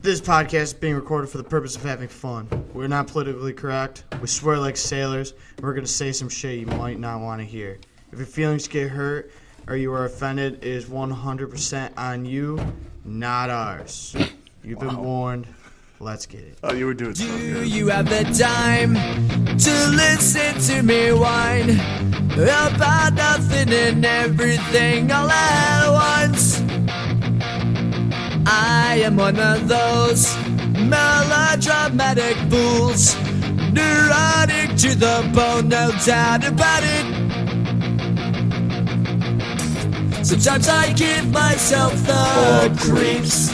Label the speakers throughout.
Speaker 1: This podcast is being recorded for the purpose of having fun. We're not politically correct. We swear like sailors. And we're going to say some shit you might not want to hear. If your feelings get hurt or you are offended, it is 100% on you, not ours. You've been warned. Let's get it.
Speaker 2: Oh, you were doing so
Speaker 3: Do
Speaker 2: good.
Speaker 3: you have the time to listen to me whine about nothing and everything all at once? I am one of those melodramatic fools, neurotic to the bone, no doubt about it. Sometimes I give myself the creeps.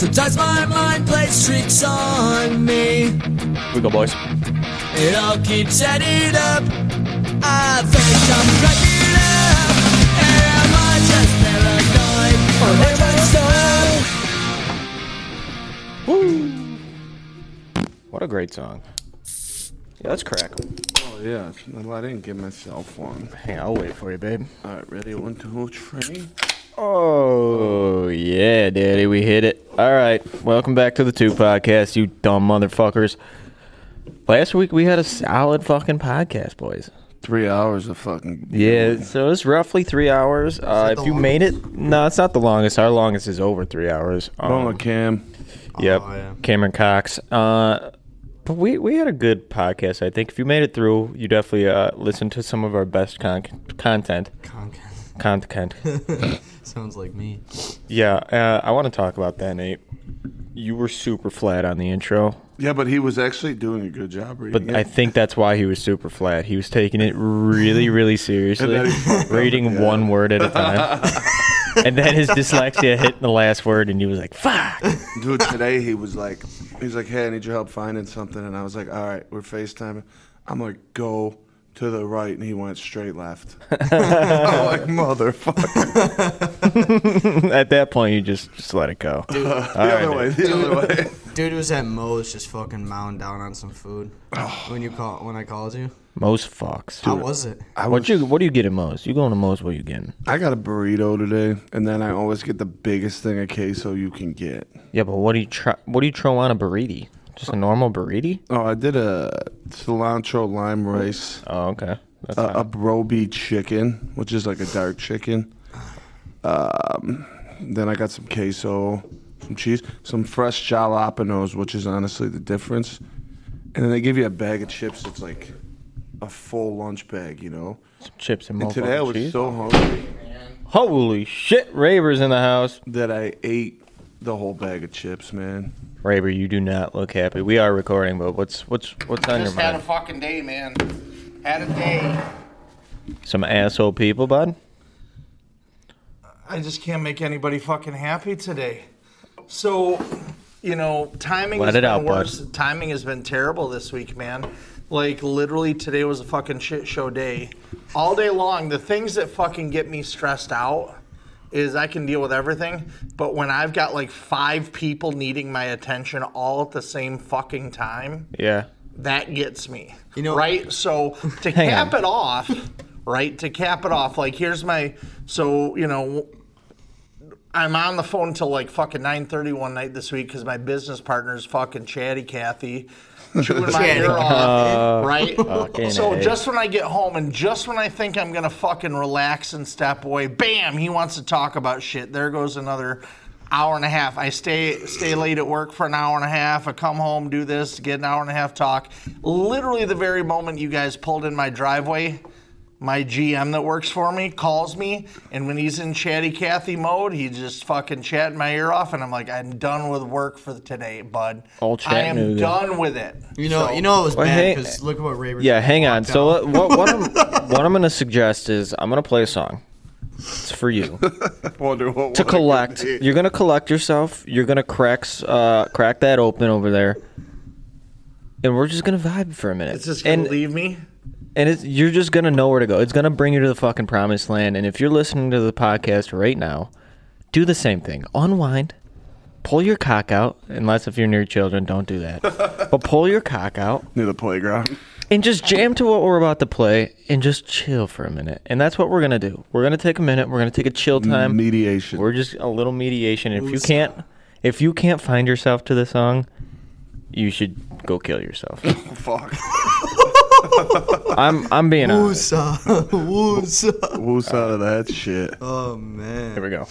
Speaker 3: Sometimes my mind plays tricks on me.
Speaker 4: We go, boys.
Speaker 3: It all keeps adding up. I think I'm cracking up. And am I just paranoid? Or am I so?
Speaker 4: What a great song. Yeah, let's crack 'em.
Speaker 2: Oh, yeah. Well, I didn't give myself one.
Speaker 4: Hang on, I'll wait for you, babe.
Speaker 2: All right, ready? One, two, three.
Speaker 4: Oh, yeah, Daddy, we hit it. All right, welcome back to the Two Podcast, you dumb motherfuckers. Last week we had a solid fucking podcast, boys.
Speaker 2: Three hours of fucking.
Speaker 4: Yeah, so it's roughly three hours. Uh,
Speaker 1: the
Speaker 4: if you made it, no, it's not the longest. Our longest is over three hours.
Speaker 2: Going
Speaker 4: Um,
Speaker 2: with Cam.
Speaker 4: Yep.
Speaker 1: Oh, yeah.
Speaker 4: Cameron Cox. Uh, but we, we had a good podcast, I think. If you made it through, you definitely uh, listened to some of our best con- content.
Speaker 1: Conk.
Speaker 4: Content.
Speaker 1: Sounds like me.
Speaker 4: yeah, uh, I want to talk about that, Nate. You were super flat on the intro,
Speaker 2: Yeah, but he was actually doing a good job reading.
Speaker 4: but
Speaker 2: it.
Speaker 4: I think that's why he was super flat. He was taking it really, really seriously,
Speaker 2: And then he-
Speaker 4: reading
Speaker 2: Yeah.
Speaker 4: one word at a time. and then his dyslexia hit the last word, and he was like, fuck.
Speaker 2: Dude, today he was like, he's like, hey, I need your help finding something. And I was like, all right, we're FaceTiming. I'm like, go to the right. And he went straight left. I'm like, motherfucker.
Speaker 4: at that point, you just, just let it go.
Speaker 2: The other way, the other way.
Speaker 1: Dude was at Moe's just fucking mowing down on some food. When you call, when I called you,
Speaker 4: Most fucks.
Speaker 1: how was it?
Speaker 2: I, was,
Speaker 4: What you what do you get at Moe's? You going to Moe's? What you getting?
Speaker 2: I got a burrito today. And then I always get the biggest thing of queso you can get.
Speaker 4: Yeah, but what do you try? What do you throw on a burrito? Just a normal burrito?
Speaker 2: Oh, I did a cilantro lime rice,
Speaker 4: Oh, okay. That's
Speaker 2: uh,
Speaker 4: not-
Speaker 2: a broby chicken, which is like a dark chicken. Um, then I got some queso, some cheese, some fresh jalapenos, which is honestly the difference. And then they give you a bag of chips that's like a full lunch bag, you know.
Speaker 4: some chips and,
Speaker 2: And
Speaker 4: motherfucking
Speaker 2: today I was
Speaker 4: cheese.
Speaker 2: so hungry
Speaker 4: Holy shit, Raver's in the house.
Speaker 2: that I ate the whole bag of chips, man.
Speaker 4: Raver, you do not look happy. We are recording, but what's what's what's on your
Speaker 5: Just had a
Speaker 4: mind?
Speaker 5: fucking day, man. Had a day.
Speaker 4: Some asshole people, bud.
Speaker 5: I just can't make anybody fucking happy today. So, you know, timing
Speaker 4: Let
Speaker 5: has
Speaker 4: it
Speaker 5: been
Speaker 4: out, bud.
Speaker 5: worse. Timing has been terrible this week, man. Like literally today was a fucking shit show day. All day long, the things that fucking get me stressed out is I can deal with everything, but when I've got like five people needing my attention all at the same fucking time,
Speaker 4: Yeah.
Speaker 5: that gets me.
Speaker 1: You know-
Speaker 5: right? So to
Speaker 4: Hang
Speaker 5: cap
Speaker 4: on.
Speaker 5: it off, right? To cap it off, like here's my so you know. I'm on the phone till like fucking 9:30 one night this week because my business partner's fucking chatty Kathy, chewing my
Speaker 1: Chatty
Speaker 5: ear off, right?
Speaker 4: Oh. fucking
Speaker 5: So
Speaker 4: A.
Speaker 5: just when I get home and just when I think I'm gonna fucking relax and step away, bam, he wants to talk about shit. There goes another hour and a half. I stay stay late at work for an hour and a half. I come home, do this, get an hour and a half talk. Literally the very moment you guys pulled in my driveway, my GM that works for me calls me, and when he's in chatty Cathy mode, he just fucking chatting my ear off, and I'm like, I'm done with work for today, bud.
Speaker 4: Old
Speaker 5: I am
Speaker 4: Chattanooga.
Speaker 5: done with it.
Speaker 1: You know, you know it was
Speaker 4: Well,
Speaker 1: bad
Speaker 4: hey-
Speaker 1: because look at what Raver.
Speaker 4: Yeah. Hang on. So uh, what what I'm, what I'm gonna suggest is I'm gonna play a song. It's for you.
Speaker 2: Wonder what
Speaker 4: to collect. You're gonna collect yourself. You're gonna crack s- uh, crack that open over there, and we're just gonna vibe for a minute.
Speaker 5: It's just gonna
Speaker 4: and
Speaker 5: leave me.
Speaker 4: and it's, you're just gonna know where to go. It's gonna bring you to the fucking promised land. And if you're listening to the podcast right now, do the same thing. Unwind. Pull your cock out, unless if you're near children, don't do that. but pull your cock out
Speaker 2: near the playground.
Speaker 4: and just jam to what we're about to play and just chill for a minute. And that's what we're gonna do. We're gonna take a minute. We're gonna take a chill time.
Speaker 2: Mediation.
Speaker 4: We're just a little mediation. If you can't If you can't find yourself to the song, you should go kill yourself.
Speaker 2: Fuck.
Speaker 4: I'm I'm being honest.
Speaker 1: Woosah. Woosah.
Speaker 2: Who's out of that shit?
Speaker 1: Oh, man.
Speaker 4: Here we go.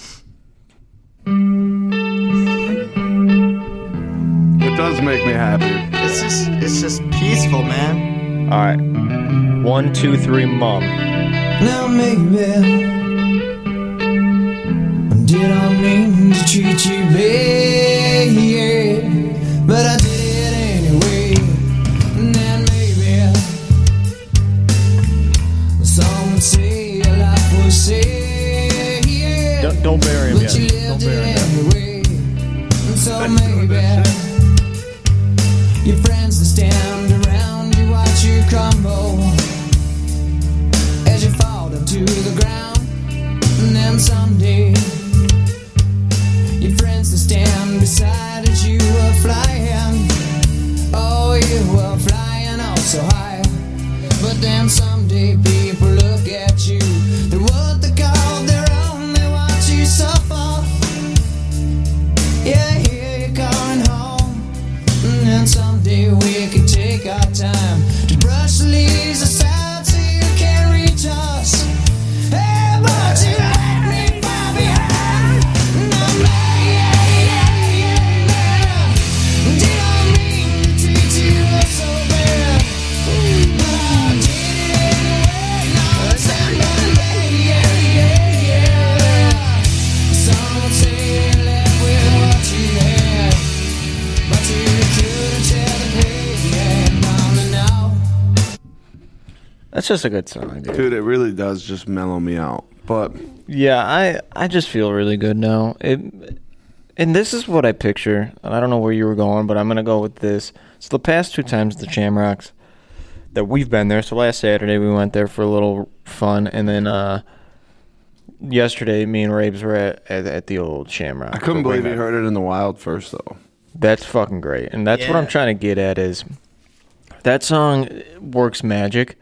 Speaker 2: It does make me happy.
Speaker 1: It's just, it's just peaceful, man.
Speaker 4: All right. One, two, three, mom.
Speaker 3: Now maybe did I mean to treat you bad, but I did it anyway. And then maybe some would say your life was sad,
Speaker 4: Don't, don't bury him
Speaker 3: but you
Speaker 4: yet. Don't
Speaker 3: lived it
Speaker 4: bury him. Yet.
Speaker 3: anyway. And so maybe your friends that stand around you watch you crumble as you fall down to the ground. And then someday, your friends that stand beside as you were flying. Oh, you were flying off so high. But then someday, people look at you. They're what they call their own, they watch you suffer. Yeah, here you're going home. And then someday we could take our time to brush the leaves aside so you can reach us. Hey, but you left me far behind. And I'm like, yeah, yeah, yeah, man. Did I mean to treat you so bad? But I did it anyway. Now it's happening, baby. Yeah, yeah, yeah. Some would say you're left with what you had. But you couldn't tell the way, yeah, mama, now.
Speaker 4: That's just a good song, dude.
Speaker 2: Dude, it really does just mellow me out. But
Speaker 4: Yeah, I I just feel really good now. It and this is what I picture. And I don't know where you were going, but I'm gonna go with this. So the past two times the Shamrocks that we've been there. So last Saturday we went there for a little fun, and then uh yesterday me and Rabes were at, at at the old Shamrock.
Speaker 2: I couldn't believe you heard it in the wild first, though.
Speaker 4: That's fucking great. And that's what I'm
Speaker 1: Yeah.
Speaker 4: trying to get at is that song works magic.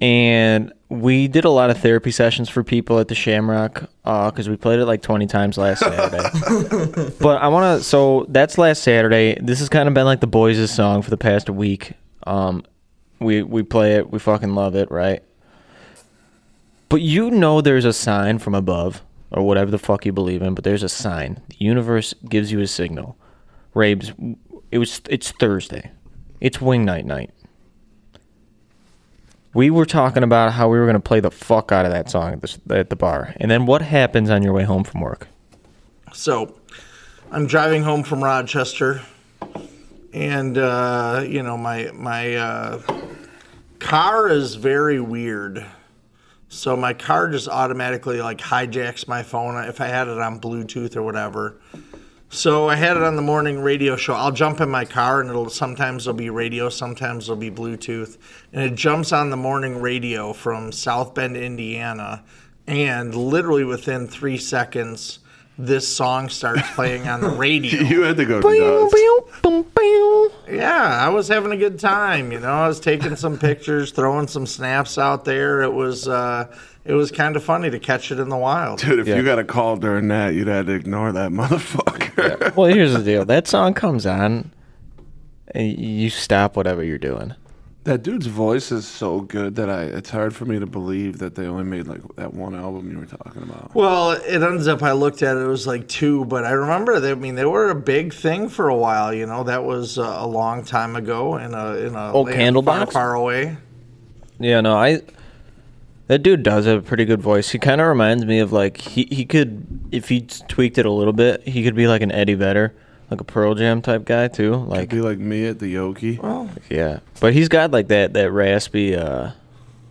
Speaker 4: And we did a lot of therapy sessions for people at the Shamrock because we played it like 20 times last Saturday. but I want to, so that's last Saturday. This has kind of been like the boys' song for the past week. Um, we, we play it, we fucking love it, right? But you know there's a sign from above, or whatever the fuck you believe in, but there's a sign. The universe gives you a signal. Rabes, it was it's Thursday. It's wing night night. We were talking about how we were gonna play the fuck out of that song at the, at the bar, and then what happens on your way home from work?
Speaker 5: So I'm driving home from Rochester, and uh, you know my my uh, car is very weird. So my car just automatically like hijacks my phone if I had it on Bluetooth or whatever. So I had it on the morning radio show. I'll jump in my car and it'll sometimes it'll be radio, sometimes it'll be Bluetooth, and it jumps on the morning radio from South Bend, Indiana, and literally within three seconds, this song starts playing on the radio.
Speaker 2: You had to go nuts.
Speaker 5: Yeah, I was having a good time. You know, I was taking some pictures, throwing some snaps out there. It was uh, it was kind of funny to catch it in the wild.
Speaker 2: Dude, if you got a call during that, you'd had to ignore that motherfucker.
Speaker 4: Well, here's the deal: that song comes on, and you stop whatever you're doing.
Speaker 2: That dude's voice is so good that I it's hard for me to believe that they only made like that one album you were talking about.
Speaker 5: Well, it ends up I looked at it, it was like two, but I remember that. I mean, they were a big thing for a while. You know, that was uh, a long time ago in a in a
Speaker 4: Old
Speaker 5: land
Speaker 4: candle
Speaker 5: far,
Speaker 4: box?
Speaker 5: far away.
Speaker 4: Yeah, no, I. That dude does have a pretty good voice. He kind of reminds me of like he he could if he t- tweaked it a little bit, he could be like an Eddie Vedder, like a Pearl Jam type guy too. Like
Speaker 2: Be like me at the Yoki.
Speaker 4: yeah, but he's got like that that raspy uh,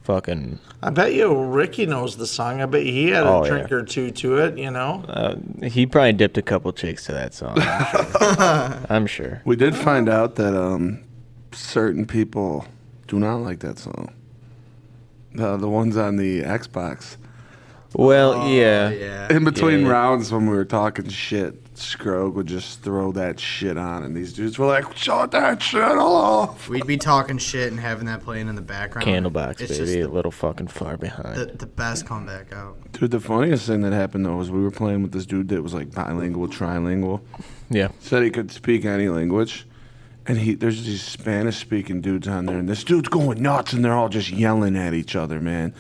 Speaker 4: fucking
Speaker 5: I bet you Ricky knows the song. I bet he had a
Speaker 4: Oh, yeah.
Speaker 5: drink or two to it. You know,
Speaker 4: He probably dipped a couple chicks to that song. I'm sure. I'm sure.
Speaker 2: We did find out that um, certain people do not like that song. The the ones on the Xbox.
Speaker 4: Well, yeah.
Speaker 1: Yeah.
Speaker 2: In between
Speaker 4: Yeah.
Speaker 2: rounds, when we were talking shit, Scrogue would just throw that shit on, and these dudes were like, "Shut that shit off!"
Speaker 1: We'd be talking shit and having that playing in the background.
Speaker 4: Candlebox,
Speaker 1: It's just
Speaker 4: baby, a little fucking far behind.
Speaker 1: the, the best comeback out.
Speaker 2: Dude, the funniest thing that happened though was we were playing with this dude that was like bilingual, trilingual.
Speaker 4: yeah.
Speaker 2: Said he could speak any language, and he there's these Spanish-speaking dudes on there, and this dude's going nuts, and they're all just yelling at each other, man.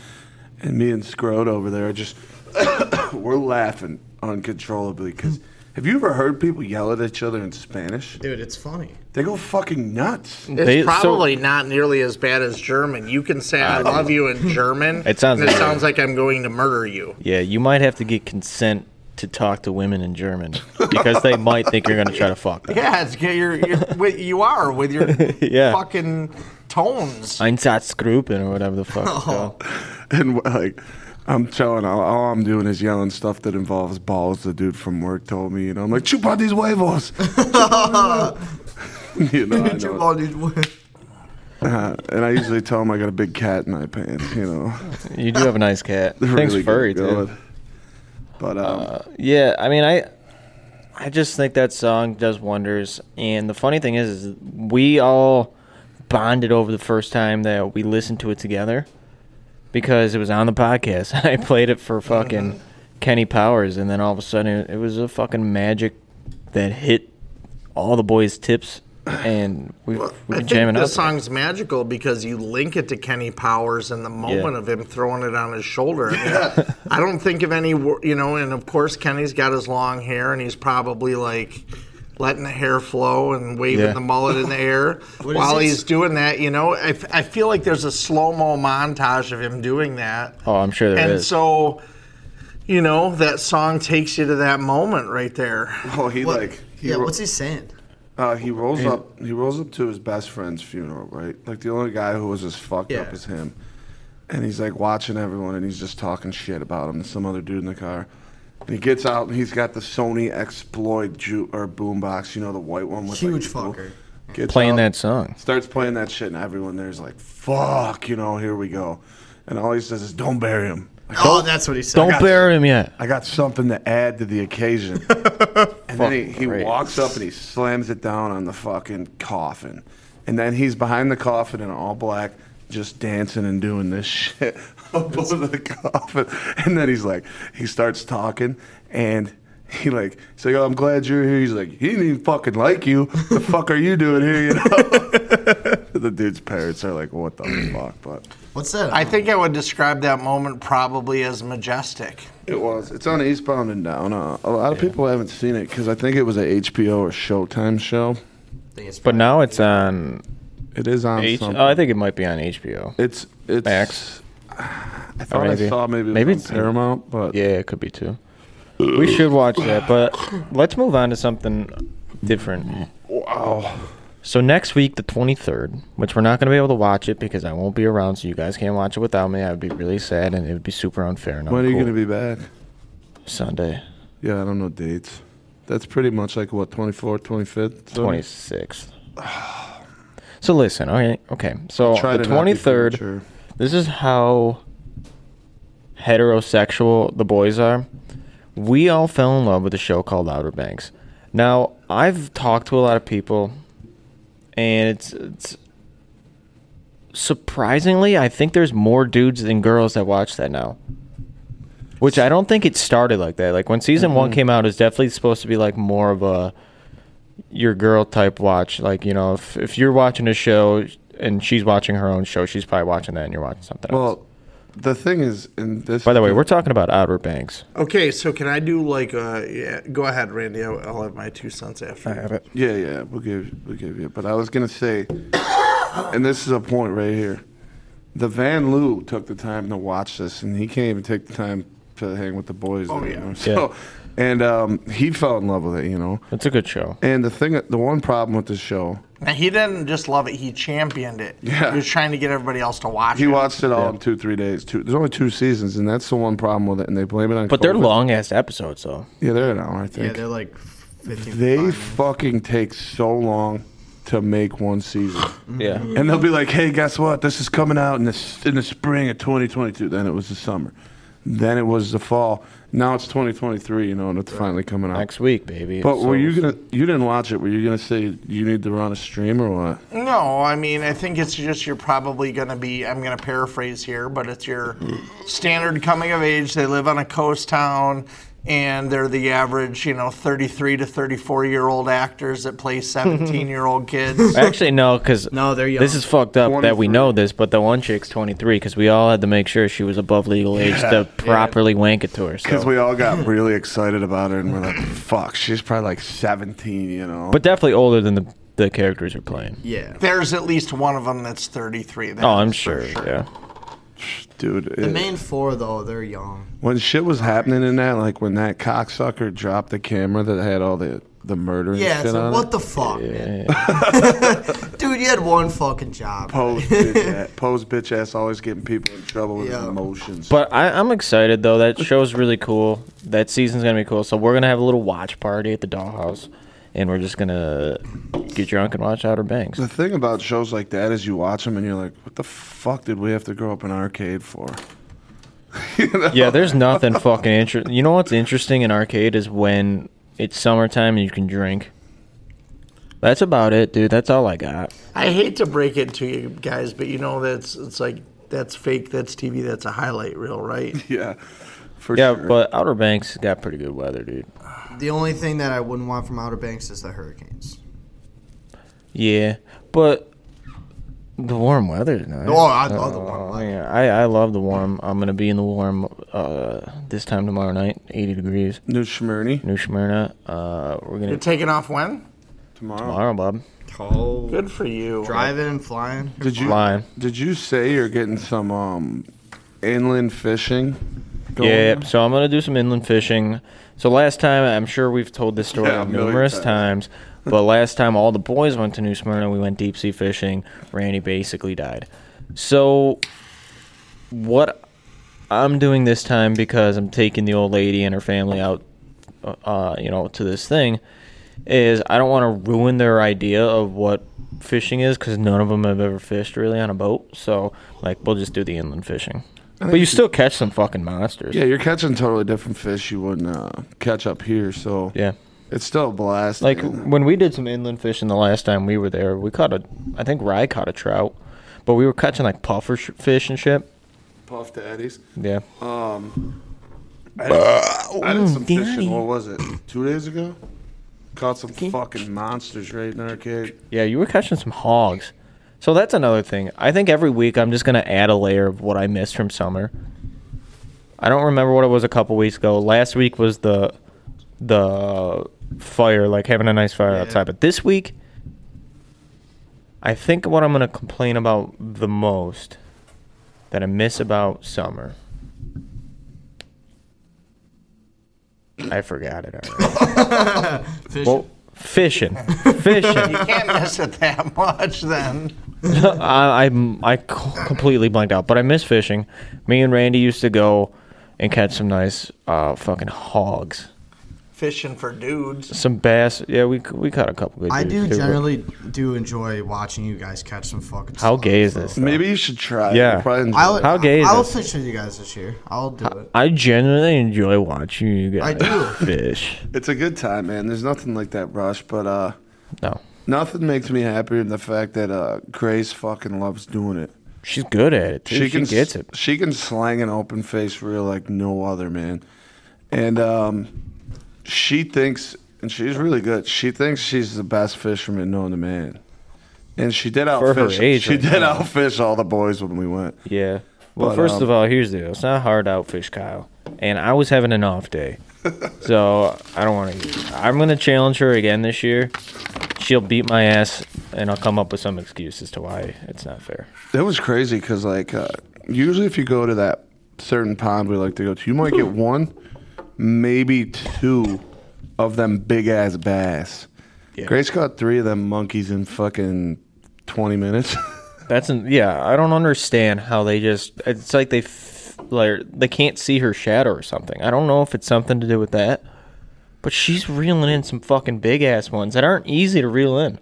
Speaker 2: And me and Scrode over there are just we're laughing uncontrollably because have you ever heard people yell at each other in Spanish?
Speaker 1: Dude, it's funny.
Speaker 2: They go fucking nuts.
Speaker 5: It's
Speaker 4: They- so- Uh,
Speaker 5: probably not nearly as bad as German. You can say "I love you" in German.
Speaker 4: It sounds
Speaker 5: And it
Speaker 4: like-
Speaker 5: sounds like I'm going to murder you.
Speaker 4: Yeah, you might have to get consent to talk to women in German because they might think you're going to try to fuck them.
Speaker 5: Yeah, it's, you're, you're, with- you are with your
Speaker 4: Yeah.
Speaker 5: fucking tones.
Speaker 4: Einsatzgruppen or whatever the fuck. it's called.
Speaker 2: And like, I'm telling, all, all I'm doing is yelling stuff that involves balls. The dude from work told me, you know, I'm like, chupa these huevos. you know, I know. Uh, and I usually tell him I got a big cat in my pants, you know.
Speaker 4: You do have a nice cat.
Speaker 2: They're
Speaker 4: Thanks,
Speaker 2: really
Speaker 4: furry,
Speaker 2: good
Speaker 4: dude.
Speaker 2: going. But um,
Speaker 4: Yeah, I mean, I, I just think that song does wonders. And the funny thing is, is we all bonded over the first time that we listened to it together because it was on the podcast. I played it for fucking Kenny Powers, and then all of a sudden, it was a fucking magic that hit all the boys' tips, and we we
Speaker 5: I
Speaker 4: were
Speaker 5: think
Speaker 4: jamming up.
Speaker 5: this song's magical because you link it to Kenny Powers and the moment
Speaker 4: Yeah.
Speaker 5: of him throwing it on his shoulder. I mean, I don't think of any, wor- you know, and of course Kenny's got his long hair and he's probably like letting the hair flow and waving
Speaker 4: Yeah.
Speaker 5: the mullet in the air. While
Speaker 1: this?
Speaker 5: he's doing that, you know, I, f- I feel like there's a slow mo montage of him doing that.
Speaker 4: Oh, I'm sure there is.
Speaker 5: and so, you know, that song takes you to that moment right there.
Speaker 2: oh, he
Speaker 1: What-
Speaker 2: like he
Speaker 1: yeah,
Speaker 2: ro-
Speaker 1: what's he saying?
Speaker 2: uh, he rolls up he rolls up to his best friend's funeral, right? Like the only guy who was as fucked
Speaker 1: Yeah.
Speaker 2: up as him. And he's like watching everyone and he's just talking shit about him to some other dude in the car. And he gets out and he's got the Sony Exploit ju- or boombox, you know, the white one with
Speaker 1: Huge
Speaker 2: like,
Speaker 1: fucker.
Speaker 2: Gets
Speaker 4: playing
Speaker 5: uh,
Speaker 2: out,
Speaker 4: that song.
Speaker 2: starts playing that shit and everyone there's like, Fuck, you know, here we go. And all he says is don't bury him. Like,
Speaker 1: Oh, that's what he said.
Speaker 4: Don't bury him yet.
Speaker 2: I got something to add to the occasion. and then he, he
Speaker 4: great.
Speaker 2: walks up and he slams it down on the fucking coffin. And then he's behind the coffin in all black, just dancing and doing this shit up over the coffin. And then he's like, he starts talking and he like, he's like, oh, I'm glad you're here. He's like, he didn't even fucking like you. The fuck are you doing here? You know? the dude's parents are like, what the fuck? But
Speaker 1: What's that?
Speaker 5: I think I would describe that moment probably as majestic.
Speaker 2: It was. It's on Eastbound and Down. Uh, a lot of people haven't seen it because I think it was a HBO or Showtime show.
Speaker 1: think it's
Speaker 4: But now it's on.
Speaker 2: It is on.
Speaker 4: H-
Speaker 2: something.
Speaker 4: oh, I think it might be on HBO.
Speaker 2: it's it's.
Speaker 4: Max.
Speaker 2: I thought I
Speaker 4: maybe.
Speaker 2: saw maybe it was
Speaker 4: Maybe
Speaker 2: on
Speaker 4: it's-
Speaker 2: Paramount, but
Speaker 4: Yeah, it could be too. We should watch that, but let's move on to something different.
Speaker 2: wow.
Speaker 4: So next week, the 23rd, which we're not going to be able to watch it because I won't be around, so you guys can't watch it without me. I would be really sad, and it would be super unfair. and
Speaker 2: When are you
Speaker 4: uncool.
Speaker 2: gonna be back?
Speaker 4: Sunday,
Speaker 2: Yeah, I don't know dates. That's pretty much like what 24th, 25th. So
Speaker 4: 26th. So listen, okay, okay. So
Speaker 2: Try
Speaker 4: the
Speaker 2: to not be
Speaker 4: 23rd,
Speaker 2: premature.
Speaker 4: this is how heterosexual the boys are. We all fell in love with a show called Outer Banks. Now, I've talked to a lot of people, and it's, it's surprisingly, I think there's more dudes than girls that watch that now. Which I don't think it started like that. Like when season one came out, it was definitely supposed to be like more of a your girl type watch. Like you know, if if you're watching a show and she's watching her own show, she's probably watching that, and you're watching something else.
Speaker 2: Well, the thing is, in this.
Speaker 4: By the way, we're talking about Outer Banks.
Speaker 5: Okay, so can I do like uh yeah, go ahead, Randy. I'll, I'll have my two cents after.
Speaker 4: it.
Speaker 2: Yeah, yeah, we'll give we'll give you. But I was gonna say, and this is a point right here. The Van Loo took the time to watch this, and he can't even take the time to hang with the boys. Oh
Speaker 5: yeah.
Speaker 2: So, and um, he fell in love with it, you know.
Speaker 4: It's a good show.
Speaker 2: And the thing, the one problem with the show,
Speaker 5: Now, he didn't just love it; he championed it.
Speaker 2: Yeah.
Speaker 5: he was trying to get everybody else to watch
Speaker 2: he
Speaker 5: it.
Speaker 2: watched it all in two, three days. Two, there's only two seasons, and that's the one problem with it. And they blame it on.
Speaker 4: But they're
Speaker 2: COVID.
Speaker 4: long ass episodes, though.
Speaker 2: Yeah, they're an hour, I
Speaker 1: yeah,
Speaker 2: think.
Speaker 1: they're like 15.
Speaker 2: they fucking take so long to make one season.
Speaker 4: Mm-hmm. Yeah.
Speaker 2: And they'll be like, "Hey, guess what? This is coming out in the in the spring of 2022." Then it was the summer. Then it was the fall. Now it's 2023, you know, and it's finally coming out.
Speaker 4: next week, baby.
Speaker 2: But
Speaker 4: So-
Speaker 2: were you gonna? You didn't watch it. Were you gonna say you need to run a stream or what?
Speaker 5: No, I mean, I think it's just you're probably going to be, I'm going to paraphrase here, but it's your standard coming of age. They live on a coast town and they're the average, you know, 33 to 34 year old actors that play 17 year old kids.
Speaker 4: Actually, no, because
Speaker 1: No, they're young.
Speaker 4: This is fucked up that we know this, but the one chick's 23 because we all had to make sure she was above legal age to properly wank it to her. so.
Speaker 2: Because we all got really excited about her, and we're like, "Fuck, she's probably like 17," you know.
Speaker 4: but definitely older than the, the characters are playing.
Speaker 1: Yeah.
Speaker 5: There's at least one of them that's 33. that
Speaker 4: Oh, I'm
Speaker 5: is for
Speaker 4: sure. Yeah.
Speaker 2: dude,
Speaker 1: The
Speaker 2: it-
Speaker 1: main four though, they're young.
Speaker 2: when shit was happening in that, like when that cocksucker dropped the camera that had all the the murder and
Speaker 1: Yeah,
Speaker 2: shit
Speaker 1: it's like,
Speaker 2: on
Speaker 1: what
Speaker 2: it.
Speaker 1: the fuck, man? Dude, you had one fucking job.
Speaker 2: Pose bitch, ass, pose bitch ass always getting people in trouble with
Speaker 1: Yeah.
Speaker 2: his emotions.
Speaker 4: But I, I'm excited though. That show's really cool. That season's gonna be cool. So we're gonna have a little watch party at the dollhouse, and we're just gonna get drunk and watch Outer Banks.
Speaker 2: the thing about shows like that is you watch them and you're like, "What the fuck did we have to grow up in an arcade for?"
Speaker 4: Yeah, there's nothing fucking interesting. You know what's interesting in arcade is when it's summertime and you can drink. That's about it, dude. That's all I got.
Speaker 5: I hate to break it to you guys, but you know, that's, it's like, that's fake, that's TV, that's a highlight reel, right?
Speaker 2: Yeah, for
Speaker 4: Yeah,
Speaker 2: sure.
Speaker 4: but Outer Banks has got pretty good weather, dude.
Speaker 1: The only thing that I wouldn't want from Outer Banks is the hurricanes.
Speaker 4: Yeah, but the warm weather is nice.
Speaker 1: Oh, I love the warm
Speaker 4: Oh,
Speaker 1: weather.
Speaker 4: yeah, I, I love the warm. I'm gonna be in the warm uh, this time tomorrow night, 80 degrees,
Speaker 2: New Smyrna
Speaker 4: New Smyrna. Uh, we're gonna
Speaker 5: You're taking off when?
Speaker 2: tomorrow.
Speaker 4: tomorrow, Bob.
Speaker 1: Oh,
Speaker 5: Good for you.
Speaker 1: driving and flying.
Speaker 2: Did you
Speaker 4: Flying.
Speaker 2: Did you say you're getting some um, inland fishing? going
Speaker 4: Yeah,
Speaker 2: on?
Speaker 4: so I'm gonna do some inland fishing. So last time, I'm sure we've told this story
Speaker 2: Yeah, a million
Speaker 4: numerous
Speaker 2: times.
Speaker 4: times, but last time all the boys went to New Smyrna. We went deep sea fishing. Randy basically died. So what I'm doing this time because I'm taking the old lady and her family out, uh, uh, you know, to this thing, is I don't want to ruin their idea of what fishing is because none of them have ever fished really on a boat. So like, we'll just do the inland fishing. But you still catch some fucking monsters.
Speaker 2: Yeah, you're catching totally different fish you wouldn't uh, catch up here. So
Speaker 4: Yeah.
Speaker 2: it's still a blast.
Speaker 4: Like
Speaker 2: and
Speaker 4: when we did some inland fishing the last time we were there, we caught a, I think Rye caught a trout, but we were catching like puffer sh- fish and shit.
Speaker 2: puff daddies.
Speaker 4: Yeah.
Speaker 2: I did, I did some
Speaker 4: daddy.
Speaker 2: fishing. What was it? Two days ago. Caught some fucking monsters right in the arcade.
Speaker 4: Yeah, you were catching some hogs. So that's another thing. I think every week I'm just going to add a layer of what I missed from summer. I don't remember what it was a couple weeks ago. Last week was the the fire, like having a nice fire outside. But this week I think what I'm going to complain about the most that I miss about summer. I forgot it already.
Speaker 1: Fishing.
Speaker 4: well, fishing. Fishing.
Speaker 5: Can't miss it that much then.
Speaker 4: I, I'm- I c- completely blanked out, but I miss fishing. Me and Randy used to go and catch some nice uh, fucking hogs,
Speaker 5: Fishing for dudes.
Speaker 4: some bass. Yeah, we c- we caught a couple good.
Speaker 1: I
Speaker 4: dudes,
Speaker 1: do
Speaker 4: too, but
Speaker 1: generally do enjoy watching you guys catch some fucking.
Speaker 4: How
Speaker 1: slugs,
Speaker 4: gay is
Speaker 1: though.
Speaker 4: this?
Speaker 2: Maybe you should try. it.
Speaker 4: Yeah.
Speaker 2: You'll probably enjoy
Speaker 1: I'll,
Speaker 2: it.
Speaker 4: How gay is
Speaker 1: I'll
Speaker 4: this?
Speaker 1: fish with you guys this year. I'll do it.
Speaker 4: I genuinely enjoy watching you guys
Speaker 1: I do.
Speaker 4: fish.
Speaker 2: it's a good time, man. There's nothing like that rush, but uh,
Speaker 4: No,
Speaker 2: nothing makes me happier than the fact that uh, Grace fucking loves doing it.
Speaker 4: she's good at it. Too. She,
Speaker 2: can
Speaker 4: gets
Speaker 2: s-
Speaker 4: it.
Speaker 2: She can slang an open face reel like no other man, and um, she thinks, and she's really good. She thinks she's the best fisherman known to man, and she did
Speaker 4: For
Speaker 2: outfish.
Speaker 4: her age,
Speaker 2: she
Speaker 4: right
Speaker 2: did
Speaker 4: now.
Speaker 2: outfish all the boys when we went.
Speaker 4: Yeah. Well,
Speaker 2: But,
Speaker 4: first
Speaker 2: um,
Speaker 4: of all, here's the deal. It's not hard to outfish Kyle, and I was having an off day, so I don't want to. I'm gonna challenge her again this year. She'll beat my ass, and I'll come up with some excuse as to why it's not fair.
Speaker 2: It was crazy because like uh, usually if you go to that certain pond we like to go to, you might get one, maybe two of them big ass bass. Grace caught three of them monkeys in fucking twenty minutes.
Speaker 4: That's an, yeah. I don't understand how they just. It's like they f- like they can't see her shadow or something. I don't know if it's something to do with that, but she's reeling in some fucking big ass ones that aren't easy to reel in.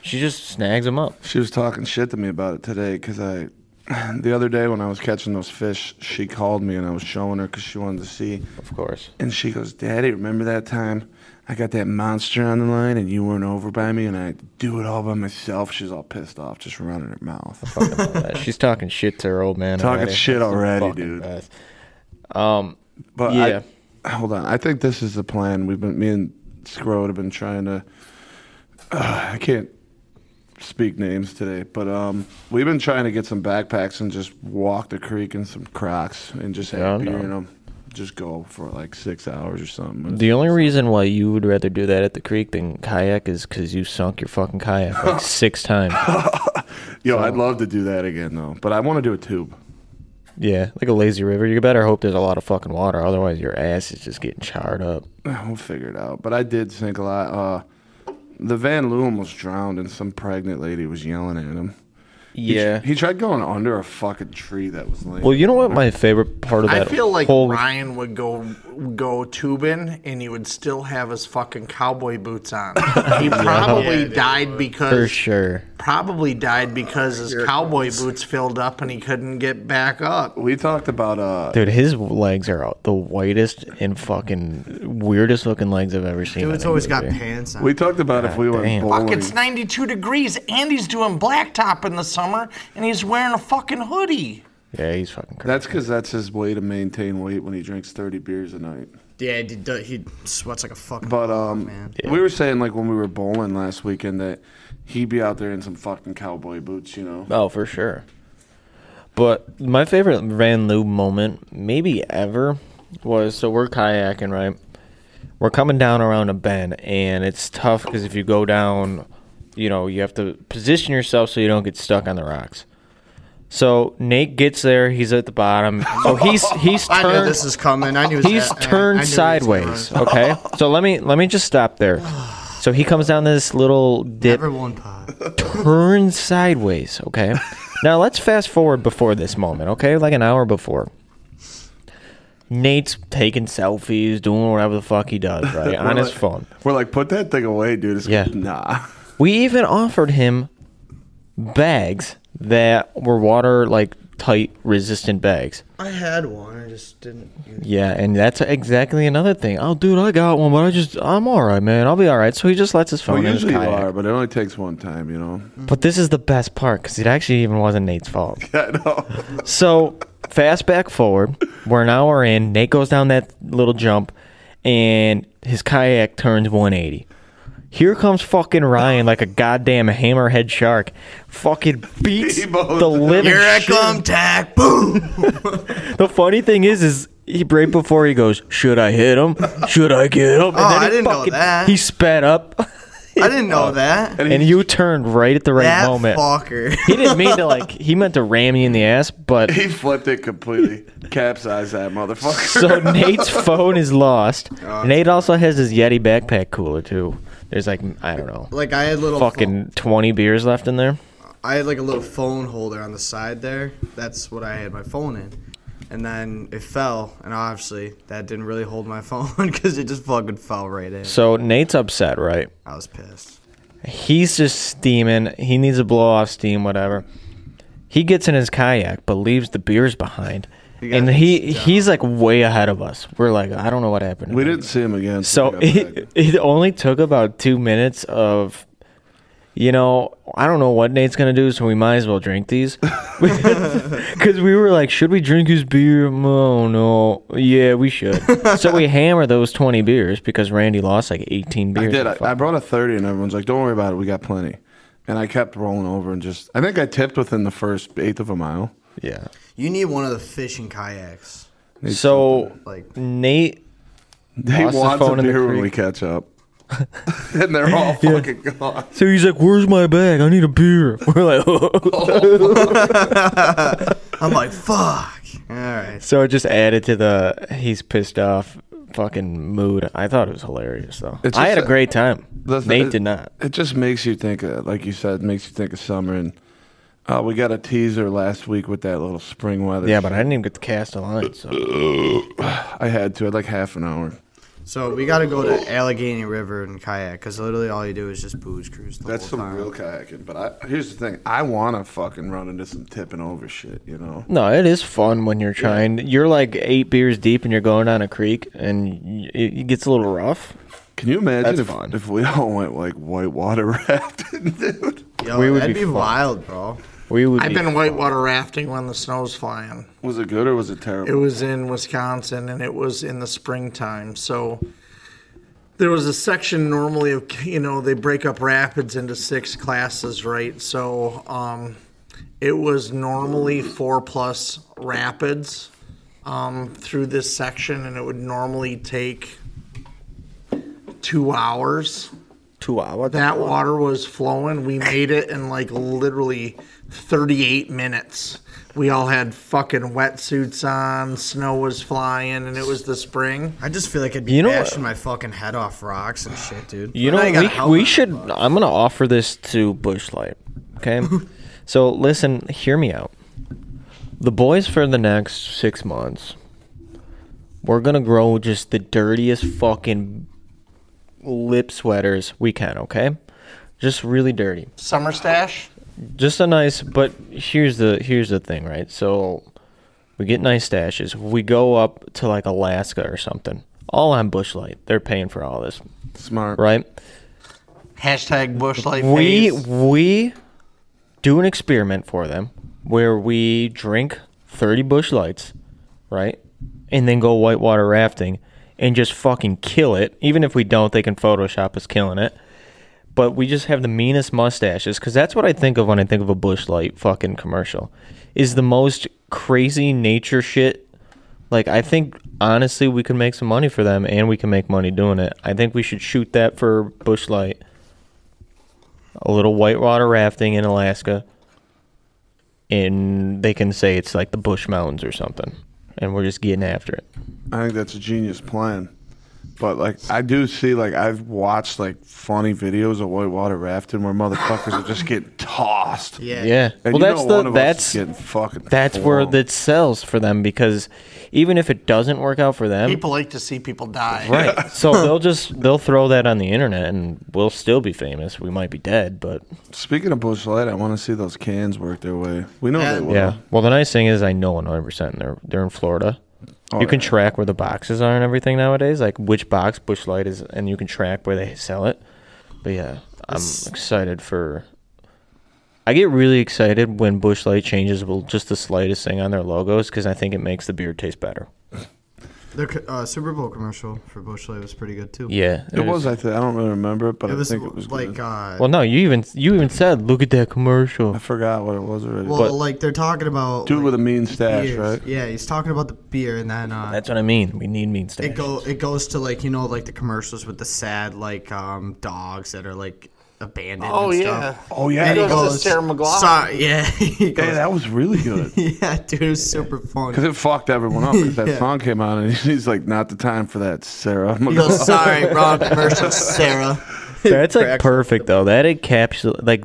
Speaker 4: She just snags them up.
Speaker 2: She was talking shit to me about it today because I the other day when I was catching those fish, she called me and I was showing her because she wanted to see.
Speaker 4: Of course.
Speaker 2: And she goes, Daddy, remember that time I got that monster on the line and you weren't over by me and I had to do it all by myself? She's all pissed off, just running her mouth.
Speaker 4: Uh, she's talking shit to her old man.
Speaker 2: Talking
Speaker 4: already.
Speaker 2: shit
Speaker 4: That's the
Speaker 2: already,
Speaker 4: fucking
Speaker 2: dude.
Speaker 4: best. Um,
Speaker 2: But
Speaker 4: Yeah.
Speaker 2: I, hold on. I think this is the plan. We've been, me and Scrode have been trying to. Uh, I can't speak names today, but um, we've been trying to get some backpacks and just walk the creek in some Crocs and just
Speaker 4: Yeah, I
Speaker 2: have beer
Speaker 4: know.
Speaker 2: in 'em. Just go for like six hours or something.
Speaker 4: the only reason why you would rather do that at the creek than kayak is because you sunk your fucking kayak like six times.
Speaker 2: Yo, I'd love to do that again though, but I want to do a tube.
Speaker 4: Yeah, like a lazy river. You better hope there's a lot of fucking water, otherwise your ass is just getting charred up.
Speaker 2: We'll figure it out. But I did sink a lot. Uh, the Van Loo almost drowned, and some pregnant lady was yelling at him. He tr- he, tried going under a fucking tree that was laying.
Speaker 4: Well, you know what my favorite part of
Speaker 5: I
Speaker 4: that
Speaker 5: feel like
Speaker 4: whole
Speaker 5: Ryan would go go tubing and he would still have his fucking cowboy boots on. He probably died
Speaker 4: for
Speaker 5: because
Speaker 4: sure.
Speaker 5: probably died because his cowboy boots filled up and he couldn't get back up.
Speaker 2: we talked about uh,
Speaker 4: Dude, his legs are the whitest and fucking weirdest looking legs I've ever seen.
Speaker 1: Dude,
Speaker 4: on
Speaker 1: it's
Speaker 4: a
Speaker 1: always got
Speaker 4: movie.
Speaker 1: pants on.
Speaker 2: we talked about if we went
Speaker 4: damn.
Speaker 2: bowling.
Speaker 5: Fuck, it's 92 degrees. Andy's doing blacktop in the summer and he's wearing a fucking hoodie.
Speaker 4: Yeah, he's fucking crazy.
Speaker 2: that's because that's his way to maintain weight when he drinks thirty beers a night.
Speaker 1: yeah, he, do- he sweats like a fucking.
Speaker 2: But um, we were saying like when we were bowling last weekend that he'd be out there in some fucking cowboy boots, you know.
Speaker 4: Oh, for sure. But my favorite Van Loo moment, maybe ever, was so we're kayaking, right? We're coming down around a bend, and it's tough because if you go down, you know, you have to position yourself so you don't get stuck on the rocks. So Nate gets there, he's at the bottom. So he's he's
Speaker 1: I knew
Speaker 4: turned
Speaker 1: this is coming. I knew. it was
Speaker 4: he's
Speaker 1: hap- I- I knew it
Speaker 4: turned
Speaker 1: was
Speaker 4: sideways.
Speaker 1: coming.
Speaker 4: Okay, so let me let me just stop there. So he comes down this little dip,
Speaker 1: Everyone pod.
Speaker 4: turns sideways. Okay, now let's fast forward before this moment. Okay, like an hour before. Nate's taking selfies, doing whatever the fuck he does, right, on his
Speaker 2: like-
Speaker 4: phone.
Speaker 2: We're like, put that thing away, dude. It's
Speaker 4: Yeah.
Speaker 2: nah.
Speaker 4: We even offered him bags that were water like tight resistant bags.
Speaker 1: I had one. I just didn't. Use
Speaker 4: Yeah, and that's exactly another thing. Oh, dude, I got one, but I just I'm all right, man. I'll be all right. So he just lets his phone
Speaker 2: Well,
Speaker 4: in his
Speaker 2: usually you
Speaker 4: kayak.
Speaker 2: are, but it only takes one time, you know.
Speaker 4: But this is the best part because it actually even wasn't Nate's fault.
Speaker 2: I know.
Speaker 4: so fast back forward, we're an hour in. Nate goes down that little jump, and his kayak turns 180. Here comes fucking Ryan like a goddamn hammerhead shark. Fucking beats
Speaker 2: T-bones.
Speaker 4: the living
Speaker 1: Here I
Speaker 4: shit
Speaker 1: come, tack, boom.
Speaker 4: The funny thing is, is he right before he goes, should I hit him? Should I get him? And
Speaker 1: Oh,
Speaker 4: he
Speaker 1: I didn't know that.
Speaker 4: He sped up,
Speaker 1: I didn't know that.
Speaker 4: and you turned right at the right
Speaker 1: that
Speaker 4: moment.
Speaker 1: fucker.
Speaker 4: He didn't mean to like. He meant to ram you in the ass, but
Speaker 2: He flipped it completely. Capsized that motherfucker.
Speaker 4: so Nate's phone is lost. Nate also has his Yeti backpack cooler too. There's like I don't know,
Speaker 1: like I had little
Speaker 4: fucking 20 beers left in there.
Speaker 1: I had like a little phone holder on the side there. That's what I had my phone in. And then it fell, and obviously that didn't really hold my phone because it just fucking fell right in.
Speaker 4: So Nate's upset, right?
Speaker 1: I was pissed.
Speaker 4: He's just steaming. He needs to blow off steam, whatever. He gets in his kayak, but leaves the beers behind.
Speaker 1: got
Speaker 4: And he he's like way ahead of us. We're like, I don't know what happened.
Speaker 2: We didn't see him again.
Speaker 4: So
Speaker 2: we got
Speaker 4: it,
Speaker 2: back.
Speaker 4: it only took about two minutes of, you know, I don't know what Nate's gonna do, so we might as well drink these, because we were like, should we drink his beer? Oh no, yeah, we should. so we hammer those twenty beers because Randy lost like eighteen
Speaker 2: I
Speaker 4: beers.
Speaker 2: did. I, I brought a 30, and everyone's like, don't worry about it. We got plenty. And I kept rolling over and just, I think I tipped within the first eighth of a mile.
Speaker 4: yeah.
Speaker 1: You need one of the fishing kayaks.
Speaker 4: So
Speaker 1: Like-
Speaker 4: Nate,
Speaker 2: They
Speaker 4: Lost his
Speaker 2: want
Speaker 4: phone
Speaker 2: a
Speaker 4: in the
Speaker 2: beer when
Speaker 4: creek.
Speaker 2: we catch up. and they're all fucking gone.
Speaker 4: so he's like, "Where's my bag? I need a beer." We're like,
Speaker 2: Oh,
Speaker 1: I'm like, fuck. All right.
Speaker 4: so it just added to the he's pissed off fucking mood. I thought it was hilarious though.
Speaker 2: It's
Speaker 4: I
Speaker 2: just
Speaker 4: had a
Speaker 2: a-
Speaker 4: great time.
Speaker 2: That's-
Speaker 4: Nate
Speaker 2: it-
Speaker 4: did not.
Speaker 2: It just makes you think, of, like you said, makes you think of summer. And uh, we got a teaser last week with that little spring weather.
Speaker 4: Yeah, but I didn't even get to cast a line. So
Speaker 2: I had to. I had like half an hour.
Speaker 1: So we got to go to Allegheny River and kayak because literally all you do is just booze cruise. The
Speaker 2: That's
Speaker 1: whole
Speaker 2: some
Speaker 1: time.
Speaker 2: real kayaking. But I, here's the thing: I want to fucking run into some tipping over shit. You know,
Speaker 4: No, it is fun when you're trying. You're like eight beers deep and you're going down a creek and y- it it gets a little rough.
Speaker 2: can you imagine
Speaker 4: That's
Speaker 2: if,
Speaker 4: fun.
Speaker 2: if we all went like whitewater rafting, dude?
Speaker 1: Yo,
Speaker 4: We would
Speaker 1: that'd
Speaker 4: be
Speaker 1: be,
Speaker 4: fucked.
Speaker 1: wild, bro.
Speaker 4: We would.
Speaker 5: I've
Speaker 4: be-
Speaker 5: been whitewater rafting when the snow's flying.
Speaker 2: Was it good or was it terrible?
Speaker 5: It was in Wisconsin and it was in the springtime. So there was a section normally of, you know, they break up rapids into six classes, right? So um, it was normally four plus rapids um, through this section and it would normally take two hours.
Speaker 4: two hours.
Speaker 5: That water was flowing. We made it in like literally 38 minutes. We all had fucking wetsuits on, snow was flying, and it was the spring.
Speaker 1: I just feel like I'd be
Speaker 4: You know what-
Speaker 1: bashing my fucking head off rocks and shit, dude.
Speaker 4: You
Speaker 1: But now
Speaker 4: know,
Speaker 1: gotta
Speaker 4: what,
Speaker 1: help
Speaker 4: we, we
Speaker 1: me.
Speaker 4: should. I'm gonna offer this to Bushlight. Okay, so listen, hear me out. The boys for the next six months, we're gonna grow just the dirtiest fucking lip sweaters we can. Okay, just really dirty
Speaker 5: Summer stash?
Speaker 4: just a nice but here's the here's the thing right so we get nice stashes we go up to like alaska or something all on bushlight they're paying for all this
Speaker 2: smart,
Speaker 4: right
Speaker 5: Hashtag bushlight
Speaker 4: we
Speaker 5: phase.
Speaker 4: we do an experiment for them where we drink 30 bush lights right and then go whitewater rafting and just fucking kill it even if we don't they can photoshop us killing it but we just have the meanest mustaches because that's what i think of when i think of a bush light fucking commercial is the most crazy nature shit like i think honestly we could make some money for them and we can make money doing it i think we should shoot that for bush light a little whitewater rafting in Alaska, and they can say it's like the Bush Mountains or something, and we're just getting after it.
Speaker 2: I think that's a genius plan. But like, I do see like I've watched like funny videos of whitewater rafting where motherfuckers are just getting tossed.
Speaker 1: Yeah.
Speaker 4: Yeah.
Speaker 2: And
Speaker 4: well,
Speaker 2: you
Speaker 4: that's
Speaker 2: know
Speaker 4: the
Speaker 2: one of us is
Speaker 4: that's
Speaker 2: getting fucking.
Speaker 4: that's where
Speaker 2: flown.
Speaker 4: that sells for them because even if it doesn't work out for them,
Speaker 5: People like to see people die.
Speaker 4: right? so they'll just they'll throw that on the internet, and we'll still be famous. We might be dead, but
Speaker 2: Speaking of Bush Light, I want to see those cans work their way. We know
Speaker 1: Yeah.
Speaker 2: they will.
Speaker 4: yeah. Well, the nice thing is I know 100 percent they're they're in Florida.
Speaker 2: Oh,
Speaker 4: you can
Speaker 2: yeah.
Speaker 4: track where the boxes are and everything nowadays, like which box Bush Light is, and you can track where they sell it. But yeah, I'm excited for. I get really excited when Bush Light changes well, just the slightest thing on their logos because I think it makes the beer taste better.
Speaker 1: Their co- uh, Super Bowl commercial for Bush Light was pretty good too.
Speaker 4: Yeah,
Speaker 2: It was. I, th- I don't really remember it, but
Speaker 1: It
Speaker 2: I
Speaker 1: was,
Speaker 2: think it was
Speaker 1: like
Speaker 2: good.
Speaker 1: uh,
Speaker 4: Well, no, you even you even said, "Look at that commercial."
Speaker 2: I forgot what it was already.
Speaker 1: well,
Speaker 4: but-
Speaker 1: like they're talking about
Speaker 2: Dude
Speaker 1: like,
Speaker 2: with a mean stash,
Speaker 1: beers.
Speaker 2: right?
Speaker 1: Yeah, he's talking about the beer and then uh,
Speaker 4: That's what I mean. We need mean stage.
Speaker 1: it go it goes to like you know like the commercials with the sad like um dogs that are like abandoned.
Speaker 5: Oh,
Speaker 1: and
Speaker 5: yeah.
Speaker 1: Stuff.
Speaker 2: Oh yeah,
Speaker 1: And
Speaker 5: It
Speaker 1: he
Speaker 2: that was-
Speaker 5: goes to
Speaker 1: goes,
Speaker 5: Sarah McLachlan.
Speaker 1: Sorry, yeah. He goes,
Speaker 2: hey, that was really good.
Speaker 1: yeah, dude, it was super fun.
Speaker 2: Because it fucked everyone up. Because that
Speaker 1: Yeah.
Speaker 2: song came out, and he's like, "Not the time for that, Sarah."
Speaker 1: He goes, sorry, wrong commercial, Sarah.
Speaker 4: That's like
Speaker 1: Cracks
Speaker 4: perfect though. That encapsulates like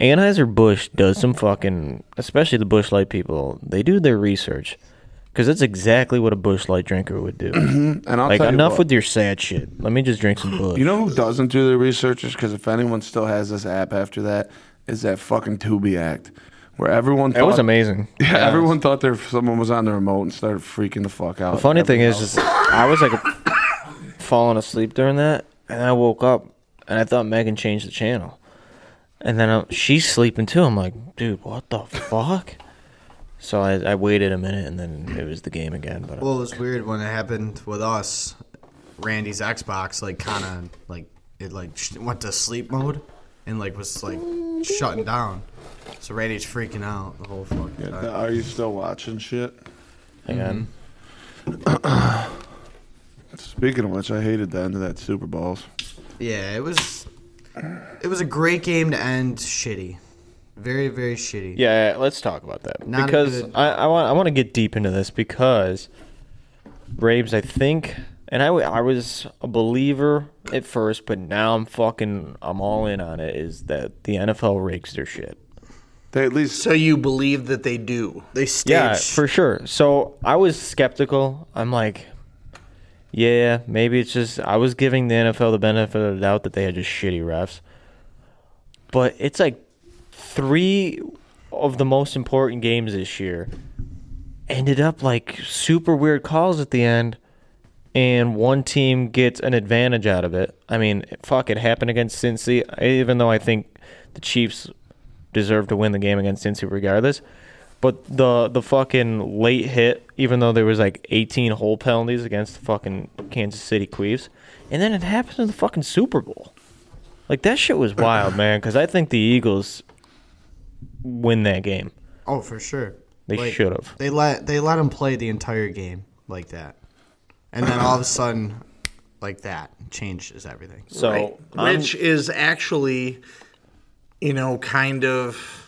Speaker 4: Anheuser Busch does some fucking, especially the Bush Light people. They do their research because that's exactly what a Bush Light drinker would do.
Speaker 2: and Mm-hmm. I'll
Speaker 4: like
Speaker 2: tell you
Speaker 4: enough
Speaker 2: what,
Speaker 4: with your sad shit. Let me just drink some Bush.
Speaker 2: You know who doesn't do their research is because if anyone still has this app after that, is that fucking Tubi Act, where everyone
Speaker 4: that was
Speaker 2: thought-
Speaker 4: amazing.
Speaker 2: Yeah, everyone thought there someone was on the remote and started freaking the fuck out.
Speaker 4: The funny thing is, is I was like falling asleep during that, and I woke up and I thought Megan changed the channel, and then I, she's sleeping too. I'm like, dude, what the fuck? So I, I waited a minute, and then it was the game again. But
Speaker 1: Well, it was weird when it happened with us. Randy's Xbox, like, kind of, like, it, like, sh- went to sleep mode and, like, was, like, shutting down. So Randy's freaking out the whole fucking time.
Speaker 2: are you still watching shit?
Speaker 4: hang on.
Speaker 1: Mm-hmm.
Speaker 2: Speaking of which, I hated the end of that Super Bowls.
Speaker 1: Yeah, it was. It was a great game to end shitty. Very, very shitty.
Speaker 4: Yeah, let's talk about that
Speaker 1: Not a
Speaker 4: because
Speaker 1: good-
Speaker 4: I, I want I want to get deep into this because Braves, I think, and I, w- I was a believer at first, but now I'm fucking I'm all in on it. Is that the NFL rigs their shit?
Speaker 2: They at least
Speaker 5: So you believe that they do.
Speaker 1: They staged.
Speaker 4: Yeah, for sure. So I was skeptical. I'm like, Yeah, maybe it's just I was giving the NFL the benefit of the doubt that they had just shitty refs. But it's like three of the most important games this year ended up like super weird calls at the end and one team gets an advantage out of it. I mean, fuck, it happened against Cincy, even though I think the Chiefs deserve to win the game against Cincy regardless. But the the fucking late hit, even though there was like 18 hole penalties against the fucking Kansas City Queefs, and then it happens in the fucking Super Bowl. Like that shit was wild, man. Because I think the Eagles win that game.
Speaker 1: Oh, for sure.
Speaker 4: They should've.
Speaker 1: They let they let him play the entire game like that, and then all of a sudden, like that changes everything.
Speaker 4: So
Speaker 5: Right.
Speaker 4: I'm-
Speaker 5: Which is actually, you know, kind of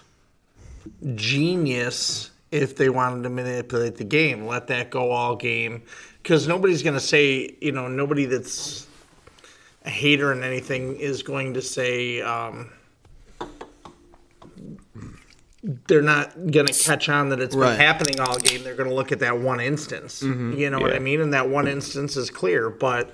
Speaker 5: genius if they wanted to manipulate the game. Let that go all game. Because nobody's going to say, you know, nobody that's a hater in anything is going to say, um, they're not going to catch on that it's
Speaker 1: Right.
Speaker 5: been happening all game. They're going to look at that one instance. You know what I mean? And that one instance is clear, but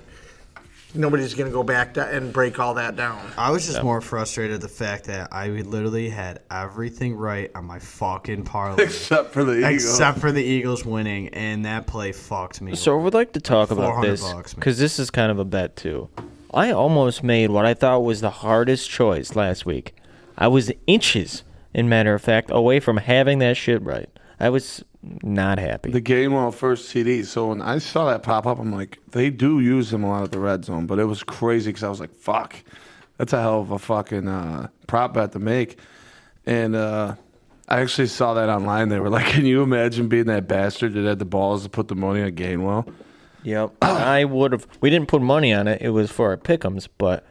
Speaker 5: nobody's going to go back to, and break all that down.
Speaker 1: I was just more frustrated at the fact that I literally had everything right on my fucking parlay.
Speaker 2: Except for the Eagles.
Speaker 1: Except for the Eagles winning, and that play fucked me.
Speaker 4: So I would like to talk about
Speaker 1: 400
Speaker 4: this
Speaker 1: bucks, man.
Speaker 4: because this is kind of a bet too. I almost made what I thought was the hardest choice last week. I was inches, in matter of fact, away from having that shit right. I was not happy.
Speaker 2: the game on first CD. So when I saw that pop up, I'm like, they do use him a lot at the red zone, but it was crazy because I was like, fuck, that's a hell of a fucking uh, prop bet to make. And uh, I actually saw that online. They were like, can you imagine being that bastard that had the balls to put the money on Gainwell?
Speaker 4: Yep. I would have. We didn't put money on it. It was for our pickums, but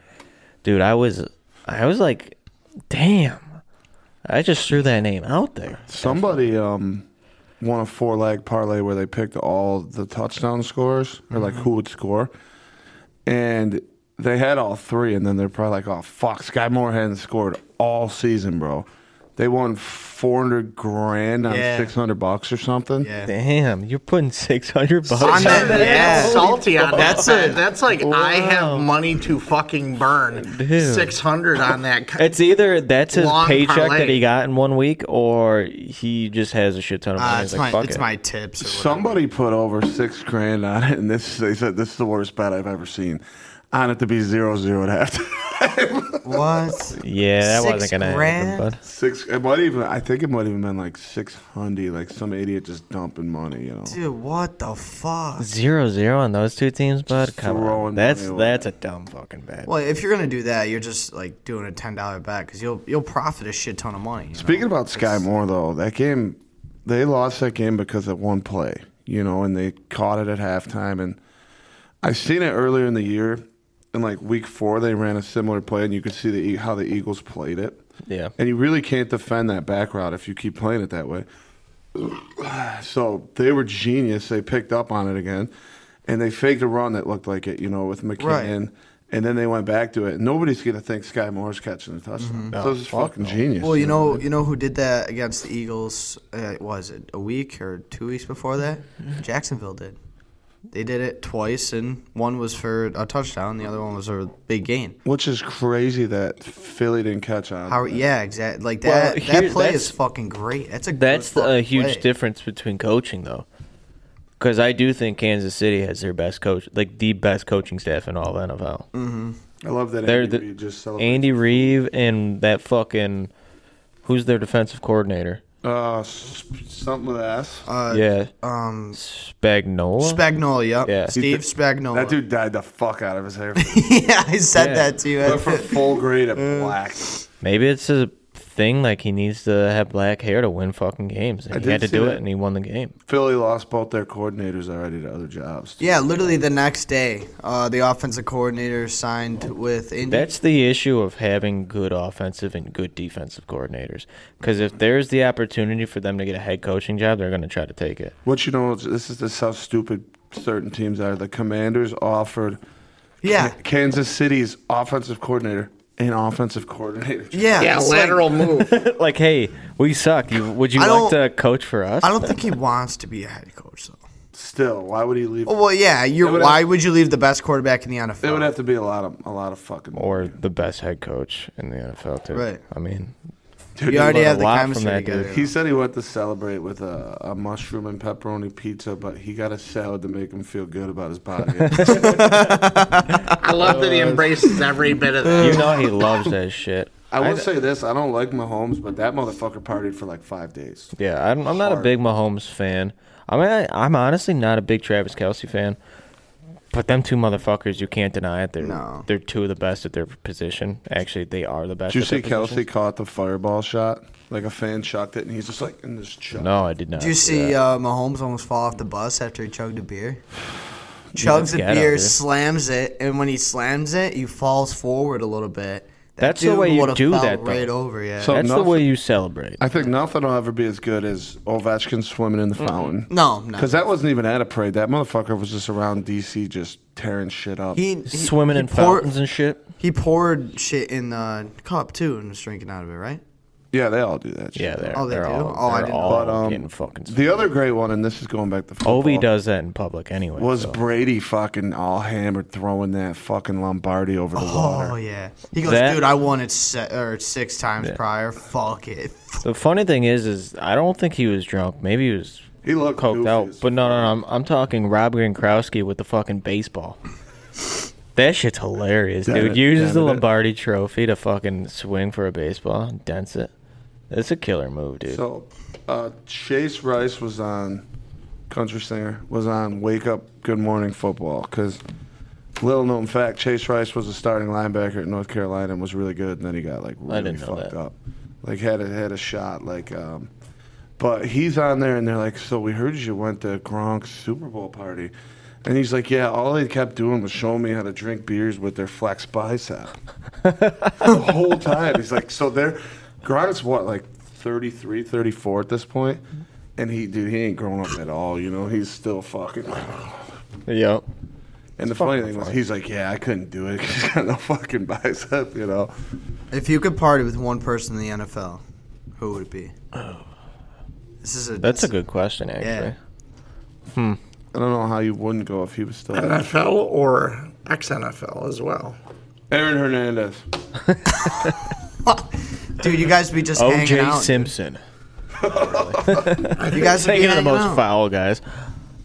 Speaker 4: dude, I was, I was like, damn. I just threw that name out there.
Speaker 2: Somebody um, won a four leg parlay where they picked all the touchdown scores or
Speaker 1: Mm-hmm.
Speaker 2: like who would score. And they had all three, and then they're probably like, oh, fuck, Sky Moore hadn't scored all season, bro. They won 400 grand on
Speaker 1: Yeah.
Speaker 2: 600 bucks or something.
Speaker 1: Yeah.
Speaker 4: Damn, you're putting six hundred bucks.
Speaker 5: On that,
Speaker 1: that- yeah.
Speaker 5: that's salty on
Speaker 1: That's
Speaker 5: that's that.
Speaker 1: it.
Speaker 5: That's like I have money to fucking burn.
Speaker 4: Dude.
Speaker 5: Six hundred on that. co-
Speaker 4: It's either that's his
Speaker 5: Long
Speaker 4: paycheck that
Speaker 5: parlay.
Speaker 4: he got in one week, or he just has a shit ton of money.
Speaker 1: Uh,
Speaker 4: He's
Speaker 1: it's
Speaker 4: like,
Speaker 1: my
Speaker 4: fuck
Speaker 1: it's
Speaker 4: it.
Speaker 1: my tips. Or whatever.
Speaker 2: Somebody put over six grand on it, and this they said this is the worst bet I've ever seen. On it to be zero zero at halftime.
Speaker 1: what?
Speaker 4: yeah, that
Speaker 1: Six
Speaker 4: wasn't gonna
Speaker 1: grand?
Speaker 4: happen. But
Speaker 2: Six. It might even. I think it might even been like six hundred. Like some idiot just dumping money. You know.
Speaker 1: Dude, what the fuck?
Speaker 4: zero zero on those two teams, bud. Come on,
Speaker 2: throwing
Speaker 4: that's
Speaker 2: money away.
Speaker 4: that's a dumb fucking bet.
Speaker 1: Well, if you're gonna do that, you're just like doing a ten dollar bet because you'll you'll profit a shit ton of money. you know?
Speaker 2: Speaking about Sky Moore, though, that game, they lost that game because of one play, you know, and they caught it at halftime. And I seen it earlier in the year, in like week four, they ran a similar play, and you could see the E- how the Eagles played it.
Speaker 4: Yeah.
Speaker 2: And you really can't defend that back route if you keep playing it that way. So they were genius. They picked up on it again, and they faked a run that looked like it, you know, with McKinnon. And then they went back to it. and Nobody's gonna think Sky Moore's catching the touchdown. So this is fucking genius.
Speaker 1: Mm-hmm. Well, you know, you know who did that against the Eagles? Uh, was it a week or two weeks before that? Jacksonville did. They did it twice, and one was for a touchdown, the other one was a big gain.
Speaker 2: Which is crazy that Philly didn't catch on.
Speaker 1: How? Yeah, exactly. Like
Speaker 4: Well,
Speaker 1: that.
Speaker 4: here-
Speaker 1: that play
Speaker 4: that's-
Speaker 1: is fucking great. That's a good
Speaker 4: That's the, a
Speaker 1: fucking
Speaker 4: huge
Speaker 1: play.
Speaker 4: difference between coaching, though, because I do think Kansas City has their best coach, like the best coaching staff in all of NFL.
Speaker 1: Mm.
Speaker 2: I love that
Speaker 4: They're
Speaker 2: Andy
Speaker 4: the-
Speaker 2: Reid just celebrated.
Speaker 4: Andy Reeve and that fucking who's their defensive coordinator?
Speaker 2: Uh, s- something with ass.
Speaker 1: Uh,
Speaker 4: yeah,
Speaker 1: Um,
Speaker 4: Spagnola.
Speaker 1: Spagnuolo. Yep.
Speaker 4: Yeah.
Speaker 1: Steve Spagnuolo.
Speaker 2: that dude died the fuck out of his hair.
Speaker 1: yeah, I said
Speaker 4: Yeah.
Speaker 1: that to you.
Speaker 2: Went from full gray to black.
Speaker 4: Maybe it's a thing like he needs to have black hair to win fucking games. And
Speaker 2: I
Speaker 4: he
Speaker 2: did
Speaker 4: had to
Speaker 2: see
Speaker 4: do
Speaker 2: that.
Speaker 4: it and he won the game.
Speaker 2: Philly lost both their coordinators already to other jobs.
Speaker 1: Yeah, literally the next day, uh, the offensive coordinator signed with Indy.
Speaker 4: That's the issue of having good offensive and good defensive coordinators. Because if there's the opportunity for them to get a head coaching job, they're going to try to take it.
Speaker 2: What you know? is- This is just how stupid certain teams are. The Commanders offered
Speaker 1: yeah,
Speaker 2: K- Kansas City's offensive coordinator an offensive coordinator.
Speaker 1: yeah,
Speaker 5: yeah,
Speaker 1: it's like-
Speaker 5: lateral move.
Speaker 4: like, hey, we suck. You, would you
Speaker 1: I
Speaker 4: like
Speaker 1: don't-
Speaker 4: to coach for us?
Speaker 1: I don't think he wants to be a head coach though.
Speaker 2: Still, why would he leave?
Speaker 1: Well, yeah. You're,
Speaker 2: would
Speaker 1: why would you leave the best quarterback in the NFL?
Speaker 2: It would have to be a lot of a lot of fucking.
Speaker 4: or the best head coach in the NFL too.
Speaker 1: Right.
Speaker 4: I mean,
Speaker 2: Dude,
Speaker 1: you
Speaker 2: he
Speaker 1: already
Speaker 2: went-
Speaker 1: have the
Speaker 4: lot from
Speaker 1: chemistry
Speaker 4: that dude.
Speaker 1: together.
Speaker 2: He said he went to celebrate with a, a mushroom and pepperoni pizza, but he got a salad to make him feel good about his body.
Speaker 5: I love that he embraces every bit of that.
Speaker 4: you know he loves that shit.
Speaker 2: I will say this: I don't like Mahomes, but that motherfucker partied for like five days.
Speaker 4: Yeah, I'm, I'm not a
Speaker 2: Hard.
Speaker 4: big Mahomes fan. I mean, I, I'm honestly not a big Travis Kelsey fan. But them two motherfuckers, you can't deny it. They're
Speaker 1: No.
Speaker 4: they're two of the best at their position. Actually, they are the best.
Speaker 2: Did you
Speaker 4: at their
Speaker 2: see Kelsey
Speaker 4: positions.
Speaker 2: caught the fireball shot? Like a fan chucked it, and he's just like in this chuck.
Speaker 4: No, I did not.
Speaker 1: Did you see
Speaker 4: that.
Speaker 1: uh, Mahomes almost fall off the bus after he chugged a beer? Chugs a
Speaker 4: ghetto,
Speaker 1: beer,
Speaker 4: dude.
Speaker 1: slams it, and when he slams it, he falls forward a little bit. That
Speaker 4: That's the
Speaker 1: dude
Speaker 4: way you
Speaker 1: would've
Speaker 4: do
Speaker 1: fell
Speaker 4: that, though.
Speaker 1: Right over, yeah.
Speaker 2: So-
Speaker 4: That's the
Speaker 2: nothing.
Speaker 4: way you celebrate.
Speaker 2: I think nothing will ever be as good as Ovechkin swimming in the fountain.
Speaker 1: no, no.
Speaker 2: Because that wasn't even at a parade. That motherfucker was just around DC, just tearing shit up.
Speaker 1: he, he
Speaker 4: Swimming
Speaker 1: he
Speaker 4: in
Speaker 1: poured-
Speaker 4: fountains and shit.
Speaker 1: He poured shit in the cup too and was drinking out of it, right?
Speaker 2: yeah, they all do that. Shit.
Speaker 4: Yeah, they're,
Speaker 1: Oh, they
Speaker 4: they're
Speaker 1: do?
Speaker 4: all,
Speaker 1: Oh, I
Speaker 4: they're
Speaker 1: didn't know.
Speaker 4: all
Speaker 2: But um,
Speaker 4: getting fucking.
Speaker 2: the other great one, and this is going back to football.
Speaker 4: Ovi does that in public anyway.
Speaker 2: was
Speaker 4: so.
Speaker 2: Brady fucking all hammered throwing that fucking Lombardi over the water.
Speaker 1: Oh yeah. He goes,
Speaker 4: That-
Speaker 1: dude, I won it se- or six times prior. Fuck it.
Speaker 4: The funny thing is, is I don't think he was drunk. Maybe he was
Speaker 2: He looked
Speaker 4: coked
Speaker 2: goofy
Speaker 4: out.
Speaker 2: as
Speaker 4: But no, no, no. I'm, I'm talking Rob Gronkowski with the fucking baseball. that shit's hilarious,
Speaker 2: Damn
Speaker 4: dude.
Speaker 2: it,
Speaker 4: Uses the
Speaker 2: damn it.
Speaker 4: Lombardi Trophy to fucking swing for a baseball, dents it. It's a killer move, dude.
Speaker 2: So, uh, Chase Rice was on country singer was on Wake Up Good Morning Football because little known fact Chase Rice was a starting linebacker at North Carolina and was really good and then he got like really
Speaker 4: didn't know
Speaker 2: fucked
Speaker 4: that.
Speaker 2: up like had a had a shot like um but he's on there and they're like so we heard you went to Gronk's Super Bowl party and he's like yeah all they kept doing was showing me how to drink beers with their flex bicep the whole time. He's like, so they're Gronk's what, like 33, 34 at this point? And he, dude, he ain't grown up at all. You know, he's still fucking.
Speaker 4: yep.
Speaker 2: And the funny thing was, he's like, yeah, I couldn't do it. 'cause He's got no fucking bicep, you know.
Speaker 1: If you could party with one person in the NFL, who would it be? This is a
Speaker 4: Oh. That's a
Speaker 1: this-
Speaker 4: good question, actually.
Speaker 1: Yeah.
Speaker 2: I don't know how you wouldn't go if he was still.
Speaker 5: NFL or ex NFL as well.
Speaker 2: Aaron Hernandez.
Speaker 1: dude. You guys be just hanging
Speaker 4: OJ
Speaker 1: out.
Speaker 4: Simpson.
Speaker 1: You guys would be
Speaker 4: Thinking of the
Speaker 1: hanging
Speaker 4: most
Speaker 1: out.
Speaker 4: foul guys.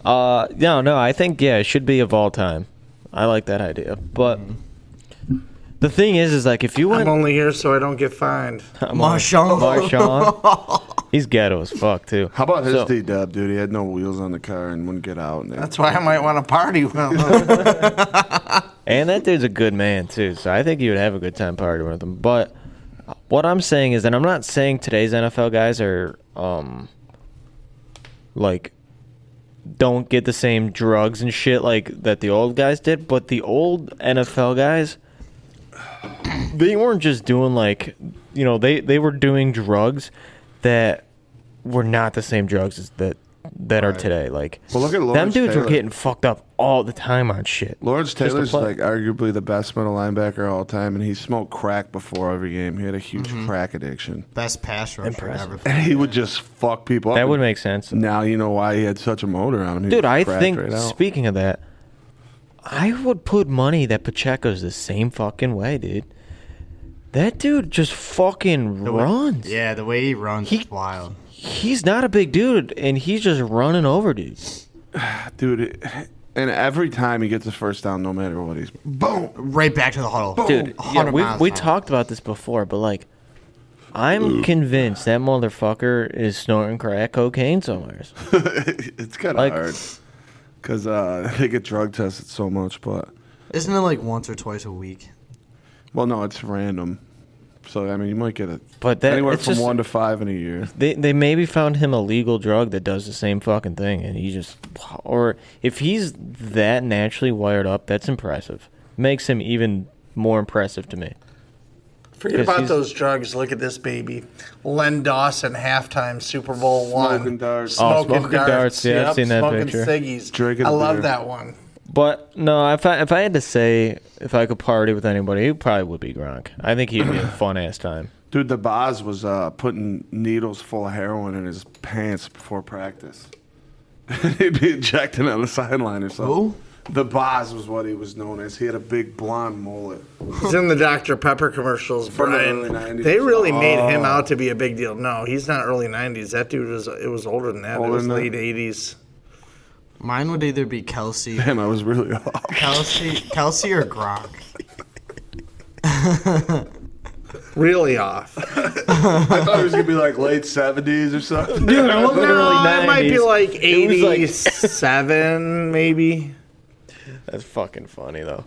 Speaker 4: Uh, no, no. I think yeah, it should be of all time. I like that idea, but. The thing is, is like if you went
Speaker 5: I'm only here so I don't get fined.
Speaker 1: Marshawn.
Speaker 4: Marshawn, he's ghetto as fuck too.
Speaker 2: How about his
Speaker 4: So-
Speaker 2: D dub, dude? He had no wheels on the car and wouldn't get out. And
Speaker 5: That's why I might want to party with him.
Speaker 4: And that dude's a good man too, so I think you would have a good time partying with him. But what I'm saying is that I'm not saying today's NFL guys are um like don't get the same drugs and shit like that the old guys did, but the old NFL guys they weren't just doing like you know, they they were doing drugs that were not the same drugs as that that are today. Like
Speaker 2: Well, look at
Speaker 4: them
Speaker 2: Lawrence
Speaker 4: dudes were
Speaker 2: Taylor.
Speaker 4: getting fucked up all the time on shit.
Speaker 2: Lawrence
Speaker 4: a
Speaker 2: Taylor's
Speaker 4: play.
Speaker 2: like arguably the best middle linebacker of all time, and he smoked crack before every game. He had a huge crack addiction.
Speaker 1: Best pass rusher ever.
Speaker 2: And he would just fuck people up.
Speaker 4: That would
Speaker 2: And
Speaker 4: make sense.
Speaker 2: Now you know why he had such a motor on him. He
Speaker 4: Dude,
Speaker 2: was
Speaker 4: I
Speaker 2: cracked
Speaker 4: think
Speaker 2: right out.
Speaker 4: speaking of that, I would put money that Pacheco's the same fucking way, dude. That dude just fucking runs.
Speaker 1: Yeah, the way he runs
Speaker 4: He-
Speaker 1: is wild.
Speaker 4: He's not a big dude, and he's just running over dudes.
Speaker 2: dude. It, and every time he gets a first down, no matter what, he's boom.
Speaker 1: Right back to the huddle.
Speaker 4: Dude,
Speaker 1: 100
Speaker 4: yeah, we
Speaker 1: miles
Speaker 4: we
Speaker 1: an hour.
Speaker 4: talked about this before, but like, I'm convinced that motherfucker is snorting crack cocaine somewhere.
Speaker 2: it's kind of
Speaker 4: Like-
Speaker 2: hard because uh, they get drug tested so much. But
Speaker 1: Isn't it like once or twice a week?
Speaker 2: well, no, it's random. So I mean, you might get it.
Speaker 4: But that-
Speaker 2: anywhere
Speaker 4: it's
Speaker 2: from
Speaker 4: just-
Speaker 2: one to five in a year.
Speaker 4: They they maybe found him a legal drug that does the same fucking thing, and he just or if he's that naturally wired up, that's impressive. Makes him even more impressive to me.
Speaker 5: Forget about
Speaker 4: he's-
Speaker 5: those drugs. Look at this baby. Len Dawson halftime Super Bowl one.
Speaker 2: Smoking darts.
Speaker 4: Oh, smoking darts. Yeah, I've seen that
Speaker 5: smoking
Speaker 4: picture.
Speaker 5: Ciggies.
Speaker 2: Drinking
Speaker 5: I love
Speaker 2: beer.
Speaker 5: that one.
Speaker 4: But no, if I if I had to say if I could party with anybody, it probably would be Gronk. I think he'd be a fun ass time.
Speaker 2: Dude, the Boz was uh, putting needles full of heroin in his pants before practice. He'd be ejected on the sideline or something.
Speaker 1: Who?
Speaker 2: The Boz was what he was known as. He had a big blonde mullet.
Speaker 5: He's in the Dr. Pepper commercials,
Speaker 2: From the
Speaker 5: Brian.
Speaker 2: early Oh. 90s.
Speaker 5: They really made him out to be a big deal. No, he's not early 90s. That dude was it was older than that.
Speaker 2: Older
Speaker 5: it was
Speaker 2: than that?
Speaker 5: late 80s.
Speaker 1: Mine would either be Kelsey,
Speaker 2: Damn, I was really off.
Speaker 1: Kelsey, Kelsey, or Gronk.
Speaker 5: Really off.
Speaker 2: I thought it was gonna be like late seventies or something.
Speaker 4: Dude, I was literally
Speaker 5: it might be like
Speaker 4: It was like-
Speaker 5: 87 maybe.
Speaker 4: That's fucking funny though.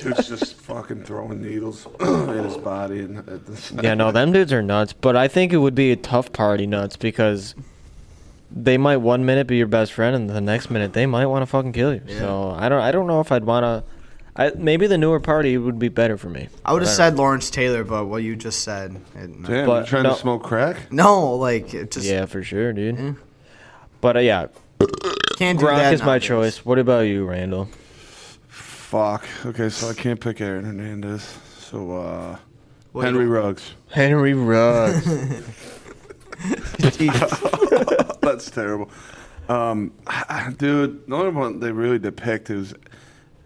Speaker 2: Dude's just fucking throwing needles in his body and at the
Speaker 4: Yeah, no, them dudes are nuts. But I think it would be a tough party nuts because they might one minute be your best friend, and the next minute they might want to fucking kill you. So I don't, I don't know if I'd want to. I, maybe the newer party would be better for me.
Speaker 1: I would have said Lawrence Taylor, but what you just said. it- no.
Speaker 2: Damn,
Speaker 4: But
Speaker 2: you trying
Speaker 4: no-
Speaker 2: to smoke crack?
Speaker 1: No, like it just
Speaker 4: Yeah, for sure, dude. But uh, yeah,
Speaker 1: can't Mm. do
Speaker 4: Gronk
Speaker 1: that
Speaker 4: is my
Speaker 1: nowadays.
Speaker 4: choice. What about you, Randall?
Speaker 2: Fuck. Okay, so I can't pick Aaron Hernandez. So uh
Speaker 1: Wait,
Speaker 2: Henry Ruggs.
Speaker 4: Henry Ruggs.
Speaker 2: That's terrible. Um, dude, the only one they really depict who's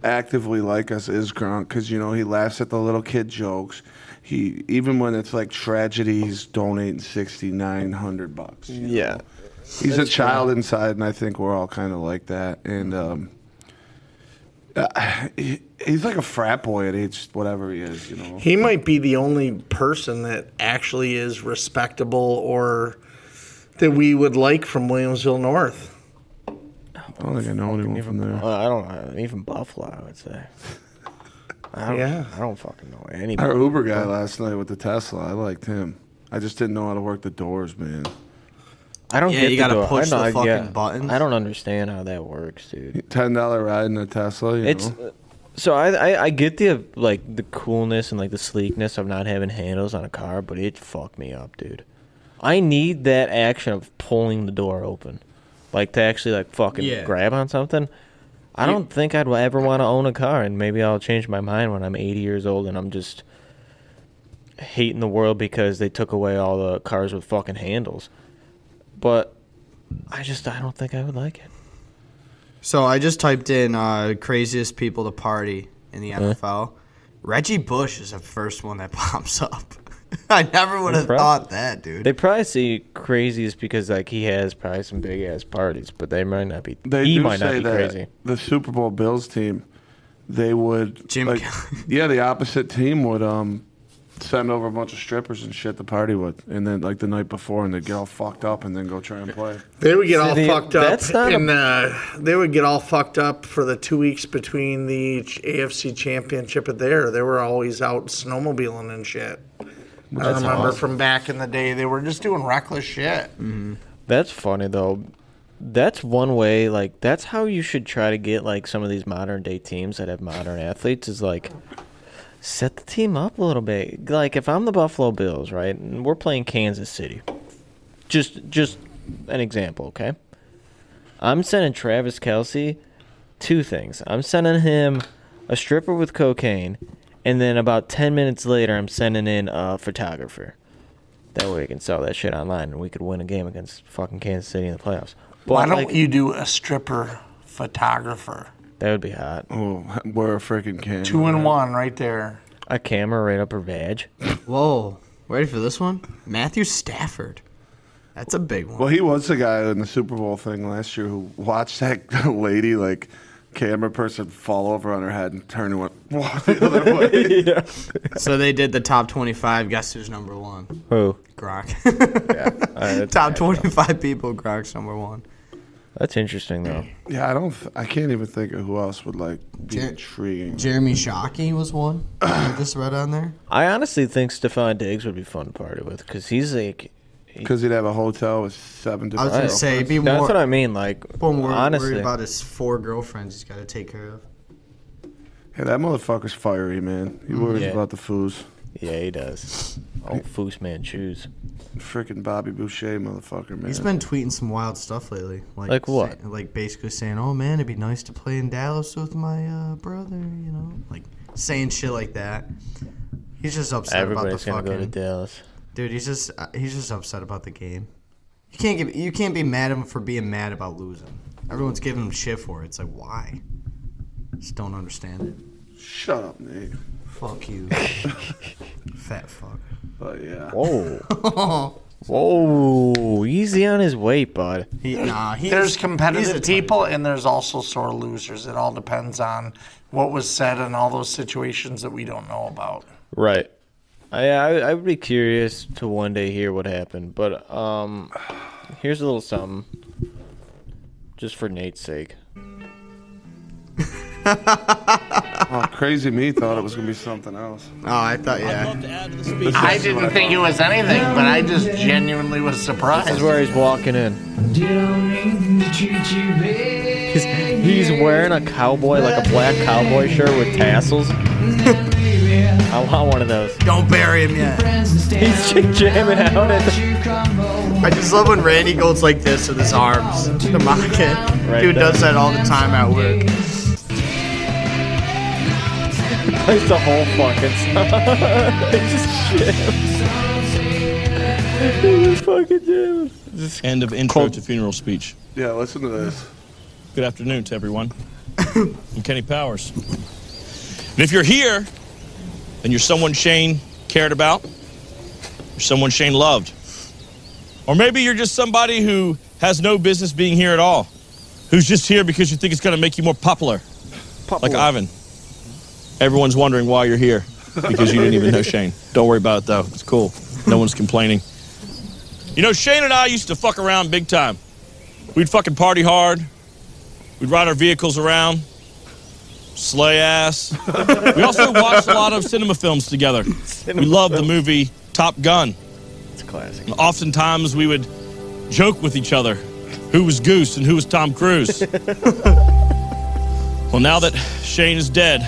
Speaker 2: actively like us is Gronk because you know he laughs at the little kid jokes. He even when it's like tragedy, he's donating sixty nine hundred bucks. you know?
Speaker 4: yeah.
Speaker 2: he's a child inside, and I think we're all kind of like that. And um, uh, he, he's like a frat boy at age whatever he is, you know.
Speaker 5: He might be the only person that actually is respectable or that we would like from Williamsville North.
Speaker 2: I don't think I know anyone from there.
Speaker 4: Well, I don't know. Even Buffalo, I would say. I don't,
Speaker 5: Yeah.
Speaker 4: I don't fucking know anybody.
Speaker 2: Our Uber guy last night with the Tesla, I liked him. I just didn't know how to work the doors, man.
Speaker 4: I don't
Speaker 1: Yeah,
Speaker 4: get
Speaker 1: you
Speaker 4: the
Speaker 1: gotta
Speaker 4: door- I
Speaker 1: push the
Speaker 4: know- I-
Speaker 1: fucking
Speaker 4: yeah.
Speaker 1: buttons.
Speaker 4: I don't understand how that works, dude.
Speaker 2: Ten dollar ride in a Tesla. You
Speaker 4: It's
Speaker 2: know?
Speaker 4: so I, I I get the like the coolness and like the sleekness of not having handles on a car, but it fucked me up, dude. I need that action of pulling the door open, like to actually like fucking
Speaker 1: Yeah.
Speaker 4: grab on something. I don't think I'd ever want to own a car, and maybe I'll change my mind when I'm 80 years old and I'm just hating the world because they took away all the cars with fucking handles. But I just I don't think I would like it.
Speaker 1: So I just typed in uh, craziest people to party in
Speaker 4: Uh-huh.
Speaker 1: the NFL. Reggie Bush is the first one that pops up. I never would have
Speaker 4: Impressive.
Speaker 1: thought that, dude.
Speaker 4: They probably see craziest because like he has probably some big ass parties, but they might not be.
Speaker 2: they
Speaker 4: uh, he
Speaker 2: do
Speaker 4: might not
Speaker 2: say
Speaker 4: be
Speaker 2: that
Speaker 4: crazy.
Speaker 2: the Super Bowl Bills team, they would
Speaker 1: Jim
Speaker 2: like,
Speaker 1: Kelly.
Speaker 2: yeah, the opposite team would um send over a bunch of strippers and shit to party with, and then like the night before, and they'd get all fucked up and then go try and play.
Speaker 5: They would get all
Speaker 4: the-
Speaker 5: fucked up,
Speaker 4: that's not a-
Speaker 5: and uh, they would get all fucked up for the two weeks between the ch- AFC Championship and there. They were always out snowmobiling and shit. I remember from back in the day, they were just doing reckless shit.
Speaker 4: That's funny though. That's one way. Like that's how you should try to get like some of these modern day teams that have modern athletes is like set the team up a little bit. Like if I'm the Buffalo Bills, right, and we're playing Kansas City, just just an example, okay? I'm sending Travis Kelsey two things. I'm sending him a stripper with cocaine, and then about ten minutes later, I'm sending in a photographer. That way, we can sell that shit online, and we could win a game against fucking Kansas City in the playoffs. But
Speaker 5: Why don't
Speaker 4: like,
Speaker 5: you do a stripper photographer?
Speaker 4: that would be hot.
Speaker 2: Oh, we're a freaking can.
Speaker 5: Two and one right there.
Speaker 4: A camera right up her badge.
Speaker 1: Whoa. Ready for this one? Matthew Stafford. That's a big one.
Speaker 2: Well, he was the guy in the Super Bowl thing last year who watched that lady like camera person fall over on her head and turn and went "Whoa," the other way.
Speaker 1: So they did the top 25. Guess who's number one?
Speaker 4: Who?
Speaker 1: Gronk.
Speaker 4: All right, that's-
Speaker 1: top 25 people, Gronk's number one.
Speaker 4: that's interesting though.
Speaker 2: Yeah, I don't. Th- I can't even think of who else would like be
Speaker 1: Jer-
Speaker 2: intriguing.
Speaker 1: Jeremy Shockey was one. I just read on there.
Speaker 4: I honestly think Stefan Diggs would be fun to party with because he's like.
Speaker 2: Because he'd have a hotel with seven
Speaker 1: I was going
Speaker 2: different.
Speaker 1: to
Speaker 2: girls.
Speaker 1: say, be
Speaker 4: That's
Speaker 1: more,
Speaker 4: what I mean. Like,
Speaker 1: people more
Speaker 4: honestly,
Speaker 1: worried about his four girlfriends he's got to take care of.
Speaker 2: Hey, that motherfucker's fiery, man.
Speaker 1: Mm,
Speaker 2: He worries
Speaker 4: Yeah.
Speaker 2: about the foos.
Speaker 4: yeah, he does. Oh, Foose man shoes.
Speaker 2: Freaking Bobby Boucher, motherfucker, man.
Speaker 1: He's been tweeting some wild stuff lately. Like,
Speaker 4: Like what?
Speaker 1: say- like basically saying, "Oh man, it'd be nice to play in Dallas with my uh, brother," you know, like saying shit like that. He's just upset
Speaker 4: Everybody's gonna
Speaker 1: about the
Speaker 4: go to
Speaker 1: fucking
Speaker 4: Dallas.
Speaker 1: dude. He's just uh, he's just upset about the game. You can't give you can't be mad at him for being mad about losing. Everyone's giving him shit for it. It's like, why? Just don't understand it.
Speaker 2: Shut up, Nate.
Speaker 1: Fuck you, fat fuck.
Speaker 2: But yeah.
Speaker 4: Whoa. Whoa. Easy on his weight, bud.
Speaker 1: He, nah, he's,
Speaker 5: There's
Speaker 1: he's a
Speaker 5: competitive
Speaker 1: type.
Speaker 5: people, and there's also sore losers. It all depends on what was said and all those situations that we don't know about.
Speaker 4: Right. I, I I would be curious to one day hear what happened, but um, here's a little something, just for Nate's sake.
Speaker 2: Oh, crazy me thought it was gonna be something else.
Speaker 1: Oh, I thought yeah.
Speaker 5: I didn't think it was anything, but I just genuinely was
Speaker 4: This is
Speaker 5: surprised.
Speaker 4: where he's walking in.
Speaker 3: Didn't mean to treat you bad.
Speaker 4: He's, he's wearing a cowboy, like a black cowboy shirt with tassels. I want one of those.
Speaker 1: Don't bury him yet.
Speaker 4: He's chick jamming out at the.
Speaker 1: I just love when Randy goes like this with his arms to mock it.
Speaker 4: Right
Speaker 1: Dude
Speaker 4: there.
Speaker 1: does that all the time at work.
Speaker 4: plays the whole fucking song. They just jam. They just fucking jam. Just
Speaker 6: End of intro to funeral speech.
Speaker 2: Yeah, listen to this.
Speaker 6: Good afternoon to everyone. I'm Kenny Powers. And if you're here, then you're someone Shane cared about, you're someone Shane loved. Or maybe you're just somebody who has no business being here at all, who's just here because you think it's going to make you more popular, like Ivan. Everyone's wondering why you're here because you didn't even know Shane. Don't worry about it though, it's cool. No one's complaining. You know, Shane and I used to fuck around big time. We'd fucking party hard, We'd ride our vehicles around, slay ass. we also watched a lot of cinema films together. we loved the movie Top Gun.
Speaker 4: it's classic.
Speaker 6: And oftentimes we would joke with each other who was Goose and who was Tom Cruise. well, now that Shane is dead,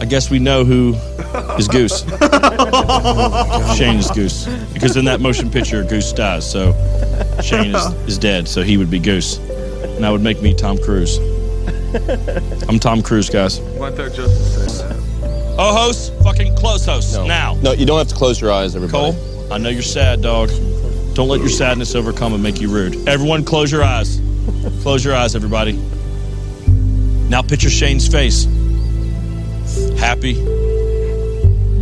Speaker 6: I guess we know who is Goose. Shane is Goose. Because in that motion picture, Goose dies. So Shane is, is dead, so he would be Goose. And that would make me Tom Cruise. I'm Tom Cruise, guys.
Speaker 2: Went there just to say that.
Speaker 6: Oh, host, fucking close host, now.
Speaker 7: No, you don't have to close your eyes, everybody.
Speaker 6: Cole, I know you're sad, dog. Don't let your sadness overcome and make you rude. Everyone, close your eyes. Close your eyes, everybody. Now picture Shane's face. Happy,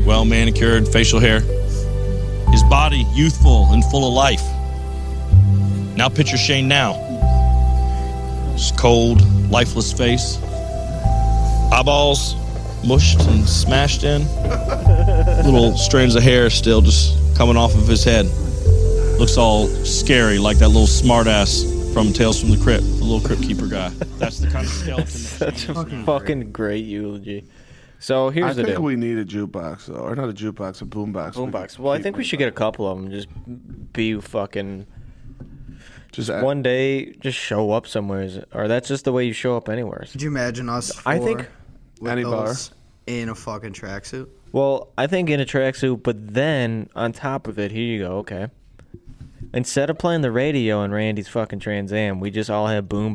Speaker 6: well manicured facial hair. His body youthful and full of life. Now picture Shane now. His cold, lifeless face. Eyeballs mushed and smashed in little strands of hair still just coming off of his head. Looks all scary, like that little smartass from Tales from the Crypt, the little crypt keeper guy. That's the kind of skeleton. That
Speaker 4: Such a fucking great eulogy. So
Speaker 2: I
Speaker 4: here's the
Speaker 2: think
Speaker 4: deal.
Speaker 2: we need a jukebox, though, or not a jukebox, a boombox.
Speaker 4: Boombox. Well, I think we should get a couple of them. Just be fucking.
Speaker 2: just
Speaker 4: One day, just show up somewhere, or that's just the way you show up anywhere.
Speaker 1: Could you imagine us? Four
Speaker 4: I think-
Speaker 1: with
Speaker 2: Any bar.
Speaker 1: those in a fucking tracksuit.
Speaker 4: Well, I think in a tracksuit, but then on top of it, here you go. Okay. Instead of playing the radio in Randy's fucking Trans Am, we just all have boom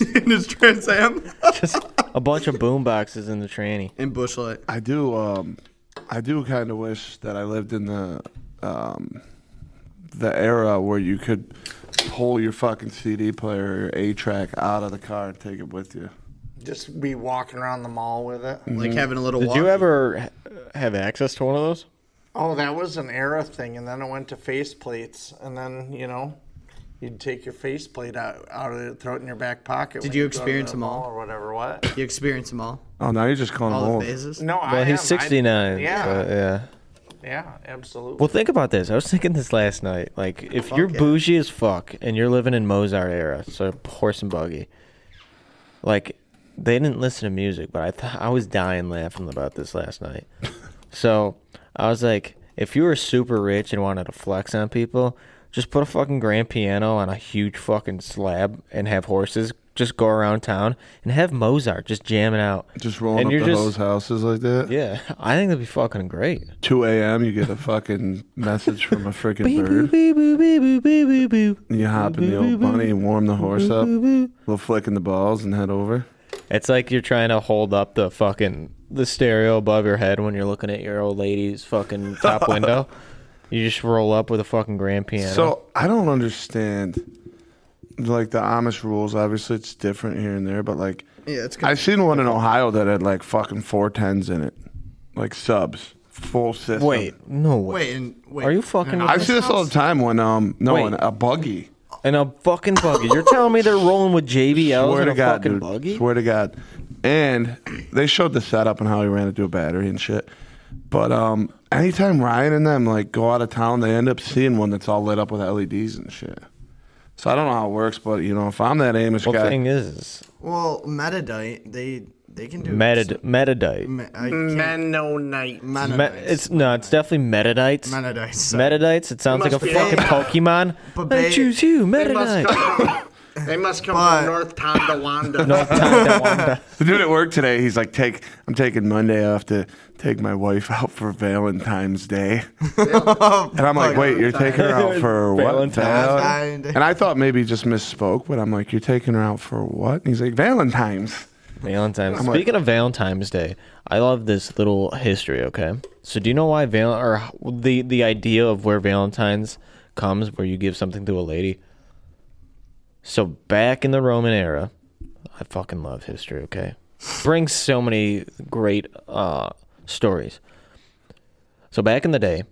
Speaker 1: in his Trans Am
Speaker 4: just a bunch of boom boxes in the tranny.
Speaker 1: in bushlight.
Speaker 2: I do. Um, I do kind of wish that I lived in the um, the era where you could pull your fucking CD player, A track, out of the car and take it with you.
Speaker 5: Just be walking around the mall with it.
Speaker 1: Like having a little.
Speaker 4: Mm-hmm. Did you
Speaker 1: walkie.
Speaker 4: ever ha- have access to one of those?
Speaker 5: Oh, that was an era thing, and then it went to faceplates, and then you know, you'd take your faceplate out out of it, throw it in your back pocket. when
Speaker 1: you
Speaker 5: go to
Speaker 1: experience
Speaker 5: the
Speaker 1: them all?
Speaker 5: mall or whatever? What?
Speaker 1: You experience them all.
Speaker 2: Oh, now you're just calling
Speaker 1: All
Speaker 2: old.
Speaker 1: the phases.
Speaker 5: No, I
Speaker 4: Well, he's
Speaker 5: am. I-
Speaker 4: 69.
Speaker 5: yeah,
Speaker 4: so, yeah.
Speaker 5: yeah, absolutely.
Speaker 4: Well, think about this. I was thinking this last night. Like, if you're
Speaker 1: yeah.
Speaker 4: bougie as fuck and you're living in Mozart era, so horse and buggy, like, they didn't listen to music, but I th- I was dying laughing about this last night. so I was like, if you were super rich and wanted to flex on people, just put a fucking grand piano on a huge fucking slab and have horses just go around town and have Mozart just jamming out.
Speaker 2: Just rolling
Speaker 4: And
Speaker 2: up
Speaker 4: you're
Speaker 2: the
Speaker 4: just-
Speaker 2: hose houses like that.
Speaker 4: Yeah, I think that'd be fucking great.
Speaker 2: 2 a.m. You get a fucking message from a freaking
Speaker 4: Beep,
Speaker 2: bird.
Speaker 4: beep, beep, beep, beep, beep, beep, beep.
Speaker 2: You hop in the old bunny and warm the horse up. Little flick in the balls and head over.
Speaker 4: It's like you're trying to hold up the fucking the stereo above your head when you're looking at your old lady's fucking top window. You just roll up with a fucking grand piano.
Speaker 2: So I don't understand like the Amish rules. Obviously, it's different here and there, but like
Speaker 1: Yeah, it's
Speaker 2: I've seen one in Ohio that had like fucking four tens in it, like subs, full system.
Speaker 4: Wait, no way.
Speaker 1: Wait, and wait.
Speaker 4: Are you fucking
Speaker 1: No,
Speaker 4: with
Speaker 2: I
Speaker 4: me?
Speaker 2: see this all the time when um no
Speaker 4: Wait.
Speaker 2: one a buggy.
Speaker 4: In a fucking buggy. You're telling me they're rolling with JBLs
Speaker 2: Swear
Speaker 4: in
Speaker 2: to
Speaker 4: a
Speaker 2: God,
Speaker 4: fucking
Speaker 2: dude.
Speaker 4: buggy?
Speaker 2: Swear to God. And they showed the setup and how he ran into a battery and shit. But um, anytime Ryan and them like go out of town, they end up seeing one that's all lit up with LEDs and shit. So I don't know how it works, but you know, if I'm that Amish
Speaker 4: Well,
Speaker 2: guy,
Speaker 4: thing is, is
Speaker 1: Well, Metadite, they they can do
Speaker 4: metad- metadite.
Speaker 1: Me- I can't-
Speaker 5: Mennonite.
Speaker 1: Menadites.
Speaker 4: Me- it's no, it's definitely metadites.
Speaker 1: Menadites. sorry.
Speaker 4: Metadites. It sounds like a
Speaker 5: Must be-
Speaker 4: fucking Pokemon.
Speaker 1: But
Speaker 4: I
Speaker 1: they-
Speaker 4: choose you,
Speaker 5: They must
Speaker 4: metadite.
Speaker 5: come, they must come
Speaker 1: But-
Speaker 5: from North Tonawanda.
Speaker 2: the dude at work today, he's like, "Take, I'm taking Monday off to take my wife out for Valentine's Day," and I'm like, "Wait, you're taking her out for what?"
Speaker 4: Valentine's
Speaker 2: Val-"
Speaker 1: Day.
Speaker 2: And I thought maybe he just misspoke, but I'm like, "You're taking her out for what?" And he's like, "Valentine's."
Speaker 4: Valentine's.
Speaker 2: I'm like-
Speaker 4: Speaking of Valentine's Day, I love this little history. Okay, so do you know why val or h- the the idea of where Valentine's comes, where you give something to a lady? So back in the Roman era, I fucking love history. Okay, brings so many great uh, stories. So back in the day,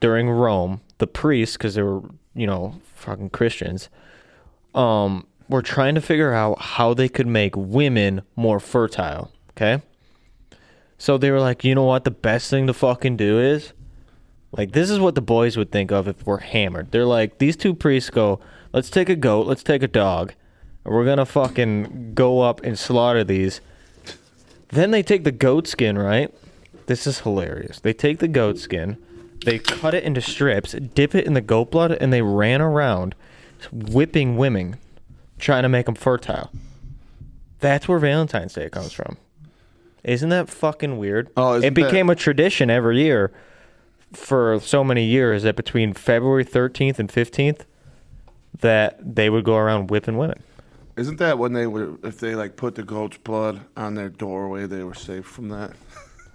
Speaker 4: during Rome, the priests, because they were you know fucking Christians, um, were trying to figure out how they could make women more fertile. Okay. So they were like, you know what? The best thing to fucking do is, like, this is what the boys would think of if we're hammered. They're like, these two priests go, let's take a goat, let's take a dog, and we're gonna fucking go up and slaughter these. Then they take the goat skin, right? This is hilarious. They take the goat skin, they cut it into strips, dip it in the goat blood, and they ran around whipping women, trying to make them fertile. That's where Valentine's Day comes from. Isn't that fucking weird?
Speaker 2: Oh, isn't
Speaker 4: it became
Speaker 2: that-
Speaker 4: a tradition every year for so many years that between February 13th and 15th that they would go around whipping women.
Speaker 2: Isn't that when they were, if they like put the goat's blood on their doorway, they were safe from that?